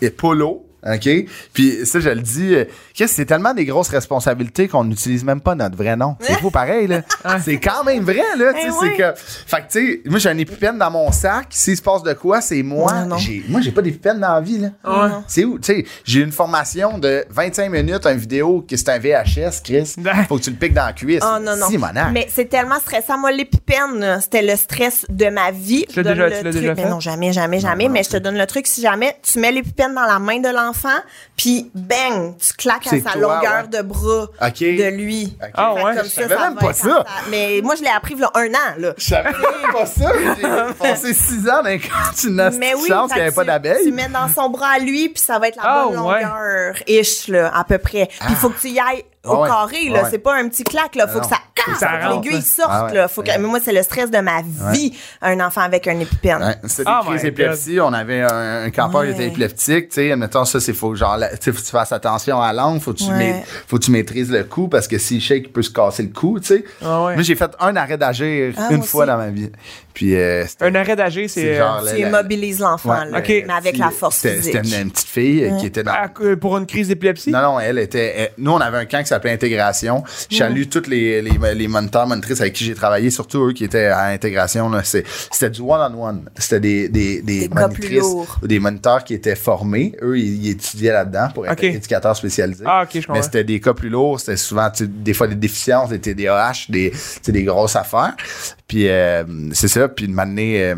[SPEAKER 1] et Polo, OK? Puis ça, je le dis, euh, qu'est-ce que c'est tellement des grosses responsabilités qu'on n'utilise même pas notre vrai nom.
[SPEAKER 4] [LAUGHS]
[SPEAKER 1] C'est fou pareil, là. c'est quand même vrai, là. tu sais,
[SPEAKER 4] Eh
[SPEAKER 1] c'est
[SPEAKER 4] ouais.
[SPEAKER 1] que... Fait que, tu sais, moi, j'ai un épipène dans mon sac. S'il se passe de quoi, c'est moi.
[SPEAKER 4] Ouais, non.
[SPEAKER 1] J'ai- moi, j'ai pas d'épipène dans la vie, là.
[SPEAKER 2] Ouais.
[SPEAKER 1] C'est où? Tu sais, j'ai une formation de 25 minutes, une vidéo qui c'est un VHS, Chris. Faut que tu le piques dans la cuisse.
[SPEAKER 4] Oh non, non.
[SPEAKER 1] Simonac.
[SPEAKER 4] Mais c'est tellement stressant. Moi, l'épipène, là, c'était le stress de ma vie.
[SPEAKER 2] Tu l'as déjà-
[SPEAKER 4] donne le
[SPEAKER 2] tu l'as
[SPEAKER 4] truc.
[SPEAKER 2] déjà
[SPEAKER 4] Mais
[SPEAKER 2] fait?
[SPEAKER 4] non, jamais, jamais, jamais. mais je te donne le truc. Si jamais tu mets l'épipène dans la main de l'enfant, puis bang, tu claques à
[SPEAKER 1] C'est
[SPEAKER 4] sa
[SPEAKER 1] toi,
[SPEAKER 4] longueur
[SPEAKER 1] ouais.
[SPEAKER 4] de bras
[SPEAKER 1] Ok.
[SPEAKER 4] de lui.
[SPEAKER 1] Ok.
[SPEAKER 2] Ah
[SPEAKER 4] Fait que
[SPEAKER 2] ouais,
[SPEAKER 4] comme
[SPEAKER 2] je
[SPEAKER 4] ça,
[SPEAKER 1] savais
[SPEAKER 4] ça
[SPEAKER 1] même
[SPEAKER 4] va
[SPEAKER 1] pas
[SPEAKER 4] être
[SPEAKER 1] ça.
[SPEAKER 4] comme Mais moi, je l'ai appris il y a un an, là.
[SPEAKER 1] Je savais même pas ça.
[SPEAKER 4] [LAUGHS]
[SPEAKER 1] J'ai passé 6 ans dans un cantinat
[SPEAKER 4] Mais oui,
[SPEAKER 1] chance qu'il
[SPEAKER 4] fait
[SPEAKER 1] n'y avait
[SPEAKER 4] que
[SPEAKER 1] pas
[SPEAKER 4] tu- Tu
[SPEAKER 1] d'abeilles.
[SPEAKER 4] mets dans son bras à lui, puis ça va être la
[SPEAKER 2] Ah,
[SPEAKER 4] bonne
[SPEAKER 2] ouais.
[SPEAKER 4] longueur, ish, là, à peu près. Puis il faut que tu y ailles au
[SPEAKER 1] Ah ouais.
[SPEAKER 4] carré, là.
[SPEAKER 1] Ah ouais.
[SPEAKER 4] C'est pas un petit clac, là. Faut
[SPEAKER 1] Ah
[SPEAKER 4] que ça
[SPEAKER 1] non.
[SPEAKER 4] casse,
[SPEAKER 2] ça
[SPEAKER 4] faut que
[SPEAKER 2] rentre,
[SPEAKER 4] l'aiguille
[SPEAKER 2] là.
[SPEAKER 4] sorte,
[SPEAKER 1] Ah ouais.
[SPEAKER 4] là. Faut que...
[SPEAKER 1] Ouais.
[SPEAKER 4] mais moi, c'est le stress de ma vie, un enfant avec un épipène.
[SPEAKER 1] Ouais, c'est des
[SPEAKER 2] Ah,
[SPEAKER 1] crises
[SPEAKER 2] my
[SPEAKER 1] d'épilepsie. On avait un, un campeur qui
[SPEAKER 4] Ouais.
[SPEAKER 1] était épileptique. Tu sais, admettons, ça, c'est faut genre, la- tu sais, faut que tu fasses attention à la langue. Faut que tu,
[SPEAKER 4] Ouais.
[SPEAKER 1] mai- faut que tu maîtrises le cou parce que s'il shake, il peut se casser le cou, tu sais.
[SPEAKER 2] Ah ouais.
[SPEAKER 1] Moi, j'ai fait un arrêt d'agir
[SPEAKER 4] Ah,
[SPEAKER 1] une
[SPEAKER 4] moi
[SPEAKER 1] fois
[SPEAKER 4] aussi.
[SPEAKER 1] dans ma vie. Puis, euh, c'était-
[SPEAKER 2] [LAUGHS] Un arrêt d'âge, c'est.
[SPEAKER 1] c'est genre,
[SPEAKER 2] euh,
[SPEAKER 1] là,
[SPEAKER 4] Tu
[SPEAKER 1] la-
[SPEAKER 4] immobilises l'enfant,
[SPEAKER 1] Ouais,
[SPEAKER 4] là,
[SPEAKER 2] Ok.
[SPEAKER 4] mais avec
[SPEAKER 1] Puis,
[SPEAKER 4] la force
[SPEAKER 1] c'était-
[SPEAKER 4] physique.
[SPEAKER 1] C'était une, une petite fille euh, qui était dans.
[SPEAKER 2] à- euh, pour une crise d'épilepsie?
[SPEAKER 1] Non, non, elle était. elle- nous, on avait un camp qui s'appelait Intégration. Je salue tous les, les, les moniteurs, monitrices avec qui j'ai travaillé, surtout eux qui étaient à Intégration. là. C'est- C'était du one-on-one. C'était des, des, des,
[SPEAKER 4] Des cas plus
[SPEAKER 1] monitrices
[SPEAKER 4] lourds.
[SPEAKER 1] ou des moniteurs qui étaient formés. Eux, ils, ils étudiaient là-dedans pour être
[SPEAKER 2] Ok.
[SPEAKER 1] éducateurs spécialisés.
[SPEAKER 2] Ah, ok, je comprends.
[SPEAKER 1] Mais c'était des cas plus lourds. C'était souvent tu sais, des fois des déficiences, des TDAH, des, tu sais, des grosses affaires. Puis euh, c'est ça. Puis de m'amener. euh,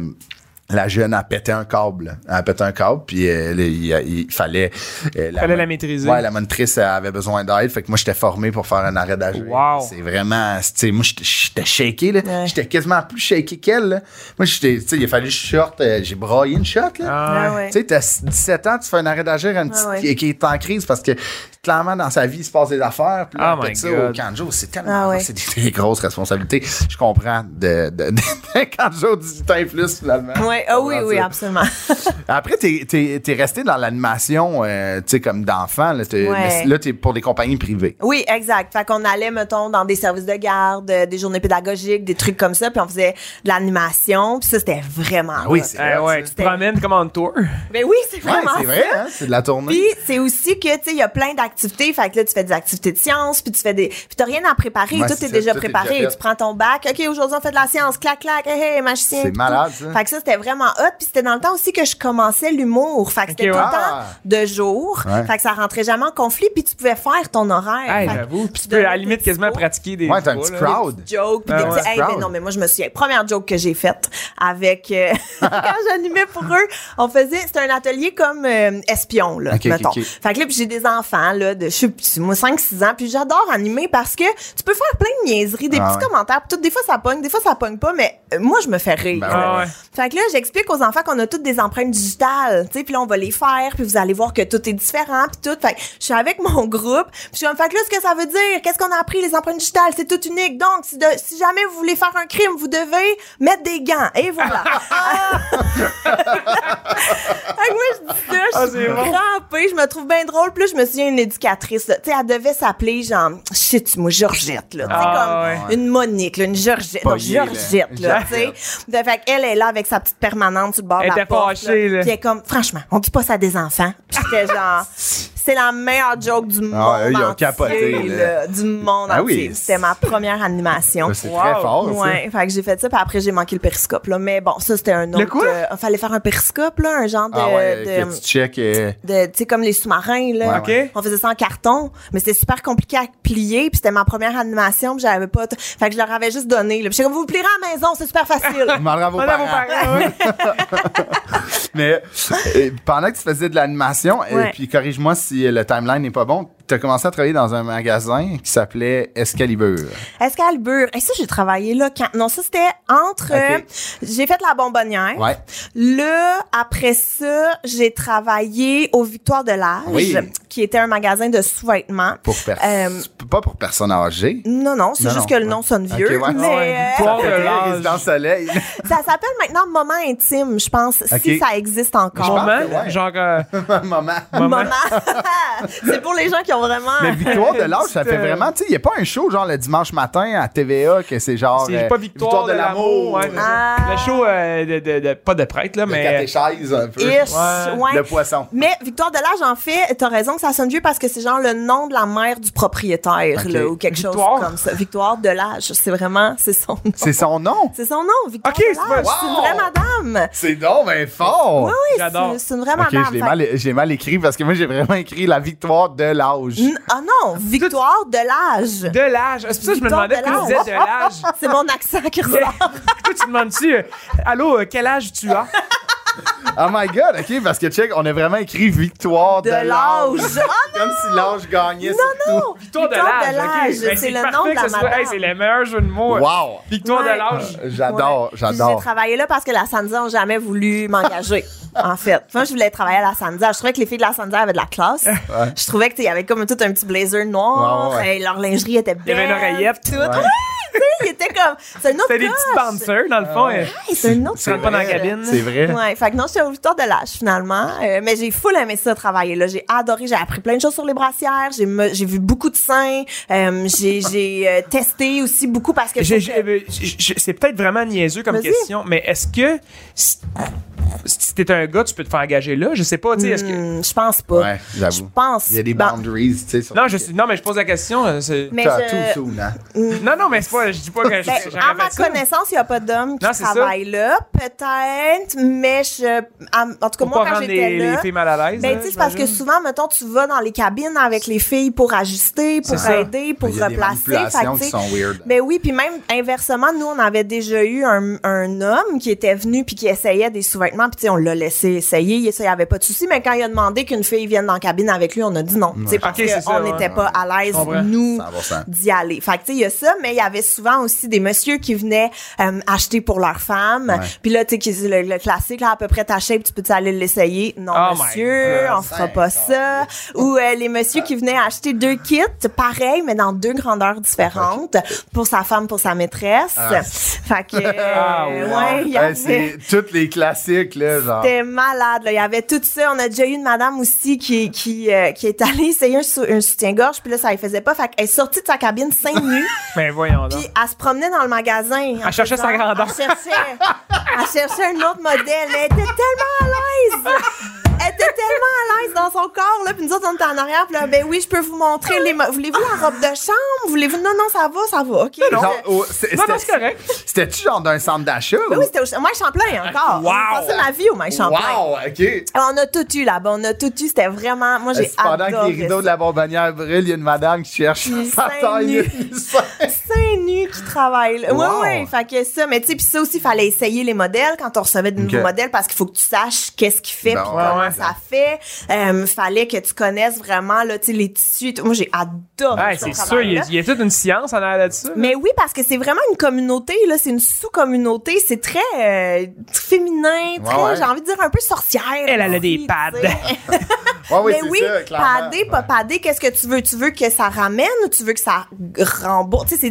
[SPEAKER 1] la jeune a pété un câble. Elle a pété un câble, puis euh, là, il, il fallait... euh,
[SPEAKER 2] Fallait la maîtriser.
[SPEAKER 1] Ouais, la monitrice elle avait besoin d'aide. Fait que moi, j'étais formé pour faire un arrêt d'âge.
[SPEAKER 2] Wow.
[SPEAKER 1] C'est vraiment. Tu sais, moi, j'étais- j'étais shaké, là.
[SPEAKER 4] Ouais.
[SPEAKER 1] J'étais quasiment plus shaké qu'elle, là. Moi, j'étais. Tu sais, il a fallu que je sorte. euh, J'ai braillé une shot, là.
[SPEAKER 2] Ah,
[SPEAKER 4] Ah ouais. Ah
[SPEAKER 1] Tu sais, t'as 17 ans, tu fais un arrêt d'agir à une petite
[SPEAKER 4] ouais.
[SPEAKER 1] qui- qui est en crise parce que clairement dans sa vie, il se passe des affaires. Puis là,
[SPEAKER 2] Oh
[SPEAKER 1] elle
[SPEAKER 2] my
[SPEAKER 1] fait ça
[SPEAKER 2] God.
[SPEAKER 1] au canjo, c'est
[SPEAKER 4] Ah
[SPEAKER 1] tellement. [LAUGHS]
[SPEAKER 4] ouais.
[SPEAKER 1] C'est des, des grosses responsabilités. Je comprends. De, de, [LAUGHS] de- canjo, 18 ans et plus, finalement.
[SPEAKER 4] Ouais, ah oui,
[SPEAKER 1] Je comprends
[SPEAKER 4] oui,
[SPEAKER 1] ça.
[SPEAKER 4] absolument. [LAUGHS]
[SPEAKER 1] Après, t'es es, resté dans l'animation, euh, tu sais, comme d'enfant. Là, t'es,
[SPEAKER 4] Ouais.
[SPEAKER 1] mais là, t'es pour des compagnies privées.
[SPEAKER 4] Oui, exact. Fait qu'on allait, mettons, dans des services de garde, euh, des journées pédagogiques, des trucs comme ça, puis on faisait de l'animation, puis ça, c'était vraiment
[SPEAKER 1] Ah oui,
[SPEAKER 4] hot.
[SPEAKER 1] c'est
[SPEAKER 2] Ah
[SPEAKER 1] hot,
[SPEAKER 2] ouais,
[SPEAKER 1] ça.
[SPEAKER 2] tu te promènes comme en tour.
[SPEAKER 4] Ben oui, c'est
[SPEAKER 1] Ouais,
[SPEAKER 4] vraiment
[SPEAKER 1] c'est
[SPEAKER 4] ça.
[SPEAKER 1] vrai, hein? C'est de la tournée.
[SPEAKER 4] Puis c'est aussi que tu sais il y a plein d'activités, fait que là tu fais des activités de sciences, puis tu fais des puis t'as rien à préparer,
[SPEAKER 1] Ouais,
[SPEAKER 4] tout
[SPEAKER 1] c'est
[SPEAKER 4] est
[SPEAKER 1] ça,
[SPEAKER 4] déjà
[SPEAKER 1] tout est
[SPEAKER 4] préparé,
[SPEAKER 1] déjà fait.
[SPEAKER 4] tu prends ton bac, OK, aujourd'hui on fait de la science, clac clac, hey, hey magicien.
[SPEAKER 1] C'est
[SPEAKER 4] puis
[SPEAKER 1] malade,
[SPEAKER 4] tout.
[SPEAKER 1] ça.
[SPEAKER 4] Fait que ça c'était vraiment hot, puis c'était dans le temps aussi que je commençais l'humour, fait que c'était
[SPEAKER 2] Ok,
[SPEAKER 4] tout
[SPEAKER 1] ouais.
[SPEAKER 4] le temps de jour,
[SPEAKER 1] Ouais.
[SPEAKER 4] fait que ça rentrait jamais en conflit, puis tu pouvais faire ton horaire.
[SPEAKER 2] Hey,
[SPEAKER 4] Fait que
[SPEAKER 2] j'avoue. Puis tu
[SPEAKER 4] donnais
[SPEAKER 2] peux à la
[SPEAKER 4] tes
[SPEAKER 2] limite
[SPEAKER 4] petits
[SPEAKER 2] quasiment
[SPEAKER 4] cours.
[SPEAKER 2] pratiquer des.
[SPEAKER 1] Ouais, t'as un
[SPEAKER 2] fois,
[SPEAKER 1] petit
[SPEAKER 2] là.
[SPEAKER 1] crowd.
[SPEAKER 4] joke puis
[SPEAKER 2] Ah
[SPEAKER 4] des
[SPEAKER 2] ouais.
[SPEAKER 4] petits- hey, mais
[SPEAKER 1] Crowd.
[SPEAKER 4] non mais moi je me souviens première joke que j'ai faite avec euh, [LAUGHS] quand j'animais pour eux on faisait c'était un atelier comme euh, espion là
[SPEAKER 1] Ok, ok,
[SPEAKER 4] mettons
[SPEAKER 1] ok.
[SPEAKER 4] fait que là puis j'ai des enfants là de je sais plus, moi 5 6 ans puis j'adore animer parce que tu peux faire plein de niaiseries des
[SPEAKER 1] Ah
[SPEAKER 4] petits
[SPEAKER 1] ouais.
[SPEAKER 4] commentaires puis tout, des fois ça pogne des fois ça pogne pas mais euh, moi je me fais rire
[SPEAKER 1] Ben
[SPEAKER 2] Ah ouais.
[SPEAKER 4] fait que là, j'explique aux enfants qu'on a toutes des empreintes digitales, tu sais, puis là on va les faire, puis vous allez voir que tout est différent, puis tout. Fait que je suis avec mon groupe, puis je suis comme, fait que là, ce que ça veut dire, qu'est-ce qu'on a appris les empreintes digitales, c'est tout unique. Donc, si, de- si jamais vous voulez faire un crime, vous devez mettre des gants.
[SPEAKER 2] [LAUGHS]
[SPEAKER 4] Et voilà. Ah, [LAUGHS] Fait que moi, je dis ça,
[SPEAKER 2] Ah,
[SPEAKER 4] je suis
[SPEAKER 2] c'est bon.
[SPEAKER 4] crampée, je me trouve bien drôle. Puis là, je me souviens une éducatrice, là. tu sais, elle devait s'appeler genre, je sais tu moi, Georgette, là, tu sais,
[SPEAKER 2] Ah,
[SPEAKER 4] comme
[SPEAKER 1] ouais.
[SPEAKER 4] une Monique, là, une Georgette, non,
[SPEAKER 1] Pognée, là.
[SPEAKER 4] Georgette, là, tu sais. De- Fait qu'elle est là avec sa petite permanente sur le bord
[SPEAKER 2] Elle
[SPEAKER 4] de la
[SPEAKER 2] était
[SPEAKER 4] porte.
[SPEAKER 2] fâchée, là.
[SPEAKER 4] Puis elle est comme, franchement, on dit pas ça à des enfants. Puis j'étais
[SPEAKER 2] [LAUGHS]
[SPEAKER 4] genre, c'est la meilleure joke du monde
[SPEAKER 1] Ah, eux, ils ont
[SPEAKER 4] entier,
[SPEAKER 1] capoté, là.
[SPEAKER 4] là, du monde
[SPEAKER 1] Ah oui.
[SPEAKER 4] entier. C'était ma première animation.
[SPEAKER 1] Ça, C'est très fort, ça.
[SPEAKER 4] Ouais, fait que j'ai fait ça, puis après j'ai manqué le périscope là. Mais bon, ça c'était un autre.
[SPEAKER 2] Le quoi?
[SPEAKER 4] euh, fallait faire un périscope là, un genre de,
[SPEAKER 1] Ah ouais,
[SPEAKER 4] de-
[SPEAKER 1] que tu check. euh,
[SPEAKER 4] de- tu sais comme les sous-marins là.
[SPEAKER 1] Ouais,
[SPEAKER 2] OK.
[SPEAKER 1] ouais.
[SPEAKER 4] On faisait ça en carton, mais c'était super compliqué à plier, puis c'était ma première animation, puis j'avais pas. t- Fait que je leur avais juste donné. Là, puis j'étais comme vous vous plierez à la maison, c'est super facile.
[SPEAKER 2] [LAUGHS]
[SPEAKER 1] Demandera à vos
[SPEAKER 2] Voilà vos
[SPEAKER 1] parents.
[SPEAKER 2] parents, ouais.
[SPEAKER 1] Mais euh, pendant que tu faisais de euh, l'animation, et
[SPEAKER 4] Ouais.
[SPEAKER 1] puis corrige-moi si le euh, timeline n'est pas bon, t'as- tu as commencé à travailler dans un magasin qui s'appelait Escalibur.
[SPEAKER 4] Escalbur. Et ça, j'ai travaillé là quand. Non, ça, c'était entre. euh,
[SPEAKER 1] Ok.
[SPEAKER 4] J'ai fait la bonbonnière.
[SPEAKER 1] Ouais.
[SPEAKER 4] Là, après ça, j'ai travaillé au Victoire de l'Âge,
[SPEAKER 1] Oui.
[SPEAKER 4] qui était un magasin de sous-vêtements.
[SPEAKER 1] Pour per-
[SPEAKER 4] Euh,
[SPEAKER 1] Pas pour personnes âgées.
[SPEAKER 4] Non, non, c'est
[SPEAKER 1] Non,
[SPEAKER 4] juste
[SPEAKER 1] non,
[SPEAKER 4] que le nom
[SPEAKER 1] ouais.
[SPEAKER 4] sonne
[SPEAKER 1] Ok,
[SPEAKER 4] vieux.
[SPEAKER 1] ouais.
[SPEAKER 4] mais,
[SPEAKER 2] Ouais.
[SPEAKER 4] euh,
[SPEAKER 2] Victoire de
[SPEAKER 1] C'était
[SPEAKER 2] l'âge.
[SPEAKER 1] Résidence Soleil. [LAUGHS]
[SPEAKER 4] ça s'appelle maintenant Moment Intime, je pense,
[SPEAKER 1] Ok.
[SPEAKER 4] si ça existe encore.
[SPEAKER 1] pense
[SPEAKER 2] Moment,
[SPEAKER 1] que ouais. Ah
[SPEAKER 2] genre. euh,
[SPEAKER 1] Maman.
[SPEAKER 2] moment.
[SPEAKER 4] Moment. [LAUGHS] c'est pour les gens qui ont vraiment.
[SPEAKER 2] [LAUGHS]
[SPEAKER 1] Mais Victoire de l'âge, ça
[SPEAKER 2] C'était-
[SPEAKER 1] fait vraiment, tu sais, il n'y a pas un show genre le dimanche matin à TVA que c'est genre.
[SPEAKER 2] C'est
[SPEAKER 1] euh,
[SPEAKER 2] pas victoire, de l'amour. ouais.
[SPEAKER 4] Ah.
[SPEAKER 2] Le show euh, de, de- de- pas de prêtre là,
[SPEAKER 1] Le
[SPEAKER 2] mais
[SPEAKER 1] catéchèse un peu.
[SPEAKER 4] Ish,
[SPEAKER 2] Ouais.
[SPEAKER 4] ouais.
[SPEAKER 1] Le poisson.
[SPEAKER 4] Mais Victoire Delage, en fait, t'as raison que ça sonne vieux parce que c'est genre le nom de la mère du propriétaire,
[SPEAKER 1] Ok.
[SPEAKER 4] là, ou quelque
[SPEAKER 2] Victoire.
[SPEAKER 4] chose comme ça. Victoire Delage, c'est vraiment, c'est son nom.
[SPEAKER 1] C'est son nom.
[SPEAKER 4] C'est son nom, Victoire
[SPEAKER 2] Ok, c'est
[SPEAKER 4] Delage.
[SPEAKER 1] pas-
[SPEAKER 4] C'est une
[SPEAKER 1] Wow!
[SPEAKER 4] vraie madame.
[SPEAKER 1] C'est donc ben fort.
[SPEAKER 4] Oui, oui,
[SPEAKER 2] J'adore.
[SPEAKER 4] c'est- c'est une vraie
[SPEAKER 1] Ok,
[SPEAKER 4] madame.
[SPEAKER 1] je l'ai
[SPEAKER 4] Fait-
[SPEAKER 1] mal, je l'ai mal écrit parce que moi j'ai vraiment écrit la victoire de l'âge.
[SPEAKER 2] Mm.
[SPEAKER 4] N- Ah non, Victoire Delage.
[SPEAKER 2] de l'âge. Ah, C'est pour ça que je me
[SPEAKER 4] Victoire
[SPEAKER 2] demandais pourquoi tu
[SPEAKER 4] Delage.
[SPEAKER 2] disais de
[SPEAKER 4] [LAUGHS]
[SPEAKER 2] l'âge.
[SPEAKER 4] C'est mon accent
[SPEAKER 2] [LAUGHS]
[SPEAKER 4] qui ressort.
[SPEAKER 2] Pourquoi tu demandes-tu, euh, allô, euh, quel âge tu as?
[SPEAKER 1] Oh my god, ok, parce que check, on a vraiment écrit victoire de,
[SPEAKER 4] De l'âge.
[SPEAKER 2] Ah,
[SPEAKER 1] Comme si l'âge gagnait.
[SPEAKER 4] Non,
[SPEAKER 1] sur
[SPEAKER 4] non.
[SPEAKER 1] tout.
[SPEAKER 2] Victoire de
[SPEAKER 4] Victoire
[SPEAKER 2] l'âge.
[SPEAKER 4] Delage,
[SPEAKER 2] ok. Ben,
[SPEAKER 4] c'est le
[SPEAKER 2] parfait
[SPEAKER 4] nom de
[SPEAKER 2] que
[SPEAKER 4] la
[SPEAKER 2] ce soit-
[SPEAKER 4] madame.
[SPEAKER 2] hey, c'est le meilleur jeu de mots.
[SPEAKER 1] Wow.
[SPEAKER 2] Victoire
[SPEAKER 4] Ouais.
[SPEAKER 2] de l'âge.
[SPEAKER 1] J'adore,
[SPEAKER 4] Ouais. Puis
[SPEAKER 1] j'adore.
[SPEAKER 4] J'ai travaillé là parce que la Sanza n'a jamais
[SPEAKER 1] [LAUGHS]
[SPEAKER 4] voulu m'engager, en fait. Moi, je voulais travailler à la Sanza. Je trouvais que les filles de la Sanza avaient de la classe. Je trouvais que, tu sais, il y avait comme tout un petit blazer noir.
[SPEAKER 1] Ouais, ouais, ouais.
[SPEAKER 4] et leur lingerie était belle.
[SPEAKER 2] Il y avait une oreillette.
[SPEAKER 4] Tout. Ouais, tu sais, il était comme. C'est une autre
[SPEAKER 2] C'était des petites
[SPEAKER 4] coche.
[SPEAKER 2] bouncers, dans le
[SPEAKER 4] Ah
[SPEAKER 2] fond. euh,
[SPEAKER 4] Hey, c'est une autre
[SPEAKER 2] Tu rentres pas dans la
[SPEAKER 4] coche.
[SPEAKER 2] cabine.
[SPEAKER 1] C'est vrai.
[SPEAKER 4] Ouais, fait que non, j'étais au victoire de l'âge finalement. Euh, mais j'ai full aimé ça travailler là. J'ai adoré, j'ai appris plein de choses sur les brassières, j'ai me- j'ai vu beaucoup de seins, euh, j'ai j'ai, euh, testé aussi beaucoup parce que
[SPEAKER 2] J'ai-
[SPEAKER 4] je-
[SPEAKER 2] j'ai- euh, j'ai- j'ai- C'est peut-être vraiment niaiseux comme
[SPEAKER 4] Vas-y.
[SPEAKER 2] question, mais est-ce que si si t'es un gars, tu peux te faire engager là? Je sais pas, tu sais, est-ce que...
[SPEAKER 4] Hmm, je pense pas.
[SPEAKER 1] Ouais,
[SPEAKER 4] Je
[SPEAKER 1] j'avoue.
[SPEAKER 4] pense.
[SPEAKER 1] Il y a des
[SPEAKER 4] Bon,
[SPEAKER 1] boundaries, tu sais.
[SPEAKER 4] Hmm.
[SPEAKER 1] sur-
[SPEAKER 2] Non, je, sais- non, mais je pose la question. euh, c'est-
[SPEAKER 4] Mais
[SPEAKER 1] T'as
[SPEAKER 4] Ben, je-
[SPEAKER 1] tout soon, hein.
[SPEAKER 2] Non, non, mais c'est pas... Je dis pas que
[SPEAKER 4] [LAUGHS] Ben,
[SPEAKER 2] j'ai-
[SPEAKER 4] à
[SPEAKER 2] j'aurais
[SPEAKER 4] ma
[SPEAKER 2] fait ça.
[SPEAKER 4] connaissance, il n'y a pas d'homme qui
[SPEAKER 2] Non, c'est ça.
[SPEAKER 4] travaille là, peut-être, mais je, à- en tout cas,
[SPEAKER 2] Pour
[SPEAKER 4] moi,
[SPEAKER 2] pas
[SPEAKER 4] quand
[SPEAKER 2] rendre les,
[SPEAKER 4] j'étais
[SPEAKER 2] les
[SPEAKER 4] là,
[SPEAKER 2] filles mal à l'aise. hein.
[SPEAKER 4] ben,
[SPEAKER 2] là,
[SPEAKER 4] tu sais, c'est parce que
[SPEAKER 2] j'imagine.
[SPEAKER 4] souvent, mettons, tu vas dans les cabines avec les filles pour ajuster, pour
[SPEAKER 2] C'est ça.
[SPEAKER 4] aider, pour
[SPEAKER 1] Ben, Il y a des
[SPEAKER 4] replacer. Fait
[SPEAKER 1] manipulations
[SPEAKER 4] que, tu
[SPEAKER 1] qui
[SPEAKER 4] sais,
[SPEAKER 1] sont weird.
[SPEAKER 4] Ben oui, puis même inversement, nous on avait déjà eu un, un homme qui était venu puis qui essayait des sous-vêtements, puis tu sais, on l'a laissé essayer, il essayait, il y avait pas de souci, mais quand il a demandé qu'une fille vienne dans la cabine avec lui, on a dit non, tu sais, parce
[SPEAKER 2] Ok, c'est ça,
[SPEAKER 4] qu'on
[SPEAKER 2] ouais.
[SPEAKER 4] n'était pas à l'aise
[SPEAKER 2] comprends.
[SPEAKER 4] nous
[SPEAKER 1] 100%.
[SPEAKER 4] d'y aller. Fait que tu sais, il y a ça, mais il y avait souvent aussi des messieurs qui venaient euh, acheter pour leur femme, puis là tu sais, qui- le, le classique là, à peu près ta shape, tu peux aller l'essayer, non
[SPEAKER 2] Oh my
[SPEAKER 4] monsieur,
[SPEAKER 2] God.
[SPEAKER 4] on fera pas ça, ou euh, les messieurs qui venaient acheter deux kits, pareil, mais dans deux grandeurs différentes, pour sa femme, pour sa maîtresse.
[SPEAKER 1] Ah.
[SPEAKER 4] Fait que, euh,
[SPEAKER 2] Ah, wow.
[SPEAKER 4] ouais, il y
[SPEAKER 1] Hey,
[SPEAKER 4] avait-
[SPEAKER 1] Ben, c'est toutes les classiques, là, genre.
[SPEAKER 4] c'était malade, là. Il y avait tout ça. On a déjà eu une madame aussi qui, qui, euh, qui est allée essayer un, sou- un soutien-gorge, puis là, ça ne faisait pas. Fait qu'elle est sortie de sa cabine seins nus,
[SPEAKER 2] Mais Ben, voyons donc.
[SPEAKER 4] puis elle se promenait dans le magasin. en
[SPEAKER 2] Elle cherchait
[SPEAKER 4] faisant-
[SPEAKER 2] sa grandeur.
[SPEAKER 4] Elle cherchait, elle cherchait un autre modèle. Elle était tellement à l'aise. Elle était tellement à l'aise dans son corps, là. Puis nous autres, on était en arrière. Puis là, ben oui, je peux vous montrer les. mo- Voulez-vous la robe de chambre? Voulez-vous. Non, non, ça va, ça va. OK.
[SPEAKER 1] Genre,
[SPEAKER 4] Je-
[SPEAKER 1] oh, c'est-
[SPEAKER 2] Non, non, c'est
[SPEAKER 1] c'était-
[SPEAKER 2] correct.
[SPEAKER 1] C'était-tu genre d'un centre d'achat?
[SPEAKER 4] Ben oui, c'était au Moi, Champlain encore.
[SPEAKER 2] Wow.
[SPEAKER 4] J'ai passé ma vie au Maï Champlain.
[SPEAKER 1] Wow, OK.
[SPEAKER 4] Ah, On a tout eu là-bas, on a tout eu, c'était vraiment. Moi, j'ai
[SPEAKER 1] C'est Pendant
[SPEAKER 4] adoré.
[SPEAKER 1] que les rideaux de la bonbonnière brûlent, il y a une madame qui cherche [LAUGHS]
[SPEAKER 4] Puis
[SPEAKER 1] sa
[SPEAKER 4] seins
[SPEAKER 1] taille.
[SPEAKER 4] nus. C'est nu qui travaille. là.
[SPEAKER 1] Wow.
[SPEAKER 4] Ouais, ouais, fait que ça. Mais tu sais, puis ça aussi, fallait essayer les modèles quand on recevait de nouveaux
[SPEAKER 1] Ok.
[SPEAKER 4] modèles parce qu'il faut que tu saches qu'est-ce qu'il fait,
[SPEAKER 1] Ben
[SPEAKER 4] puis
[SPEAKER 1] ouais,
[SPEAKER 4] comment
[SPEAKER 1] ouais.
[SPEAKER 4] ça fait. Euh, fallait que tu connaisses vraiment là, tu sais, les tissus. et tout. Moi, j'ai adoré.
[SPEAKER 2] Ouais,
[SPEAKER 4] ce
[SPEAKER 2] c'est sûr, il y,
[SPEAKER 4] travail-là.
[SPEAKER 2] a, il y a toute une science en arrière là-dessus.
[SPEAKER 4] Mais oui, parce que c'est vraiment une communauté, là, c'est une sous-communauté, c'est très euh, féminin, très,
[SPEAKER 1] Ouais, ouais.
[SPEAKER 4] j'ai envie de dire, un peu sorcière.
[SPEAKER 2] Elle, elle a des
[SPEAKER 4] aussi,
[SPEAKER 2] pads.
[SPEAKER 4] tu sais.
[SPEAKER 1] [LAUGHS] Ah Ouais, oui,
[SPEAKER 4] mais
[SPEAKER 1] c'est
[SPEAKER 4] oui,
[SPEAKER 1] ça, clairement.
[SPEAKER 4] padé, pas padé, qu'est-ce que tu veux? Tu veux que ça ramène ou tu veux que ça rembourse? Tu sais, c'est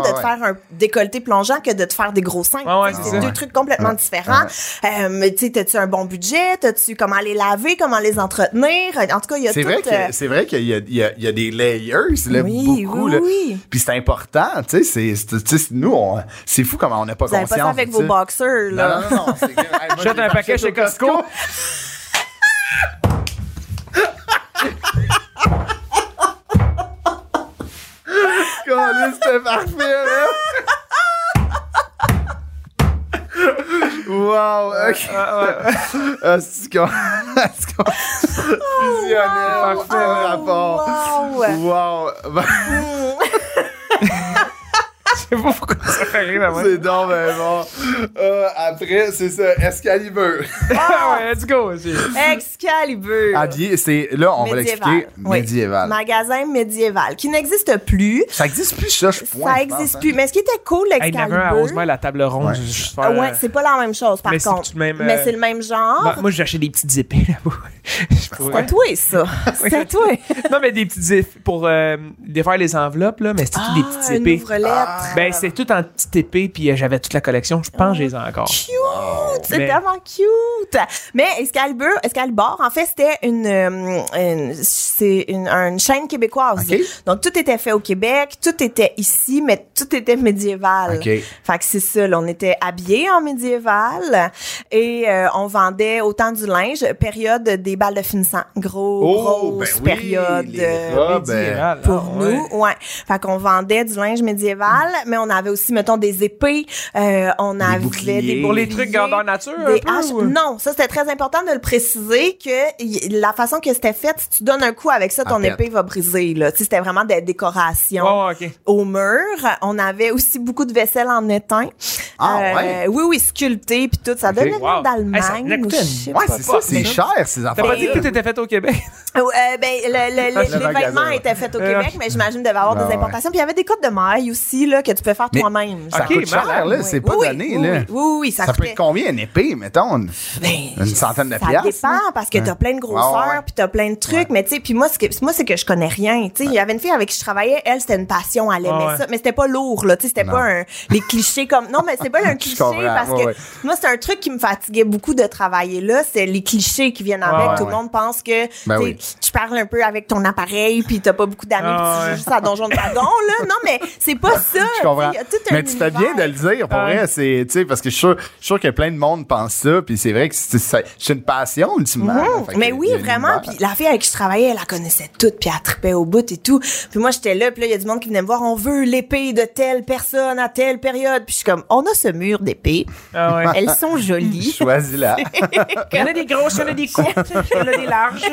[SPEAKER 1] Ah,
[SPEAKER 4] de te
[SPEAKER 1] ouais.
[SPEAKER 4] faire un décolleté plongeant que de te faire des gros seins.
[SPEAKER 2] Ah, ouais,
[SPEAKER 4] Tu sais,
[SPEAKER 2] c'est
[SPEAKER 4] c'est
[SPEAKER 2] ça.
[SPEAKER 4] deux trucs complètement différents. Euh, mais tu sais, t'as-tu un bon budget? T'as-tu comment les laver? Comment les entretenir? En tout cas, il y a
[SPEAKER 1] C'est
[SPEAKER 4] tout...
[SPEAKER 1] vrai que-
[SPEAKER 4] euh,
[SPEAKER 1] c'est vrai qu'il y, a- il y a- il y a des layers, là,
[SPEAKER 4] Oui,
[SPEAKER 1] beaucoup.
[SPEAKER 4] oui,
[SPEAKER 1] là.
[SPEAKER 4] oui.
[SPEAKER 1] Puis c'est important, tu sais, c'est- c'est- tu sais, nous, on- c'est fou comment on n'a pas
[SPEAKER 4] Vous avez
[SPEAKER 1] conscience.
[SPEAKER 4] pas ça avec
[SPEAKER 1] de
[SPEAKER 4] vos boxers,
[SPEAKER 1] Non,
[SPEAKER 4] là.
[SPEAKER 1] non, non, non. c'est que- Hey, moi,
[SPEAKER 2] Jette
[SPEAKER 1] j'ai
[SPEAKER 2] un paquet
[SPEAKER 1] marché
[SPEAKER 2] chez
[SPEAKER 1] au
[SPEAKER 2] Costco.
[SPEAKER 1] [LAUGHS] Calice, c'était parfait, là. Wow, ok.
[SPEAKER 2] ah,
[SPEAKER 1] Ah, c'est qu'on- c'est qu'on- Fusionnel,
[SPEAKER 4] wow,
[SPEAKER 1] parfait
[SPEAKER 4] oh,
[SPEAKER 1] rapport.
[SPEAKER 4] wow.
[SPEAKER 1] Wow. Ben-
[SPEAKER 2] sais pas pourquoi ça fait rire la
[SPEAKER 1] C'est donc ben bon. Euh, après, c'est ça, Excalibur.
[SPEAKER 2] Ah ouais, let's go. c'est-
[SPEAKER 4] Excalibur.
[SPEAKER 1] Habillé, c'est là, on va
[SPEAKER 4] Médiéval.
[SPEAKER 1] l'expliquer.
[SPEAKER 4] Oui.
[SPEAKER 1] Médiéval.
[SPEAKER 4] Magasin médiéval qui n'existe plus.
[SPEAKER 1] Ça existe plus, ça, je point.
[SPEAKER 4] ça
[SPEAKER 1] je pense,
[SPEAKER 4] n'existe
[SPEAKER 1] hein.
[SPEAKER 4] plus. Mais ce qui était cool,
[SPEAKER 2] Hey, il y en avait un à
[SPEAKER 4] l'Excalibur.
[SPEAKER 2] Rosemère, la table ronde.
[SPEAKER 1] Ouais.
[SPEAKER 2] je- euh, je-
[SPEAKER 4] Ah ouais, c'est pas la même chose, par
[SPEAKER 2] Mais c'est
[SPEAKER 4] contre.
[SPEAKER 2] tout de même, euh,
[SPEAKER 4] Mais c'est le même genre.
[SPEAKER 2] Bah, moi, j'achetais des petites épées là-bas. [LAUGHS] Je pourrais-
[SPEAKER 4] C'est toi, [LAUGHS] ça. C'est toi.
[SPEAKER 2] non, mais des petites épées pour euh, défaire les enveloppes, là, mais c'était tout des petites
[SPEAKER 4] Ah, une
[SPEAKER 2] épées.
[SPEAKER 4] ouvre-lettre.
[SPEAKER 1] Ah.
[SPEAKER 2] Ben, c'est tout en petites épées, puis euh, j'avais toute la collection. Je pense que je les ai encore.
[SPEAKER 4] Cute! C'est
[SPEAKER 2] Mais-
[SPEAKER 4] tellement cute! Mais Excalibur, Excalibur, en fait, c'était une, euh, une- c'est une, une chaîne québécoise.
[SPEAKER 1] Ok.
[SPEAKER 4] Donc, tout était fait au Québec, tout était ici, mais tout était médiéval.
[SPEAKER 1] Ok.
[SPEAKER 4] Fait que c'est ça, là, on était habillés en médiéval et euh, on vendait autant du linge, période des balles de finissant. Gros,
[SPEAKER 1] Oh, ben
[SPEAKER 4] grosse
[SPEAKER 1] oui,
[SPEAKER 4] période.
[SPEAKER 1] les
[SPEAKER 4] euh,
[SPEAKER 1] robes, ben,
[SPEAKER 2] Médiéval,
[SPEAKER 4] pour
[SPEAKER 2] ah, ouais.
[SPEAKER 4] nous, ouais. Fait qu'on vendait du linge médiéval, mais on avait aussi, mettons, des épées, euh, on avait
[SPEAKER 1] boucliers.
[SPEAKER 4] des
[SPEAKER 2] Pour les trucs grandeur nature, un
[SPEAKER 4] des
[SPEAKER 2] peu,
[SPEAKER 4] haches.
[SPEAKER 2] ou-
[SPEAKER 4] Non, ça c'était très important de le préciser que y- la façon que c'était fait, si tu donnes un coup avec ça,
[SPEAKER 1] Elle
[SPEAKER 4] ton
[SPEAKER 1] pète.
[SPEAKER 4] épée va briser. Là, Tu sais, c'était vraiment des décorations
[SPEAKER 2] Oh, ok.
[SPEAKER 4] au mur. On avait aussi beaucoup de vaisselle en étain. Euh,
[SPEAKER 1] Ah, ouais?
[SPEAKER 4] Oui, oui, sculpté puis tout. Ça
[SPEAKER 1] Ok.
[SPEAKER 4] donnait le nom
[SPEAKER 2] Wow. Hey, ça
[SPEAKER 4] d'Allemagne.
[SPEAKER 2] venait
[SPEAKER 4] ou
[SPEAKER 2] coûter
[SPEAKER 4] je
[SPEAKER 2] une-
[SPEAKER 4] sais
[SPEAKER 1] Ouais,
[SPEAKER 4] pas.
[SPEAKER 1] c'est ça, c'est cher, ces
[SPEAKER 2] T'as
[SPEAKER 1] affaires.
[SPEAKER 2] pas dit que tout était fait au Québec?
[SPEAKER 4] Euh, euh, ben, le, le-
[SPEAKER 1] Ah, Le
[SPEAKER 4] le- les
[SPEAKER 1] magasin,
[SPEAKER 4] vêtements
[SPEAKER 1] ouais.
[SPEAKER 4] étaient faits au
[SPEAKER 2] Euh,
[SPEAKER 4] Québec, mais j'imagine devait avoir
[SPEAKER 1] Ah, ouais.
[SPEAKER 4] des importations. Puis il y avait des cotes de maille aussi là, que tu pouvais faire
[SPEAKER 1] Mais
[SPEAKER 4] toi-même.
[SPEAKER 1] Ça
[SPEAKER 2] Ok,
[SPEAKER 1] coûte cher,
[SPEAKER 2] malade,
[SPEAKER 1] là,
[SPEAKER 4] ben, Oui.
[SPEAKER 1] c'est pas
[SPEAKER 4] Oui, oui,
[SPEAKER 1] donné,
[SPEAKER 4] oui,
[SPEAKER 1] là.
[SPEAKER 4] Oui, oui, oui, ça,
[SPEAKER 1] Ça peut
[SPEAKER 4] coûtait-
[SPEAKER 1] être combien, une épée, mettons? Une, une centaine de
[SPEAKER 4] ça
[SPEAKER 1] piastres?
[SPEAKER 4] dépend parce que t'as plein de
[SPEAKER 1] Ouais, ouais, ouais.
[SPEAKER 4] grosseurs puis t'as plein de trucs mais tu sais puis moi ce que moi c'est que je connais rien tu sais il y avait une fille avec qui je travaillais elle c'était une passion elle aimait
[SPEAKER 2] Ouais, ouais.
[SPEAKER 4] ça mais c'était pas lourd là tu sais c'était
[SPEAKER 1] Non.
[SPEAKER 4] pas un les clichés comme non mais
[SPEAKER 1] [LAUGHS]
[SPEAKER 4] c'est pas un cliché
[SPEAKER 1] comprends,
[SPEAKER 4] parce
[SPEAKER 1] ouais,
[SPEAKER 4] que
[SPEAKER 1] ouais.
[SPEAKER 4] moi c'est un truc qui me fatiguait beaucoup de travailler là c'est les clichés qui viennent avec
[SPEAKER 2] ouais,
[SPEAKER 4] tout
[SPEAKER 1] ouais.
[SPEAKER 4] le monde pense que
[SPEAKER 1] Ben
[SPEAKER 4] tu sais,
[SPEAKER 1] oui.
[SPEAKER 4] tu parles un peu avec ton appareil puis t'as pas beaucoup d'amis
[SPEAKER 2] Ah,
[SPEAKER 4] puis tu joues
[SPEAKER 2] ouais.
[SPEAKER 4] juste à donjon de dragon là non mais c'est pas ça
[SPEAKER 1] [LAUGHS] Je comprends.
[SPEAKER 4] tu sais, il y a tout un
[SPEAKER 1] Mais tu fais bien de
[SPEAKER 4] univers.
[SPEAKER 1] le dire, pour
[SPEAKER 2] Ouais.
[SPEAKER 1] vrai, c'est, tu sais, parce que je suis sûr, je suis sûr que plein de monde pense ça, puis c'est vrai que c'est, c'est- c'est une passion, ultimement. là, fait que
[SPEAKER 4] Hein? Mhm. Mais
[SPEAKER 1] il y
[SPEAKER 4] oui,
[SPEAKER 1] a un
[SPEAKER 4] vraiment.
[SPEAKER 1] univers.
[SPEAKER 4] Puis la fille avec qui je travaillais, elle la connaissait toute, puis elle tripait au bout et tout. Puis moi, j'étais là, puis là, il y a du monde qui venait me voir, on veut l'épée de telle personne à telle période. Puis je suis comme, on a ce mur d'épée.
[SPEAKER 2] [LAUGHS] Ah ouais.
[SPEAKER 4] Elles
[SPEAKER 1] [LAUGHS]
[SPEAKER 4] sont jolies. [LAUGHS]
[SPEAKER 1] Choisis-la.
[SPEAKER 2] Il y en a des grosses, il y en a des courtes, il y en a des larges.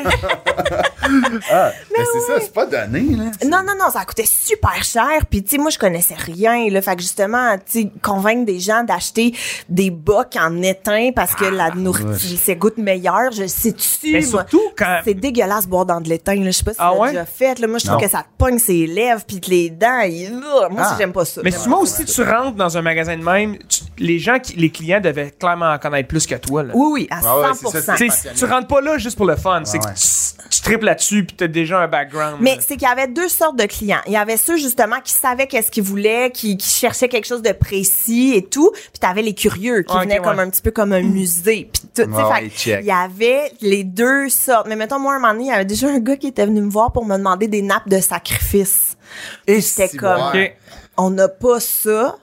[SPEAKER 1] Ah, mais c'est ça, c'est pas donné, là.
[SPEAKER 4] Non, non, non, ça coûtait super cher. Puis, tu sais, moi, je connaissais rien. Là, fait que justement, tu sais, convaincre des gens d'acheter des bocs en étain parce que la nourriture, ça goûte meilleur. Je sais-tu.
[SPEAKER 2] Ah, Mais
[SPEAKER 4] moi?
[SPEAKER 2] surtout quand.
[SPEAKER 4] C'est dégueulasse boire dans de l'étain. là. Je sais pas si
[SPEAKER 2] Ah
[SPEAKER 4] tu l'as
[SPEAKER 2] ouais?
[SPEAKER 4] déjà fait. Là. Moi, je trouve
[SPEAKER 1] Non.
[SPEAKER 4] que ça te pogne ses lèvres puis que les dents. ils- Moi,
[SPEAKER 1] Ah.
[SPEAKER 4] si j'aime pas ça.
[SPEAKER 2] Mais
[SPEAKER 4] J'aime
[SPEAKER 2] souvent aussi, tu rentres dans un magasin de même, tu- les gens, qui, les clients devaient clairement en connaître plus que toi. Là.
[SPEAKER 4] Oui, oui, à 100
[SPEAKER 1] Ah ouais, c'est ça,
[SPEAKER 2] Tu sais, tu rentres pas là juste pour le fun. c'est que
[SPEAKER 1] ouais.
[SPEAKER 2] tu, tu triples là-dessus puis t'as déjà un background.
[SPEAKER 4] Mais c'est qu'il y avait deux sortes de clients. Il y avait ceux justement qui savaient qu'est-ce qu'ils voulaient, qui, qui cherchaient quelque chose de précis et tout. Puis t'avais les curieux qui
[SPEAKER 2] Ouais, Ah, ok,
[SPEAKER 4] venaient comme
[SPEAKER 2] ouais.
[SPEAKER 4] un petit peu comme un musée. Puis tout, tu sais,
[SPEAKER 1] Ouais, Mm.
[SPEAKER 4] fait
[SPEAKER 1] Ah, ouais, check.
[SPEAKER 4] il y avait les deux sortes. Mais mettons, moi, un moment donné, il y avait déjà un gars qui était venu me voir pour me demander des nappes de sacrifice.
[SPEAKER 1] Et
[SPEAKER 4] J'étais comme-
[SPEAKER 2] Ok.
[SPEAKER 4] on n'a pas ça.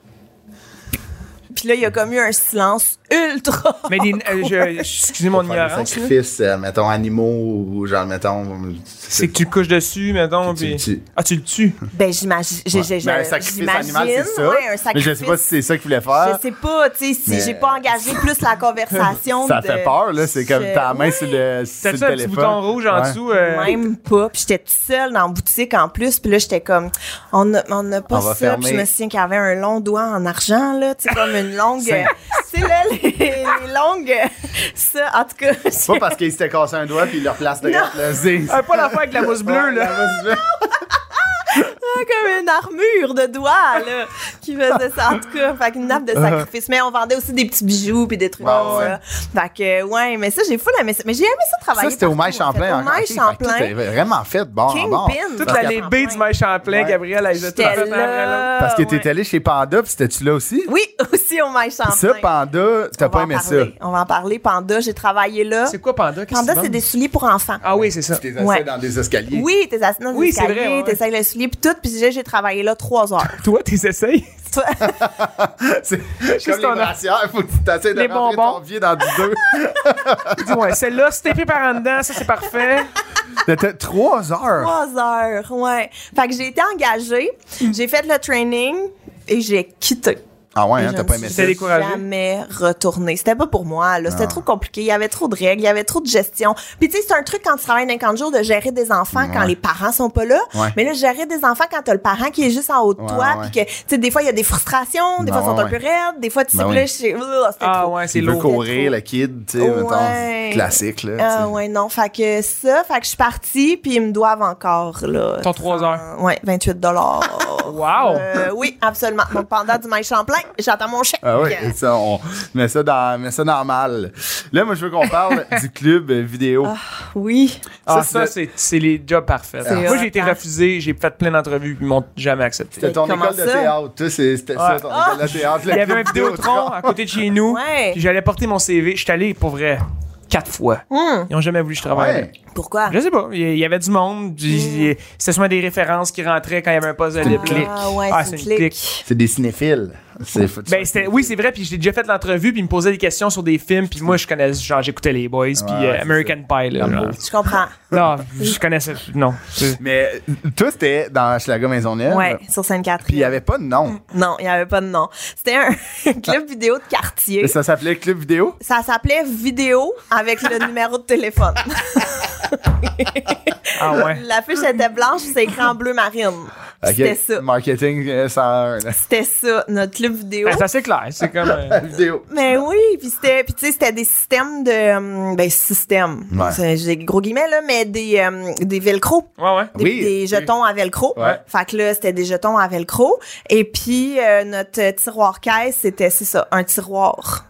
[SPEAKER 4] Puis là, il y a comme eu un silence
[SPEAKER 1] [LAUGHS]
[SPEAKER 4] ultra.
[SPEAKER 2] Mais des- euh, je- je- excusez mon ignorance. là.
[SPEAKER 1] sacrifice, euh, mettons, animaux, ou genre, mettons.
[SPEAKER 2] C'est que tu le couches dessus, mettons.
[SPEAKER 1] Tu le
[SPEAKER 2] puis-
[SPEAKER 1] tues.
[SPEAKER 2] Ah, tu le
[SPEAKER 1] [LAUGHS]
[SPEAKER 2] tues.
[SPEAKER 4] Ben, j'imagine. j'ai- j'ai-
[SPEAKER 1] Mais un
[SPEAKER 4] j'ai-
[SPEAKER 1] sacrifice
[SPEAKER 4] j'imagine,
[SPEAKER 1] animal, c'est ça.
[SPEAKER 4] ouais, un sacrifice.
[SPEAKER 1] Mais je sais pas si c'est ça qu'il voulait faire.
[SPEAKER 4] Je sais pas, tu sais, si
[SPEAKER 1] Mais-
[SPEAKER 4] j'ai pas engagé plus la conversation.
[SPEAKER 1] [LAUGHS] Ça
[SPEAKER 4] de-
[SPEAKER 1] fait peur, là. C'est comme
[SPEAKER 4] Je-
[SPEAKER 1] ta main sur le, sur le
[SPEAKER 2] T'as-tu un petit
[SPEAKER 1] téléphone.
[SPEAKER 2] bouton rouge en
[SPEAKER 1] Ouais.
[SPEAKER 2] dessous? euh,
[SPEAKER 4] Même pas. Puis j'étais toute seule dans la boutique en plus. Puis là, j'étais comme, on n'a on n'a pas
[SPEAKER 1] On va
[SPEAKER 4] ça. Puis je
[SPEAKER 1] fermer.
[SPEAKER 4] me souviens qu'il y avait un long doigt en argent, là. Tu sais, comme une longue.
[SPEAKER 1] C'est-
[SPEAKER 4] [LAUGHS] euh, tu sais, là, les, les longues. Ça, en tout cas. [LAUGHS] je-
[SPEAKER 1] C'est pas parce qu'il s'était cassé un doigt puis il le replace de là. C'est. Ah,
[SPEAKER 2] Ah, pas l'affaire avec la mousse bleue, là.
[SPEAKER 1] là.
[SPEAKER 4] comme une armure de doigts, là, qui faisait ça, en tout cas. Fait qu'une nappe de sacrifice. Mais on vendait aussi des petits bijoux puis des trucs
[SPEAKER 1] Euh. Ouais,
[SPEAKER 4] comme
[SPEAKER 1] ouais.
[SPEAKER 4] ça. Fait que, ouais, mais ça, j'ai fou la Mais j'ai aimé ça travailler.
[SPEAKER 1] Ça, c'était au Maï
[SPEAKER 4] partout, en fait.
[SPEAKER 1] Champlain. ben,
[SPEAKER 4] Au Maï
[SPEAKER 1] C'était
[SPEAKER 4] Champlain.
[SPEAKER 1] vraiment fait, Ah, bon. en bord.
[SPEAKER 4] Kingpin.
[SPEAKER 2] Toute
[SPEAKER 1] Parce
[SPEAKER 2] la
[SPEAKER 1] qu'à-
[SPEAKER 2] lébée du maïs Champlain,
[SPEAKER 1] Ouais.
[SPEAKER 2] Gabriel, elle les a toutes
[SPEAKER 4] J'étais
[SPEAKER 2] faites en relance.
[SPEAKER 4] là.
[SPEAKER 1] Parce que
[SPEAKER 4] ouais.
[SPEAKER 1] t'es allé chez Panda puis c'était-tu là aussi?
[SPEAKER 4] Oui, [LAUGHS] aussi au Maï Champlain.
[SPEAKER 1] Ça, Panda, t'as
[SPEAKER 4] On va
[SPEAKER 1] pas
[SPEAKER 4] en
[SPEAKER 1] aimé ça.
[SPEAKER 4] parler. On va en parler. Panda, j'ai travaillé là.
[SPEAKER 2] C'est quoi Panda? Qu'est-ce
[SPEAKER 4] Panda,
[SPEAKER 2] que
[SPEAKER 4] c'est
[SPEAKER 2] tu
[SPEAKER 4] des souliers pour enfants.
[SPEAKER 2] Ah oui, c'est ça.
[SPEAKER 1] Tu les
[SPEAKER 4] Ouais.
[SPEAKER 1] essais dans des escaliers.
[SPEAKER 4] Oui, t'es assis dans
[SPEAKER 2] Oui,
[SPEAKER 4] des
[SPEAKER 2] c'est vrai, ouais,
[SPEAKER 4] escaliers,
[SPEAKER 2] ouais.
[SPEAKER 4] t'essayes le soulier puis tout, puis j'ai j'ai travaillé là trois heures.
[SPEAKER 2] [LAUGHS] Toi, tes
[SPEAKER 1] [LAUGHS]
[SPEAKER 2] essais?
[SPEAKER 4] Toi-
[SPEAKER 1] [LAUGHS] C'est
[SPEAKER 2] Juste
[SPEAKER 1] comme les
[SPEAKER 2] ton-
[SPEAKER 1] brassières, faut que tu t'essayes de
[SPEAKER 2] Les
[SPEAKER 1] rentrer
[SPEAKER 2] bonbons.
[SPEAKER 1] ton pied dans du
[SPEAKER 4] [LAUGHS]
[SPEAKER 1] deux.
[SPEAKER 2] Dis-moi, celle-là, c'est tapé par en dedans, ça
[SPEAKER 1] [LAUGHS]
[SPEAKER 2] c'est parfait.
[SPEAKER 1] C'était trois heures.
[SPEAKER 4] Trois
[SPEAKER 2] Mm.
[SPEAKER 4] heures, ouais. Fait que j'ai été engagée, j'ai fait le training et j'ai quitté.
[SPEAKER 1] Ah ouais, hein,
[SPEAKER 4] Je
[SPEAKER 1] t'as
[SPEAKER 4] ne
[SPEAKER 1] pas aimé
[SPEAKER 4] suis
[SPEAKER 1] ça?
[SPEAKER 2] C'était découragé.
[SPEAKER 4] jamais retournée. C'était pas pour moi, là. C'était
[SPEAKER 1] Ah.
[SPEAKER 4] trop compliqué. Il y avait trop de règles, il y avait trop de gestion. Puis, tu sais, c'est un truc quand tu travailles 50 jours de gérer des enfants quand
[SPEAKER 1] Ouais.
[SPEAKER 4] les parents sont pas là.
[SPEAKER 1] Ouais.
[SPEAKER 4] Mais là, gérer des enfants quand t'as le parent qui est juste en haut de
[SPEAKER 1] Ouais,
[SPEAKER 4] toi.
[SPEAKER 1] ouais.
[SPEAKER 4] Puis que, tu sais, des fois, il y a des frustrations, des
[SPEAKER 1] Ben
[SPEAKER 4] fois, ils sont
[SPEAKER 1] ouais,
[SPEAKER 4] un peu raides, des fois, tu
[SPEAKER 1] Ben
[SPEAKER 4] sais,
[SPEAKER 1] oui.
[SPEAKER 4] là, je sais, oh, c'était
[SPEAKER 2] Ah
[SPEAKER 4] trop.
[SPEAKER 2] ouais, c'est
[SPEAKER 1] Il veut
[SPEAKER 2] lourd.
[SPEAKER 1] courir, le kid, tu sais,
[SPEAKER 4] Ouais.
[SPEAKER 1] mettons, classique, là.
[SPEAKER 4] Ah
[SPEAKER 1] tu sais.
[SPEAKER 4] ouais, non. Fait que ça, fait que je suis partie, puis ils me doivent encore, là.
[SPEAKER 2] Ton trois heures.
[SPEAKER 4] Euh, Ouais, 28 dollars. Euh,
[SPEAKER 2] Wow!
[SPEAKER 4] oui, absolument. Donc, pendant du Mike Champlain, j'attends mon chèque.
[SPEAKER 1] Ah oui, et ça, on met ça, dans, met ça normal. Là, moi, je veux qu'on parle du club euh, vidéo.
[SPEAKER 4] Oui.
[SPEAKER 2] Ah,
[SPEAKER 1] Ça,
[SPEAKER 2] ça, c'est c'est les jobs parfaits.
[SPEAKER 4] C'est
[SPEAKER 2] Moi, j'ai été
[SPEAKER 4] hot, hein.
[SPEAKER 2] refusé, j'ai fait plein d'entrevues, puis ils m'ont jamais accepté.
[SPEAKER 1] C'était ton
[SPEAKER 4] Comment
[SPEAKER 1] école de
[SPEAKER 4] ça?
[SPEAKER 1] théâtre. Toi, c'est- c'était ça,
[SPEAKER 2] Ouais.
[SPEAKER 1] ton école de théâtre. le
[SPEAKER 2] Il y avait
[SPEAKER 1] club
[SPEAKER 2] un Vidéotron à côté de chez nous,
[SPEAKER 4] Ouais.
[SPEAKER 2] puis j'allais porter mon CV. J'étais allé, pour vrai, quatre fois.
[SPEAKER 4] Hum,
[SPEAKER 2] Ils ont jamais voulu que je travaille.
[SPEAKER 1] Ouais.
[SPEAKER 4] pourquoi?
[SPEAKER 2] Je sais pas, il y- il y avait du monde, puis
[SPEAKER 4] Hmm.
[SPEAKER 2] il- c'était souvent des références qui rentraient quand il y avait un poste de
[SPEAKER 1] une
[SPEAKER 2] libre.
[SPEAKER 1] clique.
[SPEAKER 4] Ah ouais,
[SPEAKER 2] Ah,
[SPEAKER 4] c'est
[SPEAKER 2] c'est
[SPEAKER 4] une
[SPEAKER 2] une
[SPEAKER 4] clique.
[SPEAKER 1] C'est des cinéphiles. C'est- faut-
[SPEAKER 2] Ben, c'était- oui, c'est vrai, puis j'ai déjà fait l'entrevue, puis ils me posaient des questions sur des films, puis moi, je connais, genre, j'écoutais les Boys, puis
[SPEAKER 1] Ouais,
[SPEAKER 2] euh,
[SPEAKER 1] c'est
[SPEAKER 2] American Pie, là. genre.
[SPEAKER 4] Je comprends.
[SPEAKER 2] Non, je connaissais, non. c'est-
[SPEAKER 1] Mais euh, toi, c'était dans Schlager Maisonneuve.
[SPEAKER 4] Ouais, sur Sainte-Catherine.
[SPEAKER 1] Puis il n'y avait pas de nom.
[SPEAKER 4] Non, il n'y avait pas de nom. C'était un [LAUGHS] club vidéo de quartier.
[SPEAKER 1] Et ça s'appelait Club Vidéo.
[SPEAKER 4] Ça s'appelait Vidéo
[SPEAKER 1] [LAUGHS]
[SPEAKER 4] avec le numéro de téléphone.
[SPEAKER 2] Ah
[SPEAKER 4] [LAUGHS]
[SPEAKER 2] ouais.
[SPEAKER 4] L'affiche était blanche, c'est écrit en bleu marine. C'était
[SPEAKER 1] Ok.
[SPEAKER 4] ça.
[SPEAKER 1] Marketing euh, 101. là. [LAUGHS]
[SPEAKER 4] C'était ça, notre club vidéo.
[SPEAKER 2] Ben, c'est assez clair, c'est comme... euh,
[SPEAKER 1] vidéo.
[SPEAKER 4] Mais oui, puis c'était, puis tu sais, c'était des systèmes de, hum, ben systèmes,
[SPEAKER 1] Ouais.
[SPEAKER 4] C'est- j'ai des gros guillemets là, mais des hum, des velcro,
[SPEAKER 2] Ouais, ouais.
[SPEAKER 4] des,
[SPEAKER 1] Oui.
[SPEAKER 4] des jetons à velcro.
[SPEAKER 1] Ouais.
[SPEAKER 4] Fait que là, c'était des jetons à velcro. Et puis euh, notre tiroir caisse, c'était c'est ça,
[SPEAKER 1] [LAUGHS]
[SPEAKER 4] un tiroir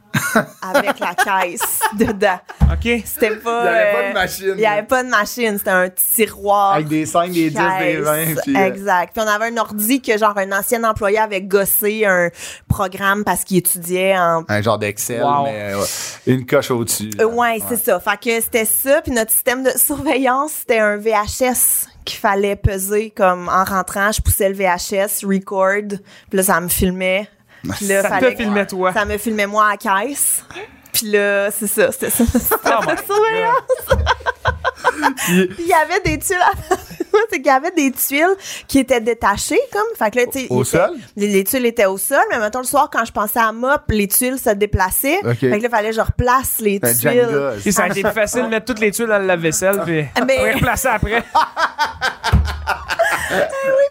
[SPEAKER 4] avec la caisse dedans.
[SPEAKER 2] OK.
[SPEAKER 4] C'était pas.
[SPEAKER 1] Il n'y avait pas
[SPEAKER 4] euh,
[SPEAKER 1] de machine.
[SPEAKER 4] Il y avait pas de machine, c'était un tiroir.
[SPEAKER 1] Avec des 5, des 10, des
[SPEAKER 4] Ah, Yes,
[SPEAKER 1] 20. Puis, euh,
[SPEAKER 4] exact. Puis on avait un ordi que genre un ancien employé avait gossé un programme parce qu'il étudiait en
[SPEAKER 1] un genre d'Excel,
[SPEAKER 2] Wow.
[SPEAKER 1] mais euh, ouais, une coche au-dessus.
[SPEAKER 4] Euh,
[SPEAKER 1] là.
[SPEAKER 4] ouais, c'est ça. Fait que c'était ça, puis notre système de surveillance, c'était un VHS qu'il fallait peser comme en rentrant, je poussais le VHS, record, puis là ça me filmait. Puis là,
[SPEAKER 2] Ça te
[SPEAKER 4] fallait-
[SPEAKER 2] filmait, toi.
[SPEAKER 4] Ça me filmait moi à la caisse. Puis là, c'est ça, c'était ça.
[SPEAKER 2] [LAUGHS] Oh my
[SPEAKER 4] surveillance.
[SPEAKER 2] God.
[SPEAKER 4] Puis il y avait des tuiles. à- [LAUGHS] c'est qu'il y avait des tuiles qui étaient détachées, comme. Fait que là, tu sais,
[SPEAKER 1] Au
[SPEAKER 4] il était-
[SPEAKER 1] sol?
[SPEAKER 4] Les, les tuiles étaient au sol, mais mettons le soir, quand je pensais à mop, les tuiles se déplaçaient.
[SPEAKER 1] Ok.
[SPEAKER 4] Fait que là, fallait que je replace les
[SPEAKER 2] Ben,
[SPEAKER 1] Un
[SPEAKER 4] tuiles.
[SPEAKER 1] Jenga.
[SPEAKER 2] Et ça a été plus facile de mettre toutes les tuiles dans le lave-vaisselle, puis
[SPEAKER 4] Ah, Mais-
[SPEAKER 2] on les replacer après.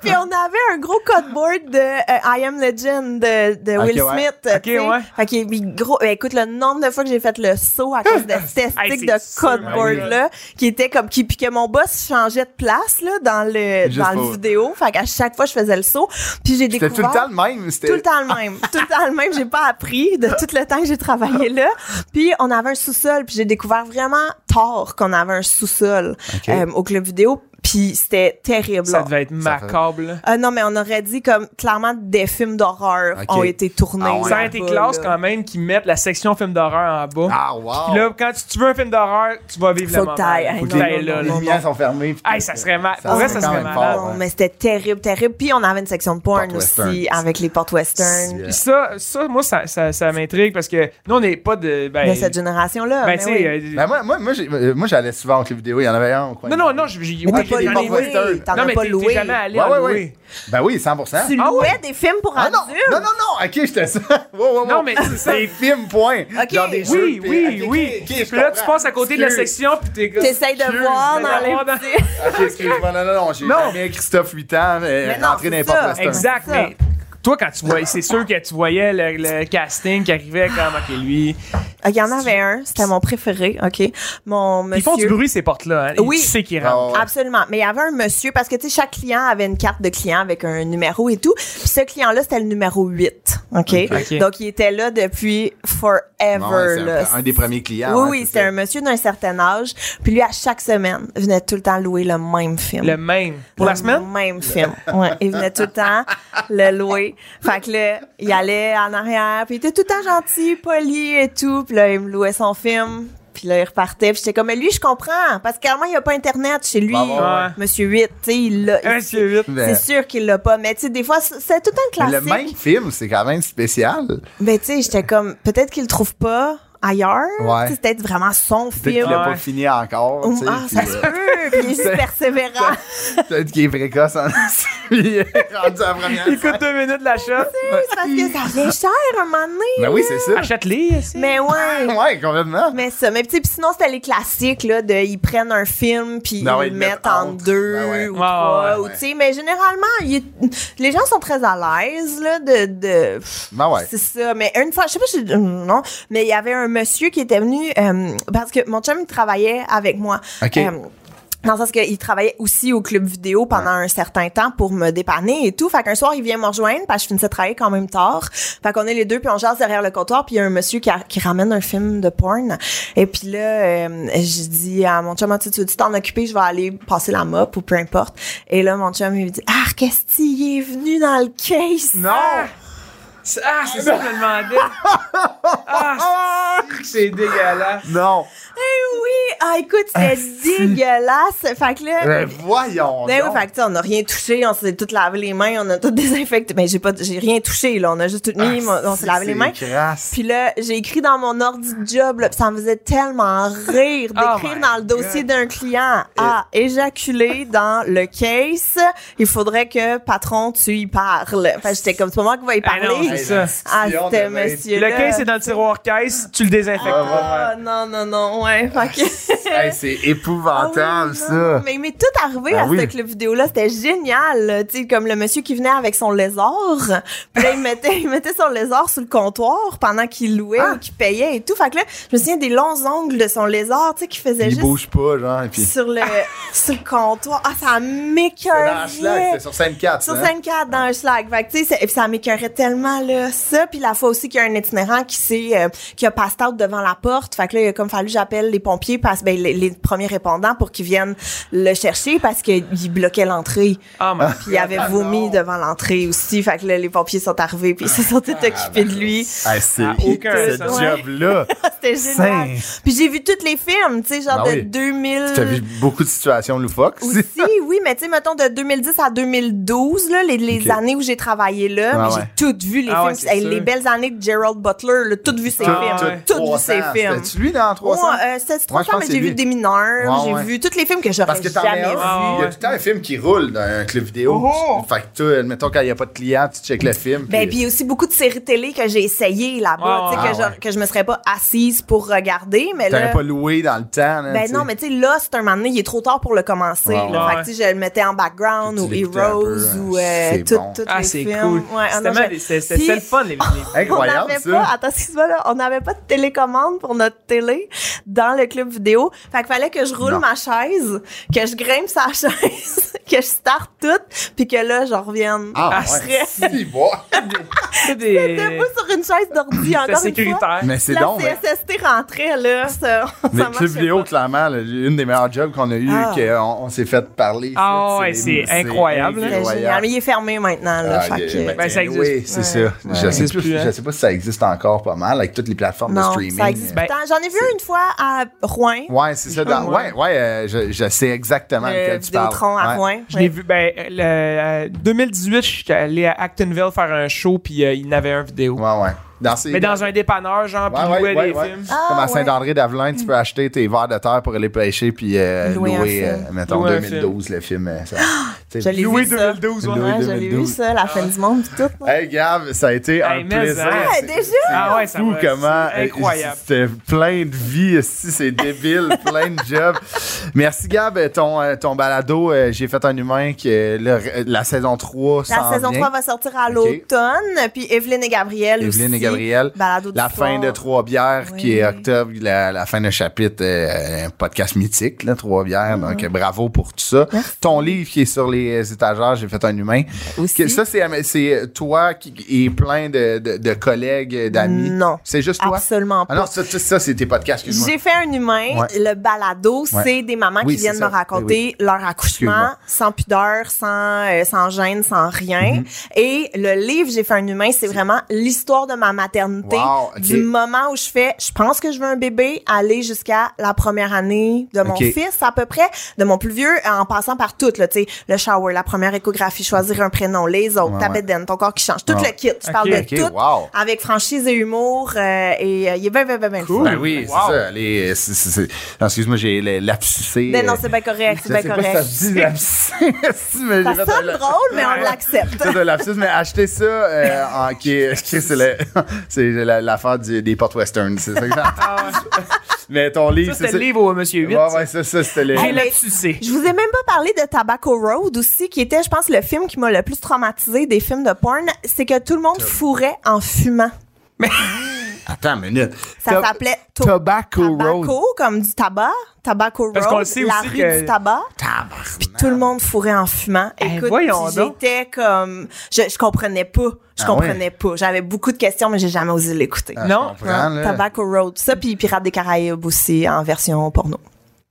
[SPEAKER 4] Puis on avait un gros code board de euh, I Am Legend de, de
[SPEAKER 1] Ok,
[SPEAKER 4] Will
[SPEAKER 1] ouais.
[SPEAKER 4] Smith. euh,
[SPEAKER 2] Ok,
[SPEAKER 4] tu sais.
[SPEAKER 2] ouais.
[SPEAKER 4] Fait que, puis gros, ben, écoute, le nombre de fois que j'ai fait le saut
[SPEAKER 1] [LAUGHS]
[SPEAKER 4] à cause de cette
[SPEAKER 2] Hey,
[SPEAKER 4] stick
[SPEAKER 2] c'est
[SPEAKER 4] de
[SPEAKER 1] ben
[SPEAKER 4] code
[SPEAKER 2] sûr,
[SPEAKER 4] board
[SPEAKER 2] my
[SPEAKER 4] là, qui était comme qui puis que mon boss changeait de place là dans le
[SPEAKER 1] Juste
[SPEAKER 4] dans
[SPEAKER 1] pour-
[SPEAKER 4] le vidéo. Fait qu'à chaque fois je faisais le saut. Puis j'ai
[SPEAKER 1] C'était
[SPEAKER 4] découvert
[SPEAKER 1] tout le temps le même. C'était
[SPEAKER 4] tout le temps le
[SPEAKER 1] [LAUGHS]
[SPEAKER 4] même. tout le temps le même. J'ai pas appris de tout le temps que j'ai travaillé là. Puis on avait un sous-sol. Puis j'ai découvert vraiment tard qu'on avait un sous-sol euh, au club vidéo. Puis c'était terrible.
[SPEAKER 2] Ça
[SPEAKER 4] là.
[SPEAKER 2] devait être macabre, là.
[SPEAKER 4] Ah non, mais on aurait dit comme clairement des films d'horreur
[SPEAKER 1] Ok.
[SPEAKER 4] ont été tournés.
[SPEAKER 1] Ah ouais.
[SPEAKER 2] Ça a été
[SPEAKER 4] là-bas,
[SPEAKER 2] classe
[SPEAKER 4] là.
[SPEAKER 2] quand même qu'ils mettent la section film d'horreur en bas.
[SPEAKER 1] Ah, wow.
[SPEAKER 2] Puis là, quand tu, tu veux un film d'horreur, tu vas vivre
[SPEAKER 4] Faut
[SPEAKER 2] le
[SPEAKER 4] que
[SPEAKER 2] moment.
[SPEAKER 4] t'ailles. Hey,
[SPEAKER 2] Faut que
[SPEAKER 4] non,
[SPEAKER 2] t'ailles
[SPEAKER 4] non,
[SPEAKER 2] là,
[SPEAKER 4] non,
[SPEAKER 1] les
[SPEAKER 2] là.
[SPEAKER 4] non.
[SPEAKER 1] lumières sont fermées. puis
[SPEAKER 2] Hey, ça serait mal-
[SPEAKER 1] Ça
[SPEAKER 2] pour vrai,
[SPEAKER 1] serait
[SPEAKER 2] ça
[SPEAKER 1] quand
[SPEAKER 2] serait
[SPEAKER 1] même
[SPEAKER 2] malade.
[SPEAKER 1] fort,
[SPEAKER 4] Non,
[SPEAKER 1] ouais.
[SPEAKER 4] mais c'était terrible, terrible. Puis on avait une section de porn
[SPEAKER 1] Porte
[SPEAKER 4] aussi
[SPEAKER 1] western.
[SPEAKER 4] avec les portes western
[SPEAKER 2] Puis ça, ça, moi, ça, ça, ça m'intrigue parce que nous, on n'est pas de. Ben,
[SPEAKER 4] de cette génération-là.
[SPEAKER 2] ben,
[SPEAKER 4] mais
[SPEAKER 2] tu
[SPEAKER 4] oui.
[SPEAKER 2] sais. euh,
[SPEAKER 1] Ben, moi, moi, moi, j'ai- euh, moi, j'allais souvent en club vidéo. Il y en avait un au coin.
[SPEAKER 2] non, non, non, j'ai. j'ai-
[SPEAKER 4] Mais
[SPEAKER 2] ouais,
[SPEAKER 4] t'es pas
[SPEAKER 2] j'ai- j'en ai-
[SPEAKER 4] loué, t'en
[SPEAKER 2] Non,
[SPEAKER 4] as
[SPEAKER 2] mais
[SPEAKER 4] pas
[SPEAKER 2] t'es-
[SPEAKER 4] loué.
[SPEAKER 2] t'es jamais allé
[SPEAKER 1] Ouais,
[SPEAKER 2] en
[SPEAKER 1] ouais,
[SPEAKER 2] louer.
[SPEAKER 1] ouais. Ben oui, 100
[SPEAKER 4] Tu
[SPEAKER 2] Ah
[SPEAKER 4] louais
[SPEAKER 2] ouais?
[SPEAKER 4] des films pour
[SPEAKER 1] Ah non,
[SPEAKER 4] adultes.
[SPEAKER 1] non, non, non, ok, j'étais ça. [LAUGHS] Wow, wow, wow.
[SPEAKER 2] Non, mais c'est ça.
[SPEAKER 1] Des films, point.
[SPEAKER 4] Ok.
[SPEAKER 1] Dans des
[SPEAKER 4] Oui,
[SPEAKER 1] jeux,
[SPEAKER 2] Oui,
[SPEAKER 1] puis-
[SPEAKER 2] oui,
[SPEAKER 1] ok,
[SPEAKER 2] oui.
[SPEAKER 1] ok, ok,
[SPEAKER 2] Puis
[SPEAKER 1] je
[SPEAKER 2] là, tu
[SPEAKER 1] comprends.
[SPEAKER 2] passes à côté de la
[SPEAKER 1] Excuse.
[SPEAKER 2] section, puis t'es comme.
[SPEAKER 4] T'essayes de voir dans les
[SPEAKER 2] d'avoir dans-
[SPEAKER 4] petits-
[SPEAKER 1] Ok, excuse-moi, non, non, non, j'ai
[SPEAKER 2] Non.
[SPEAKER 1] jamais Christophe 8 ans euh,
[SPEAKER 4] Mais non,
[SPEAKER 1] rentré dans les
[SPEAKER 4] c'est
[SPEAKER 1] portes
[SPEAKER 4] ça.
[SPEAKER 1] Western.
[SPEAKER 2] Exact,
[SPEAKER 4] C'est ça.
[SPEAKER 2] mais toi, quand tu voyais, c'est sûr que tu voyais le, le casting qui arrivait comme, OK, lui.
[SPEAKER 4] Ah, Il y en avait un, c'était mon préféré, OK. Mon monsieur.
[SPEAKER 2] Ils font du bruit, ces portes-là. Hein. Et
[SPEAKER 4] Oui.
[SPEAKER 2] Tu sais qu'ils
[SPEAKER 1] Ah,
[SPEAKER 2] rentrent.
[SPEAKER 1] ouais.
[SPEAKER 4] Absolument. Mais il y avait un monsieur, parce que, tu sais, chaque client avait une carte de client avec un numéro et tout. Puis ce client-là, c'était le numéro 8. OK?
[SPEAKER 2] Ok.
[SPEAKER 4] Donc, il était là depuis
[SPEAKER 1] Non,
[SPEAKER 4] forever.
[SPEAKER 1] ouais,
[SPEAKER 4] là.
[SPEAKER 1] c'est un, un des premiers clients.
[SPEAKER 4] Oui,
[SPEAKER 1] hein,
[SPEAKER 4] oui,
[SPEAKER 1] c'est
[SPEAKER 4] c'était
[SPEAKER 1] ça.
[SPEAKER 4] un monsieur d'un certain âge. Puis lui, à chaque semaine, venait tout le temps louer le même film.
[SPEAKER 2] Le même. Pour la
[SPEAKER 4] Le
[SPEAKER 2] semaine?
[SPEAKER 4] même film. Ouais, il venait tout le temps le louer. Fait que là, il allait en arrière, puis il était tout le temps gentil, poli et tout. Puis là, il me louait son film. Puis là, il repartait. Puis j'étais comme, mais lui, je comprends. Parce que clairement, il n'y a pas Internet chez lui.
[SPEAKER 1] Bah, bah, ouais.
[SPEAKER 4] Monsieur 8, tu sais, il l'a.
[SPEAKER 2] Un,
[SPEAKER 4] il-
[SPEAKER 2] c'est vite.
[SPEAKER 1] Ben,
[SPEAKER 4] C'est sûr qu'il l'a pas. Mais tu sais, des fois, c'est- c'est tout le temps
[SPEAKER 1] mais le
[SPEAKER 4] classique. Ben,
[SPEAKER 1] même film, c'est quand même spécial.
[SPEAKER 4] Mais tu sais, j'étais comme, peut-être qu'il le trouve pas. ailleurs.
[SPEAKER 1] Ouais.
[SPEAKER 4] Tu sais, C'était vraiment son
[SPEAKER 1] Peut-être qu'il
[SPEAKER 4] film.
[SPEAKER 1] a pas
[SPEAKER 2] Ouais.
[SPEAKER 1] fini encore.
[SPEAKER 4] Oh,
[SPEAKER 1] tu sais,
[SPEAKER 4] E ah,
[SPEAKER 1] puis,
[SPEAKER 4] ça
[SPEAKER 1] euh,
[SPEAKER 4] se peut!
[SPEAKER 1] [LAUGHS]
[SPEAKER 4] Puis il est juste
[SPEAKER 1] C'est-
[SPEAKER 4] persévérant.
[SPEAKER 1] Peut-être qu'il est précoce en [LAUGHS] Il est rendu à la première.
[SPEAKER 2] Il coûte deux minutes l'achat.
[SPEAKER 4] C'est parce que ça vient cher un moment donné.
[SPEAKER 1] Mais Ben oui, c'est ça.
[SPEAKER 2] Achète-les.
[SPEAKER 4] Mais ouais.
[SPEAKER 1] Ouais, complètement.
[SPEAKER 4] Mais ça, mais tu sais, puis sinon c'était les classiques là, de ils prennent un film puis
[SPEAKER 1] Non,
[SPEAKER 4] ils
[SPEAKER 1] Ben ils
[SPEAKER 4] le
[SPEAKER 1] le
[SPEAKER 4] mettent
[SPEAKER 1] mettent
[SPEAKER 4] en
[SPEAKER 1] entre.
[SPEAKER 4] deux
[SPEAKER 1] Ben ouais.
[SPEAKER 4] ou
[SPEAKER 2] Ouais,
[SPEAKER 4] trois,
[SPEAKER 2] ouais,
[SPEAKER 4] ou
[SPEAKER 1] ouais.
[SPEAKER 4] tu sais, mais généralement il est- les gens sont très à l'aise là de, de
[SPEAKER 1] Ben ouais.
[SPEAKER 4] c'est ça. Mais une fois, je sais pas, si- hum, non, mais il y avait un monsieur qui était venu euh, parce que mon chum il travaillait avec moi. Euh,
[SPEAKER 1] OK.
[SPEAKER 4] dans le sens qu'il travaillait aussi au club vidéo pendant un certain temps pour me dépanner et tout. Fait qu'un soir, il vient me rejoindre parce que je finissais de travailler quand même tard. Fait qu'on est les deux, puis on jase derrière le comptoir, puis il y a un monsieur qui, a- qui ramène un film de porn. Et puis là, euh, je dis à mon chum, Ah, tu tu veux t'en occuper, je vais aller passer la mop ou peu importe. Et là, mon chum, il me dit, ah, qu'est-ce qu'il est venu dans le case?
[SPEAKER 1] Non!
[SPEAKER 2] Ah, c'est ça que je me
[SPEAKER 4] [LAUGHS]
[SPEAKER 2] demandais. Ah, c'est dégueulasse.
[SPEAKER 1] Non!
[SPEAKER 4] Eh oui! Ah, écoute, c'est dégueulasse! Fait que là.
[SPEAKER 1] Mais voyons!
[SPEAKER 4] Ben oui,
[SPEAKER 1] donc.
[SPEAKER 4] fait que, tu sais, on n'a rien touché, on s'est toutes [LAUGHS] lavé les mains, on a tout désinfecté. Mais j'ai pas, j'ai rien touché, là. On a juste tout mis,
[SPEAKER 1] Ah,
[SPEAKER 4] on s'est lavé les
[SPEAKER 1] c'est
[SPEAKER 4] mains.
[SPEAKER 1] crasse.
[SPEAKER 4] Puis là, j'ai écrit dans mon ordi de job, là, puis ça me faisait tellement rire
[SPEAKER 2] [LAUGHS] Oh
[SPEAKER 4] d'écrire
[SPEAKER 2] my
[SPEAKER 4] dans le dossier d'un client à éjaculer dans le case. Il faudrait que patron, tu y parles. Fait que j'étais comme, c'est pas moi qui va y
[SPEAKER 2] Ah non,
[SPEAKER 4] parler.
[SPEAKER 2] c'est ça.
[SPEAKER 4] Ah,
[SPEAKER 1] Discussion
[SPEAKER 4] c'était
[SPEAKER 1] de mec.
[SPEAKER 4] monsieur.
[SPEAKER 2] Le case est dans le tiroir case, tu le désinfectes.
[SPEAKER 1] Ah, ouais.
[SPEAKER 4] Ah, non, non, non, ouais, fait
[SPEAKER 2] [LAUGHS]
[SPEAKER 4] que-
[SPEAKER 1] Hey, c'est
[SPEAKER 4] Ah oui,
[SPEAKER 1] épouvantable,
[SPEAKER 4] non,
[SPEAKER 1] ça!
[SPEAKER 4] Mais il m'est tout arrivé
[SPEAKER 1] Ah
[SPEAKER 4] à
[SPEAKER 1] oui.
[SPEAKER 4] ce club vidéo-là. C'était génial. là. Tu sais, comme le monsieur qui venait avec son lézard. Puis là, il mettait, [LAUGHS] il mettait son lézard sous le comptoir pendant qu'il louait
[SPEAKER 1] Ah!
[SPEAKER 4] ou qu'il payait et tout. Fait que là, je me souviens des longs ongles de son lézard, tu sais, qui faisait
[SPEAKER 1] Il
[SPEAKER 4] juste
[SPEAKER 1] bouge pas, genre, et puis...
[SPEAKER 4] sur le, [LAUGHS] sur le comptoir. Ah, ça
[SPEAKER 1] C'est dans Ashlag,
[SPEAKER 4] m'écœurait.
[SPEAKER 1] c'est sur 5-4,
[SPEAKER 4] Sur
[SPEAKER 1] ça, hein?
[SPEAKER 4] 5-4 dans un schlag. Fait que, tu sais, c'est- puis ça m'écœurait tellement, là, ça. Puis la fois aussi qu'il y a un itinérant qui s'est, euh, qui a passé out devant la porte. Fait que là, il a comme fallu que j'appelle les pompiers, parce, ben, les, les premiers répondants pour qu'ils viennent le chercher parce qu'il bloquait l'entrée.
[SPEAKER 2] Ah, mais
[SPEAKER 4] Puis il avait vomi devant l'entrée aussi. Fait que là, les pompiers sont arrivés, puis ils se
[SPEAKER 1] Ah,
[SPEAKER 4] sont tout occupés de lui.
[SPEAKER 1] Hey, c'est
[SPEAKER 2] Ah, aucun
[SPEAKER 1] ce
[SPEAKER 2] sens.
[SPEAKER 1] job-là.
[SPEAKER 4] C'était génial. Puis j'ai vu tous les films, tu sais, genre
[SPEAKER 1] ah. Ben
[SPEAKER 4] de
[SPEAKER 1] oui.
[SPEAKER 4] 2000.
[SPEAKER 1] T'as vu beaucoup de situations loufoques.
[SPEAKER 4] aussi, oui, mais tu sais, mettons, de 2010 à 2012, là, les, les
[SPEAKER 1] Ok.
[SPEAKER 4] années où j'ai travaillé là,
[SPEAKER 1] Ah
[SPEAKER 4] mais
[SPEAKER 1] ouais.
[SPEAKER 4] j'ai toutes vu les
[SPEAKER 2] Ah ouais,
[SPEAKER 4] films.
[SPEAKER 2] c'est
[SPEAKER 4] Hey,
[SPEAKER 2] sûr.
[SPEAKER 4] les belles années de Gerald Butler, là, toutes vu ses
[SPEAKER 2] Tout-
[SPEAKER 4] films.
[SPEAKER 2] tout-
[SPEAKER 4] Toutes vu ses films.
[SPEAKER 1] C'était lui dans 300.
[SPEAKER 4] Moi, euh, c'est
[SPEAKER 1] Moi, je
[SPEAKER 4] 300,
[SPEAKER 1] pense
[SPEAKER 4] mais
[SPEAKER 1] que
[SPEAKER 4] j'ai
[SPEAKER 1] c'est
[SPEAKER 4] vu
[SPEAKER 1] lui.
[SPEAKER 4] des mineurs,
[SPEAKER 1] Ouais,
[SPEAKER 4] j'ai
[SPEAKER 1] ouais.
[SPEAKER 4] vu tous les films que j'aurais
[SPEAKER 1] Parce que t'en as
[SPEAKER 4] jamais
[SPEAKER 1] un,
[SPEAKER 4] vus.
[SPEAKER 2] Ah
[SPEAKER 1] il y a
[SPEAKER 2] ouais.
[SPEAKER 1] tout le temps un film qui roule dans un club vidéo.
[SPEAKER 4] Oh.
[SPEAKER 1] Fait que toi, mettons, quand il n'y a pas de client, tu checkes le film.
[SPEAKER 4] Ben,
[SPEAKER 1] puis-
[SPEAKER 4] puis aussi beaucoup de séries télé que j'ai essayé là-bas,
[SPEAKER 2] Ouais,
[SPEAKER 4] tu sais,
[SPEAKER 1] ouais.
[SPEAKER 4] que,
[SPEAKER 1] Ah
[SPEAKER 4] je- que je me serais pas assise pour regarder, mais là.
[SPEAKER 1] T'aurais pas loué dans le temps. là,
[SPEAKER 4] Ben
[SPEAKER 1] tu sais.
[SPEAKER 4] non, mais tu sais, là, c'est un moment donné, il est trop tard pour le commencer.
[SPEAKER 1] Ouais,
[SPEAKER 4] là.
[SPEAKER 2] ouais.
[SPEAKER 4] Fait que tu sais, je le mettais en background
[SPEAKER 1] Tu
[SPEAKER 4] ou
[SPEAKER 1] l'écoutais un
[SPEAKER 4] Heroes
[SPEAKER 1] peu,
[SPEAKER 4] ou
[SPEAKER 1] hein.
[SPEAKER 4] euh,
[SPEAKER 1] C'est
[SPEAKER 4] tout,
[SPEAKER 1] bon.
[SPEAKER 4] tout
[SPEAKER 2] Ah,
[SPEAKER 4] les
[SPEAKER 2] c'est
[SPEAKER 4] films.
[SPEAKER 2] cool.
[SPEAKER 4] Ouais, ah non,
[SPEAKER 2] C'était mal-
[SPEAKER 4] j'ai-
[SPEAKER 2] c'est- c'est-
[SPEAKER 4] Puis-
[SPEAKER 2] c'est le fun,
[SPEAKER 4] [LAUGHS]
[SPEAKER 2] les, les-
[SPEAKER 4] on
[SPEAKER 1] Incroyable,
[SPEAKER 4] n'avait
[SPEAKER 1] ça. Ah,
[SPEAKER 4] pas, attends, excuse-moi, là, on n'avait pas de télécommande pour notre télé dans le club vidéo. Fait qu'il fallait que je roule
[SPEAKER 1] Non.
[SPEAKER 4] ma chaise, que je grimpe sa [LAUGHS] chaise, que je starte tout, puis que là, je revienne.
[SPEAKER 1] Ah,
[SPEAKER 2] Ah,
[SPEAKER 1] ouais. [LAUGHS] Si, bon.
[SPEAKER 2] C'est des.
[SPEAKER 4] Debout sur une chaise
[SPEAKER 1] [LAUGHS]
[SPEAKER 4] d'ordi,
[SPEAKER 2] C'est
[SPEAKER 4] encore une fois.
[SPEAKER 2] sécuritaire.
[SPEAKER 1] Mais c'est
[SPEAKER 4] La
[SPEAKER 1] donc. mais-
[SPEAKER 4] CSST rentrait, là. Ça,
[SPEAKER 1] Mais
[SPEAKER 4] ça
[SPEAKER 1] club
[SPEAKER 4] marchait
[SPEAKER 1] vidéo,
[SPEAKER 4] pas.
[SPEAKER 1] clairement, là, une des meilleures jobs qu'on a eu,
[SPEAKER 4] Ah.
[SPEAKER 1] qu'on on s'est fait parler.
[SPEAKER 2] Ah ouais, c'est incroyable, là.
[SPEAKER 4] C'était génial. Mais il est fermé maintenant,
[SPEAKER 1] Ah,
[SPEAKER 4] là. fait
[SPEAKER 1] yeah,
[SPEAKER 4] que-
[SPEAKER 1] ben,
[SPEAKER 2] Ben, ça
[SPEAKER 1] anyway, c'est
[SPEAKER 2] existe.
[SPEAKER 1] ça.
[SPEAKER 4] Ouais.
[SPEAKER 1] Je, sais
[SPEAKER 2] existe
[SPEAKER 1] plus,
[SPEAKER 2] plus, hein.
[SPEAKER 1] je sais pas si ça existe encore pas mal avec toutes les plateformes de
[SPEAKER 4] non,
[SPEAKER 1] streaming.
[SPEAKER 4] ça existe
[SPEAKER 2] Ben,
[SPEAKER 4] tout le temps. J'en ai vu une fois à Rouen.
[SPEAKER 1] Ouais, c'est ça. Dans, ouais, ouais, euh, je, je sais exactement
[SPEAKER 4] le
[SPEAKER 1] lequel tu parles.
[SPEAKER 4] Vidéotron à
[SPEAKER 1] Ouais.
[SPEAKER 4] Rouen.
[SPEAKER 2] Je l'ai vu, ben, le, euh, 2018, j'étais allé à Actonville faire un show, puis euh, il n'avait un vidéo.
[SPEAKER 1] Ouais, ouais. Dans ces-
[SPEAKER 2] Mais dans un dépanneur, genre, puis
[SPEAKER 1] Ouais,
[SPEAKER 2] il
[SPEAKER 1] ouais,
[SPEAKER 2] louait
[SPEAKER 1] ouais,
[SPEAKER 2] des
[SPEAKER 1] ouais.
[SPEAKER 2] films.
[SPEAKER 4] Ah,
[SPEAKER 1] Comme à
[SPEAKER 4] ouais. Hmm.
[SPEAKER 1] Saint-André-d'Avelin, tu peux acheter tes verres de terre pour aller pêcher puis euh,
[SPEAKER 4] Louer
[SPEAKER 1] louer,
[SPEAKER 4] un
[SPEAKER 1] euh,
[SPEAKER 4] film.
[SPEAKER 1] mettons,
[SPEAKER 2] Louer un
[SPEAKER 1] 2012, le film. euh,
[SPEAKER 4] [GASPS]
[SPEAKER 1] ça- tu sais.
[SPEAKER 4] Je l'ai
[SPEAKER 2] Loué
[SPEAKER 4] vu ça.
[SPEAKER 2] 2012, ouais.
[SPEAKER 1] Loué
[SPEAKER 4] Ouais, je l'ai vu
[SPEAKER 1] 2012.
[SPEAKER 4] ça, la fin du monde pis tout. là.
[SPEAKER 1] Hey, Gab, ça a été un
[SPEAKER 2] Hey, mais
[SPEAKER 1] plaisir.
[SPEAKER 2] ça-
[SPEAKER 4] Ah,
[SPEAKER 1] C'est-
[SPEAKER 4] déjà?
[SPEAKER 2] Ah ouais, ça
[SPEAKER 1] fou
[SPEAKER 2] va,
[SPEAKER 1] comment euh,
[SPEAKER 2] c'est incroyable.
[SPEAKER 1] c'était plein de vie ici, c'est débile,
[SPEAKER 4] [LAUGHS]
[SPEAKER 1] plein de jobs. Merci Gab, Euh, ton, euh, ton balado, euh, j'ai fait un humain que euh, le- la saison 3
[SPEAKER 4] La
[SPEAKER 1] s'en
[SPEAKER 4] saison
[SPEAKER 1] vient.
[SPEAKER 4] 3 va sortir à l'automne. Puis Evelyne et Gabriel aussi.
[SPEAKER 1] Evelyne et Gabriel,
[SPEAKER 4] Balado
[SPEAKER 1] la
[SPEAKER 4] d'histoire.
[SPEAKER 1] fin de Trois Bières
[SPEAKER 4] Oui.
[SPEAKER 1] qui est octobre, la, la fin de chapitre, euh, un podcast mythique, là, Trois Bières.
[SPEAKER 4] Ah.
[SPEAKER 1] Donc euh, bravo pour tout ça. Ton livre qui est sur les étagères, j'ai fait un humain.
[SPEAKER 4] Aussi.
[SPEAKER 1] Que- ça c'est c'est toi qui et plein de, de- de collègues, d'amis.
[SPEAKER 4] Non.
[SPEAKER 1] c'est juste toi.
[SPEAKER 4] Absolument
[SPEAKER 1] Ah
[SPEAKER 4] pas.
[SPEAKER 1] non, ça, ça, ça, c'est tes podcasts, excuse-moi.
[SPEAKER 4] J'ai fait un humain.
[SPEAKER 1] Ouais.
[SPEAKER 4] Le balado, c'est
[SPEAKER 1] Ouais.
[SPEAKER 4] des mamans
[SPEAKER 1] Oui,
[SPEAKER 4] qui
[SPEAKER 1] c'est
[SPEAKER 4] viennent
[SPEAKER 1] ça. Ben
[SPEAKER 4] me raconter leur accouchement
[SPEAKER 1] Excuse-moi.
[SPEAKER 4] sans pudeur, sans,
[SPEAKER 1] Mm-hmm.
[SPEAKER 4] euh, sans gêne, sans rien. Et le livre J'ai fait un humain, c'est vraiment l'histoire de ma maternité.
[SPEAKER 1] Wow, ok.
[SPEAKER 4] Du moment où je fais, je pense que je veux un bébé, aller jusqu'à la première année de mon
[SPEAKER 1] Ok.
[SPEAKER 4] fils, à peu près, de mon plus vieux, en passant par tout, là, tu sais, le shower, la première échographie, choisir un prénom, les autres,
[SPEAKER 1] Ouais,
[SPEAKER 4] ta
[SPEAKER 1] ouais.
[SPEAKER 4] bedaine, ton corps qui change, tout
[SPEAKER 1] Ouais.
[SPEAKER 4] le kit. Je parle de
[SPEAKER 2] Ok,
[SPEAKER 1] ok,
[SPEAKER 4] tout
[SPEAKER 1] wow.
[SPEAKER 4] avec franchise et humour. euh, et euh, il est bien, bien, bien, bien le
[SPEAKER 2] Cool.
[SPEAKER 4] fun.
[SPEAKER 1] Ben oui,
[SPEAKER 2] Wow.
[SPEAKER 1] c'est ça. Les, c'est- c'est- c'est- non, Excuse-moi, j'ai les- lapsissé.
[SPEAKER 4] Mais Ben non, c'est bien correct, c'est
[SPEAKER 1] Euh, [LAUGHS] Je sais
[SPEAKER 4] bien
[SPEAKER 1] pas si
[SPEAKER 4] correct.
[SPEAKER 1] ça se dit lapsissé. [LAUGHS] Si, mais
[SPEAKER 4] Ça
[SPEAKER 1] j'ai fait un
[SPEAKER 4] sonne
[SPEAKER 1] la-
[SPEAKER 4] drôle, mais
[SPEAKER 1] [LAUGHS]
[SPEAKER 4] on l'accepte.
[SPEAKER 1] C'est un lapsus, mais achetez ça euh, en qui est- qui est- c'est le- [LAUGHS] c'est la- l'affaire du- des portes western, c'est ça que j'entends. Mais ton livre,
[SPEAKER 2] Ah Ça, c'était
[SPEAKER 1] ça.
[SPEAKER 2] le livre au Monsieur 8.
[SPEAKER 1] Ouais, ouais, ça, ça, c'était le.
[SPEAKER 2] J'ai
[SPEAKER 4] mais-
[SPEAKER 2] lapsusé.
[SPEAKER 4] Je vous ai même pas parlé de Tobacco Road aussi, qui était, je pense, le film qui m'a le plus traumatisé des films de porn. C'est que tout le monde fourrait en fumant.
[SPEAKER 1] Attends une minute.
[SPEAKER 4] Ça
[SPEAKER 1] Tob-
[SPEAKER 4] s'appelait To-
[SPEAKER 1] Tobacco
[SPEAKER 4] Tobacco,
[SPEAKER 1] Road.
[SPEAKER 4] comme du tabac. Tobacco Road,
[SPEAKER 2] Parce qu'on le sait
[SPEAKER 4] la
[SPEAKER 2] aussi
[SPEAKER 4] rue
[SPEAKER 2] que-
[SPEAKER 4] du tabac.
[SPEAKER 1] Tabarnak.
[SPEAKER 4] Puis tout le monde fourrait en fumant.
[SPEAKER 2] Eh,
[SPEAKER 4] Écoute,
[SPEAKER 2] voyons
[SPEAKER 4] puis
[SPEAKER 2] donc.
[SPEAKER 4] j'étais comme... Je, je comprenais pas. Je
[SPEAKER 1] Ah
[SPEAKER 4] comprenais
[SPEAKER 1] ouais.
[SPEAKER 4] pas. J'avais beaucoup de questions, mais j'ai jamais osé l'écouter.
[SPEAKER 1] Ah, je
[SPEAKER 2] Non.
[SPEAKER 1] comprends,
[SPEAKER 4] Ouais,
[SPEAKER 1] là.
[SPEAKER 4] Tobacco Road. Ça, puis Pirates des Caraïbes aussi, en version porno.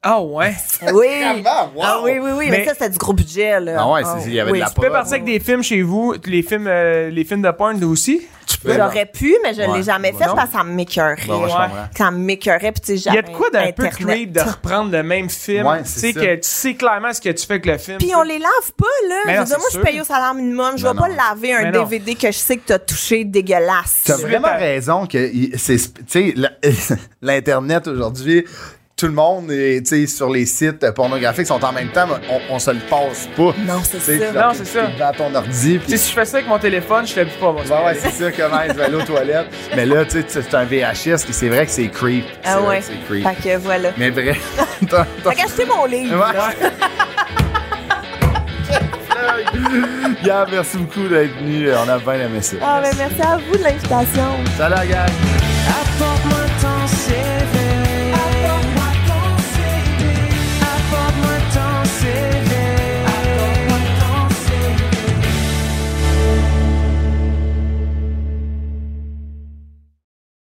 [SPEAKER 2] Ah ouais.
[SPEAKER 4] Oui.
[SPEAKER 1] Vraiment? Wow.
[SPEAKER 4] Ah oui, oui, oui. Mais,
[SPEAKER 2] Mais-
[SPEAKER 4] ça, c'était du gros budget, là.
[SPEAKER 1] Ah ouais, c'est- il y avait de
[SPEAKER 4] oui.
[SPEAKER 1] la
[SPEAKER 4] Je
[SPEAKER 2] Tu peux partir avec des films chez vous, les films, euh, les films de porn aussi.
[SPEAKER 4] peux- J'aurais pu, mais je
[SPEAKER 1] Ouais.
[SPEAKER 4] l'ai jamais fait
[SPEAKER 1] Non.
[SPEAKER 4] parce que ça m'écœurait.
[SPEAKER 1] Bon, je
[SPEAKER 2] Ouais.
[SPEAKER 1] comprends.
[SPEAKER 4] Ça m'écœurait, puis tu sais,
[SPEAKER 2] Il y
[SPEAKER 4] j'avais
[SPEAKER 2] a de quoi d'un peu
[SPEAKER 4] Internet.
[SPEAKER 2] creep de reprendre le même film.
[SPEAKER 1] Ouais,
[SPEAKER 2] tu
[SPEAKER 1] c'est
[SPEAKER 2] sais
[SPEAKER 1] ça.
[SPEAKER 2] que tu sais clairement ce que tu fais avec le film.
[SPEAKER 4] Puis on les lave pas, là.
[SPEAKER 2] Mais
[SPEAKER 4] Je
[SPEAKER 2] non,
[SPEAKER 4] veux dire,
[SPEAKER 2] c'est
[SPEAKER 4] moi,
[SPEAKER 2] sûr.
[SPEAKER 4] je paye au salaire minimum. Je
[SPEAKER 1] Mais
[SPEAKER 4] vais pas
[SPEAKER 1] non.
[SPEAKER 4] laver
[SPEAKER 2] Mais
[SPEAKER 4] un
[SPEAKER 2] non.
[SPEAKER 4] DVD que je sais que t'as touché dégueulasse.
[SPEAKER 1] T'as
[SPEAKER 2] Suite
[SPEAKER 1] vraiment
[SPEAKER 2] à-
[SPEAKER 1] raison que il- c'est, tu sais, la- [LAUGHS] l'internet aujourd'hui, tout le monde est, tu sais, sur les sites pornographiques sont en même temps, mais on, on se le passe pas.
[SPEAKER 4] Non, c'est
[SPEAKER 1] Tu sais,
[SPEAKER 4] ça.
[SPEAKER 1] tu vas-
[SPEAKER 2] Non, c'est ça.
[SPEAKER 1] tu vas à ton ordi.
[SPEAKER 2] Tu sais,
[SPEAKER 1] Puis,
[SPEAKER 2] si je fais ça avec mon téléphone, je te dis pas. moi,
[SPEAKER 1] ouais, ouais, c'est ça comment je vais aller aux toilettes. Mais là, tu sais, c'est un VHS et c'est vrai que c'est creep. C'est
[SPEAKER 4] Ah
[SPEAKER 1] vrai
[SPEAKER 4] ouais.
[SPEAKER 1] que c'est creep.
[SPEAKER 4] Fait que voilà.
[SPEAKER 1] Mais [LAUGHS] bref. t'as- t'as-
[SPEAKER 4] Fait qu'achetez mon livre.
[SPEAKER 1] Ouais. Gab, merci beaucoup d'être venu. On a bien aimé ça.
[SPEAKER 4] Ah, ben merci à vous de l'invitation.
[SPEAKER 1] Salut, la gang.
[SPEAKER 3] I thought my